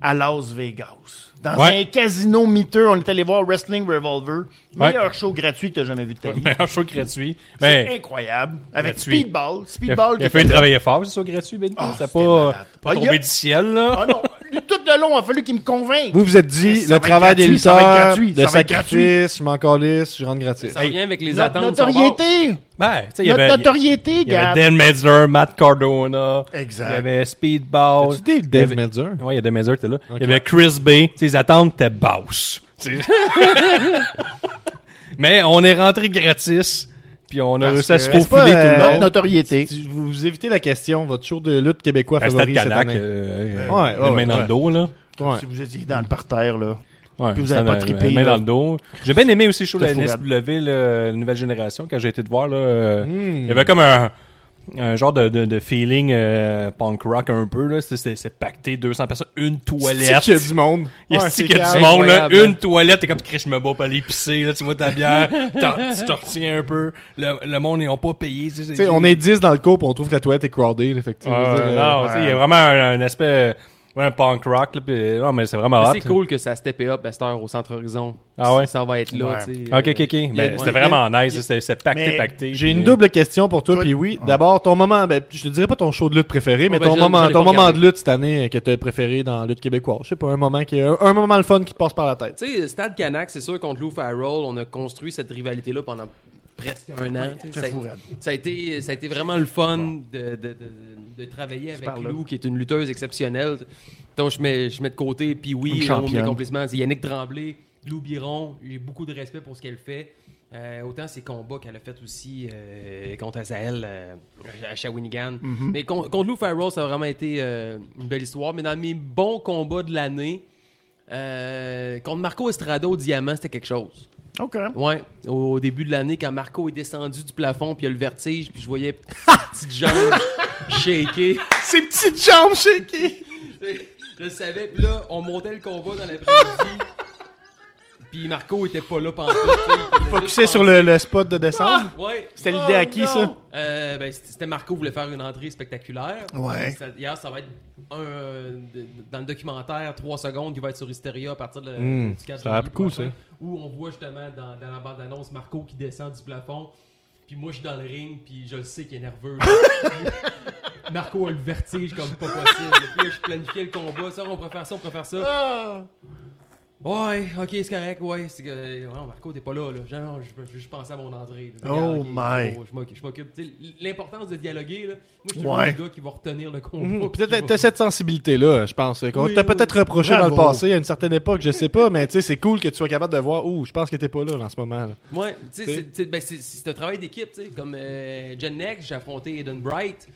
Speaker 3: à Las Vegas. Dans
Speaker 7: Ouais.
Speaker 3: un casino miteux, on est allé voir Wrestling Revolver.
Speaker 7: Ouais.
Speaker 3: Meilleur show gratuit que t'as jamais vu de ta vie.
Speaker 7: Meilleur show gratuit.
Speaker 3: C'est
Speaker 7: Mais
Speaker 3: incroyable. Avec
Speaker 7: Ben, Gratuit.
Speaker 3: Speedball.
Speaker 7: il
Speaker 3: Speedball
Speaker 7: a, il a fallu travailler fort, c'est ça, gratuit, Ben.
Speaker 3: Ah,
Speaker 7: ça a
Speaker 3: c'était
Speaker 7: pas,
Speaker 3: malade.
Speaker 7: pas
Speaker 3: Ah,
Speaker 7: tombé
Speaker 3: il y a-
Speaker 7: du ciel, là.
Speaker 3: Ah non, tout de long, il a fallu qu'il me convainque.
Speaker 2: Vous vous êtes dit,
Speaker 3: Ça
Speaker 2: le
Speaker 3: va être
Speaker 2: travail des
Speaker 3: gratuit, ça va être
Speaker 2: lutteurs,
Speaker 3: gratuit,
Speaker 2: le
Speaker 3: ça va être gratuit.
Speaker 2: sacrifice, je m'en calisse, je rentre gratuit.
Speaker 5: Ça revient avec les
Speaker 3: Notre
Speaker 5: attentes. sont basses.
Speaker 3: notoriété.
Speaker 7: Ben, tu sais, il y
Speaker 3: Notre
Speaker 7: avait, il
Speaker 3: notoriété,
Speaker 7: y
Speaker 3: gars.
Speaker 7: avait Dan Metzler, Matt Cardona. Il y
Speaker 3: Exact.
Speaker 7: avait Speedball.
Speaker 2: Tu dis le Dave Meltzer?
Speaker 7: Ouais, il y a Dan Metzler qui était là. Il y avait Chris Bay. Ses attentes étaient basses. Tu sais. Mais on est rentré gratis. Puis on a réussi à se
Speaker 2: que-
Speaker 7: faufiler tout
Speaker 2: c'est pas,
Speaker 7: le
Speaker 2: euh,
Speaker 3: Notre
Speaker 7: long.
Speaker 3: notoriété.
Speaker 2: Tu- Vous, vous évitez la question, votre show de lutte québécois
Speaker 7: À Stade
Speaker 2: favori cette
Speaker 7: Ah, Canac,
Speaker 2: année.
Speaker 7: euh,
Speaker 2: Ouais,
Speaker 7: euh,
Speaker 2: ouais,
Speaker 7: main dans
Speaker 2: ouais.
Speaker 7: le dos, là.
Speaker 2: Ouais.
Speaker 3: Si vous étiez dans le parterre, là.
Speaker 7: Ouais,
Speaker 3: Puis vous avez
Speaker 7: ça m'a-
Speaker 3: pas trippé,
Speaker 7: m'a mis
Speaker 3: là.
Speaker 7: dans le dos. J'ai bien aimé aussi le show de la
Speaker 3: C'était
Speaker 7: NSW, le- la nouvelle génération, quand j'ai été te voir. Là, euh,
Speaker 2: Hmm.
Speaker 7: Il y avait comme un, un genre de, de- de feeling euh, punk rock un peu. là. C'était c'était pacté, 200 personnes, une toilette.
Speaker 2: C'est qu'il y a du monde.
Speaker 7: Il y a
Speaker 2: Ouais,
Speaker 7: aussi
Speaker 2: c'est
Speaker 7: qu'il y a du
Speaker 2: calme.
Speaker 7: monde, là,
Speaker 5: Incroyable.
Speaker 7: une toilette, t'es comme, Chris, je me bats pas aller pisser, là, tu vois ta bière, t'en- tu te retiens un peu, le, le monde, ils ont pas payé, tu sais,
Speaker 2: Tu sais,
Speaker 7: c'est-
Speaker 2: on est 10 dans le coup, on trouve que la toilette est crowded. là, fait que, tu sais,
Speaker 7: Ah,
Speaker 2: je veux dire,
Speaker 7: non,
Speaker 2: euh,
Speaker 7: tu sais, il y a vraiment un, un aspect, euh, ouais, un punk rock, là, pis- non, mais c'est vraiment hot.
Speaker 5: C'est cool que ça step it up à cette heure au Centre Horizon.
Speaker 7: Ah ouais?
Speaker 5: Ça va être là, tu sais.
Speaker 7: Ok, ok, ok. Ben,
Speaker 2: ouais.
Speaker 7: c'était vraiment nice, c'était c'était pacté,
Speaker 3: Mais
Speaker 7: pacté. euh,
Speaker 2: J'ai une double question pour toi, ah. puis oui. D'abord, ton moment, ben, je te dirais pas ton show de lutte préféré,
Speaker 7: Oh,
Speaker 2: mais
Speaker 5: ben,
Speaker 2: ton
Speaker 5: je- j'en
Speaker 2: moment,
Speaker 5: ai
Speaker 2: ton
Speaker 5: pas
Speaker 2: moment
Speaker 5: regardé.
Speaker 2: de lutte cette année euh, que t'as préféré dans la lutte québécoise. Je sais pas, un moment qui, un, un moment le fun qui te passe par la tête.
Speaker 5: Tu sais, Stade Canac, c'est sûr, contre Lou Farrell, on a construit cette rivalité-là pendant presque un an. tu sais. Ça, a- ça a été, ça a été vraiment le fun de, de- de- de travailler avec Lou, qui est une lutteuse exceptionnelle. Donc, je mets, je mets de côté, puis
Speaker 3: Une
Speaker 5: oui, on
Speaker 3: championne.
Speaker 5: mes compliments. C'est Yannick Tremblay, Lou Biron, j'ai beaucoup de respect pour ce qu'elle fait. Euh, autant ses combats qu'elle a fait aussi euh, contre Azael euh, à Shawinigan.
Speaker 3: Mm-hmm.
Speaker 5: Mais con- contre Lou Farrell, ça a vraiment été euh, une belle histoire. Mais dans mes bons combats de l'année, euh, contre Marco Estrada au diamant, c'était quelque chose.
Speaker 3: OK.
Speaker 2: hein?
Speaker 5: Ouais, au, au début de l'année, quand Marco est descendu du plafond, puis il y a le vertige, puis je voyais petite jambe shaker.
Speaker 3: Ces petites jambes shaky.
Speaker 5: Je le savais, puis là, on montait le combat dans l'après-midi. puis Marco était pas là pendant
Speaker 2: Focusé sur le, le spot de descendre.
Speaker 5: Ouais.
Speaker 2: C'était l'idée
Speaker 7: Oh,
Speaker 2: à qui, ça?
Speaker 5: Euh, ben, c- c'était Marco voulait faire une entrée spectaculaire.
Speaker 3: Ouais.
Speaker 5: Ça- hier, ça va être un, euh, de- dans le documentaire 3 secondes qui va être sur Hysteria à partir de,
Speaker 2: Hmm,
Speaker 5: du 4
Speaker 2: ça va être
Speaker 5: janvier
Speaker 2: cool,
Speaker 5: prochain, Où on voit justement dans, dans la bande-annonce Marco qui descend du plafond. Puis moi, je suis dans le ring, puis je le sais qu'il est nerveux. Marco a le vertige comme pas possible. Puis là, je planifiais le combat. Ça, on pourrait faire ça, on pourrait faire ça. Ah! Ouais, ok, c'est correct, ouais. C'est que, euh, ouais, Marco, t'es pas là, là. Genre, je, je, je pensais à mon entrée. là.
Speaker 3: Oh
Speaker 5: Ok,
Speaker 3: my.
Speaker 5: bon, je m'occupe- Je m'occupe. Tu sais, L'importance de dialoguer, là. Moi, je suis
Speaker 3: Ouais.
Speaker 5: le gars qui va retenir le combat.
Speaker 2: Mhm. Puis t'as- T'as cette sensibilité-là, je pense. euh, Qu'on
Speaker 5: Oui,
Speaker 2: t'a
Speaker 5: oui.
Speaker 2: peut-être reproché dans le
Speaker 12: Bravo.
Speaker 2: passé, à une certaine époque, je sais pas, mais tu sais, c'est cool que tu sois capable de voir, ouh, je pense que t'es pas là en ce moment. là.
Speaker 5: Ouais, tu sais, c'est- c'est- ben, c'est c'est un travail d'équipe, tu sais. Comme euh, Jen Nex, j'ai affronté Eden Bright.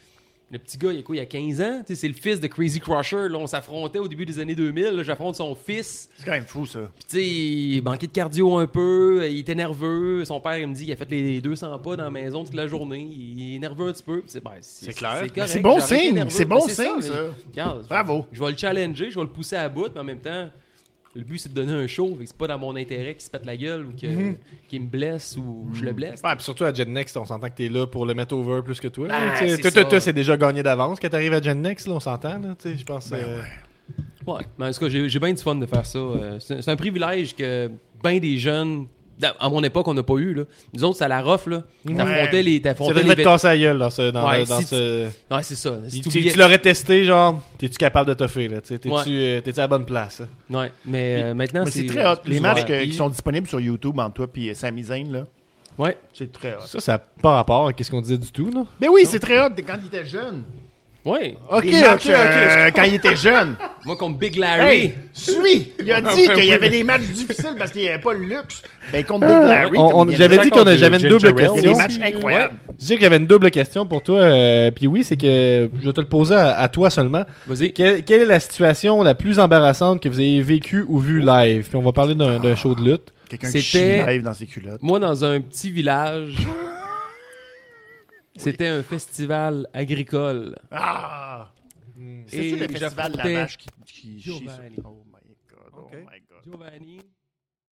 Speaker 5: Le petit gars, il y a quoi, il y a 15 ans? Tu sais, C'est le fils de Crazy Crusher. Là, on s'affrontait au début des années 2000. là, J'affronte son fils.
Speaker 3: C'est quand même fou, ça.
Speaker 5: Puis, tu sais, il manquait de cardio un peu. Il était nerveux. Son père, il me dit qu'il a fait les 200 pas dans la maison toute la journée. Il est nerveux un petit peu. Puis C'est ben, c'est-
Speaker 3: clair.
Speaker 5: correct,
Speaker 3: Mais c'est bon
Speaker 5: j'ai arrêté
Speaker 3: signe,
Speaker 5: nerveux.
Speaker 3: c'est bon
Speaker 5: Mais
Speaker 3: signe,
Speaker 5: mais-
Speaker 3: ça.
Speaker 5: Regarde,
Speaker 3: Bravo.
Speaker 5: Je vais le challenger, je vais le pousser à bout, mais en même temps, le but, c'est de donner un show. fait que C'est pas dans mon intérêt qu'il se pète la gueule ou que-
Speaker 3: Mhm.
Speaker 5: qu'il me blesse ou je le blesse.
Speaker 2: Ouais, puis surtout à Gen Next, on s'entend que t'es là pour le mettre over plus que toi. là,
Speaker 5: Ah,
Speaker 2: tu sais.
Speaker 5: c'est
Speaker 2: Toi,
Speaker 5: ça.
Speaker 2: toi, toi, c'est déjà gagné d'avance. Quand t'arrives à Gen Next, là, on s'entend. là, tu sais, Je
Speaker 3: Ben
Speaker 2: pense. euh,
Speaker 5: Ouais, mais en tout cas, j'ai j'ai bien du fun de faire ça. euh, C'est c'est un privilège que bien des jeunes, dans- à mon époque, on n'a pas eu. Là. Nous autres, c'est à la rough. là. T'affrontais les,
Speaker 2: Ça
Speaker 5: t'affrontais les
Speaker 2: devrait te
Speaker 5: vét-
Speaker 2: casser la gueule dans ce. Dans,
Speaker 5: Ouais,
Speaker 2: dans
Speaker 5: si
Speaker 2: ce...
Speaker 5: Ouais, c'est ça. Si
Speaker 2: Tu,
Speaker 5: t'oubliais-
Speaker 2: tu l'aurais testé, genre, t'es-tu capable de toffer, là? tu sais, T'es-tu
Speaker 5: Ouais.
Speaker 2: euh, t'es-tu à la bonne place? là?
Speaker 5: Ouais, mais euh, maintenant,
Speaker 3: Mais
Speaker 5: c'est
Speaker 3: c'est très hot.
Speaker 5: plus
Speaker 3: Les matchs
Speaker 5: ouvert.
Speaker 3: que- qui sont disponibles sur YouTube entre toi puis Sami Zayn, là,
Speaker 5: Ouais.
Speaker 3: c'est très hot.
Speaker 2: Ça, ça n'a pas rapport à ce qu'on disait du tout, là.
Speaker 3: Mais Ben oui, c'est très hot quand il était jeune.
Speaker 5: Ouais.
Speaker 3: OK,
Speaker 2: Les matchs, euh,
Speaker 3: quand il était jeune.
Speaker 5: Moi, comme Big Larry.
Speaker 3: Hey, suis! Il a dit qu'il y avait des matchs difficiles parce qu'il n'y avait pas le luxe. Ben, contre Big Larry,
Speaker 2: On- on-
Speaker 3: comme il y
Speaker 2: J'avais
Speaker 3: avait-
Speaker 2: dit qu'on a- j'avais une
Speaker 9: Jim
Speaker 2: double
Speaker 9: Jarrell.
Speaker 3: Il y a
Speaker 2: question.
Speaker 3: des matchs incroyables.
Speaker 2: Je disais que j'avais une double question pour toi, euh, puis oui, c'est que je vais te le poser à, à toi seulement.
Speaker 5: Vas-y.
Speaker 2: Quelle, quelle est la situation la plus embarrassante que vous ayez vécue ou vue live? Puis on va parler d'un d'un show de lutte.
Speaker 3: Quelqu'un qui
Speaker 5: C'était-
Speaker 3: chie live dans ses culottes.
Speaker 5: Moi, dans un petit village, c'était un festival agricole.
Speaker 3: Ah!
Speaker 5: Et
Speaker 3: C'est-tu le festival de la
Speaker 5: j'affrontais
Speaker 3: vache qui, qui chie sur...
Speaker 5: Giovanni.
Speaker 3: Oh my God, oh my God.
Speaker 5: Giovanni,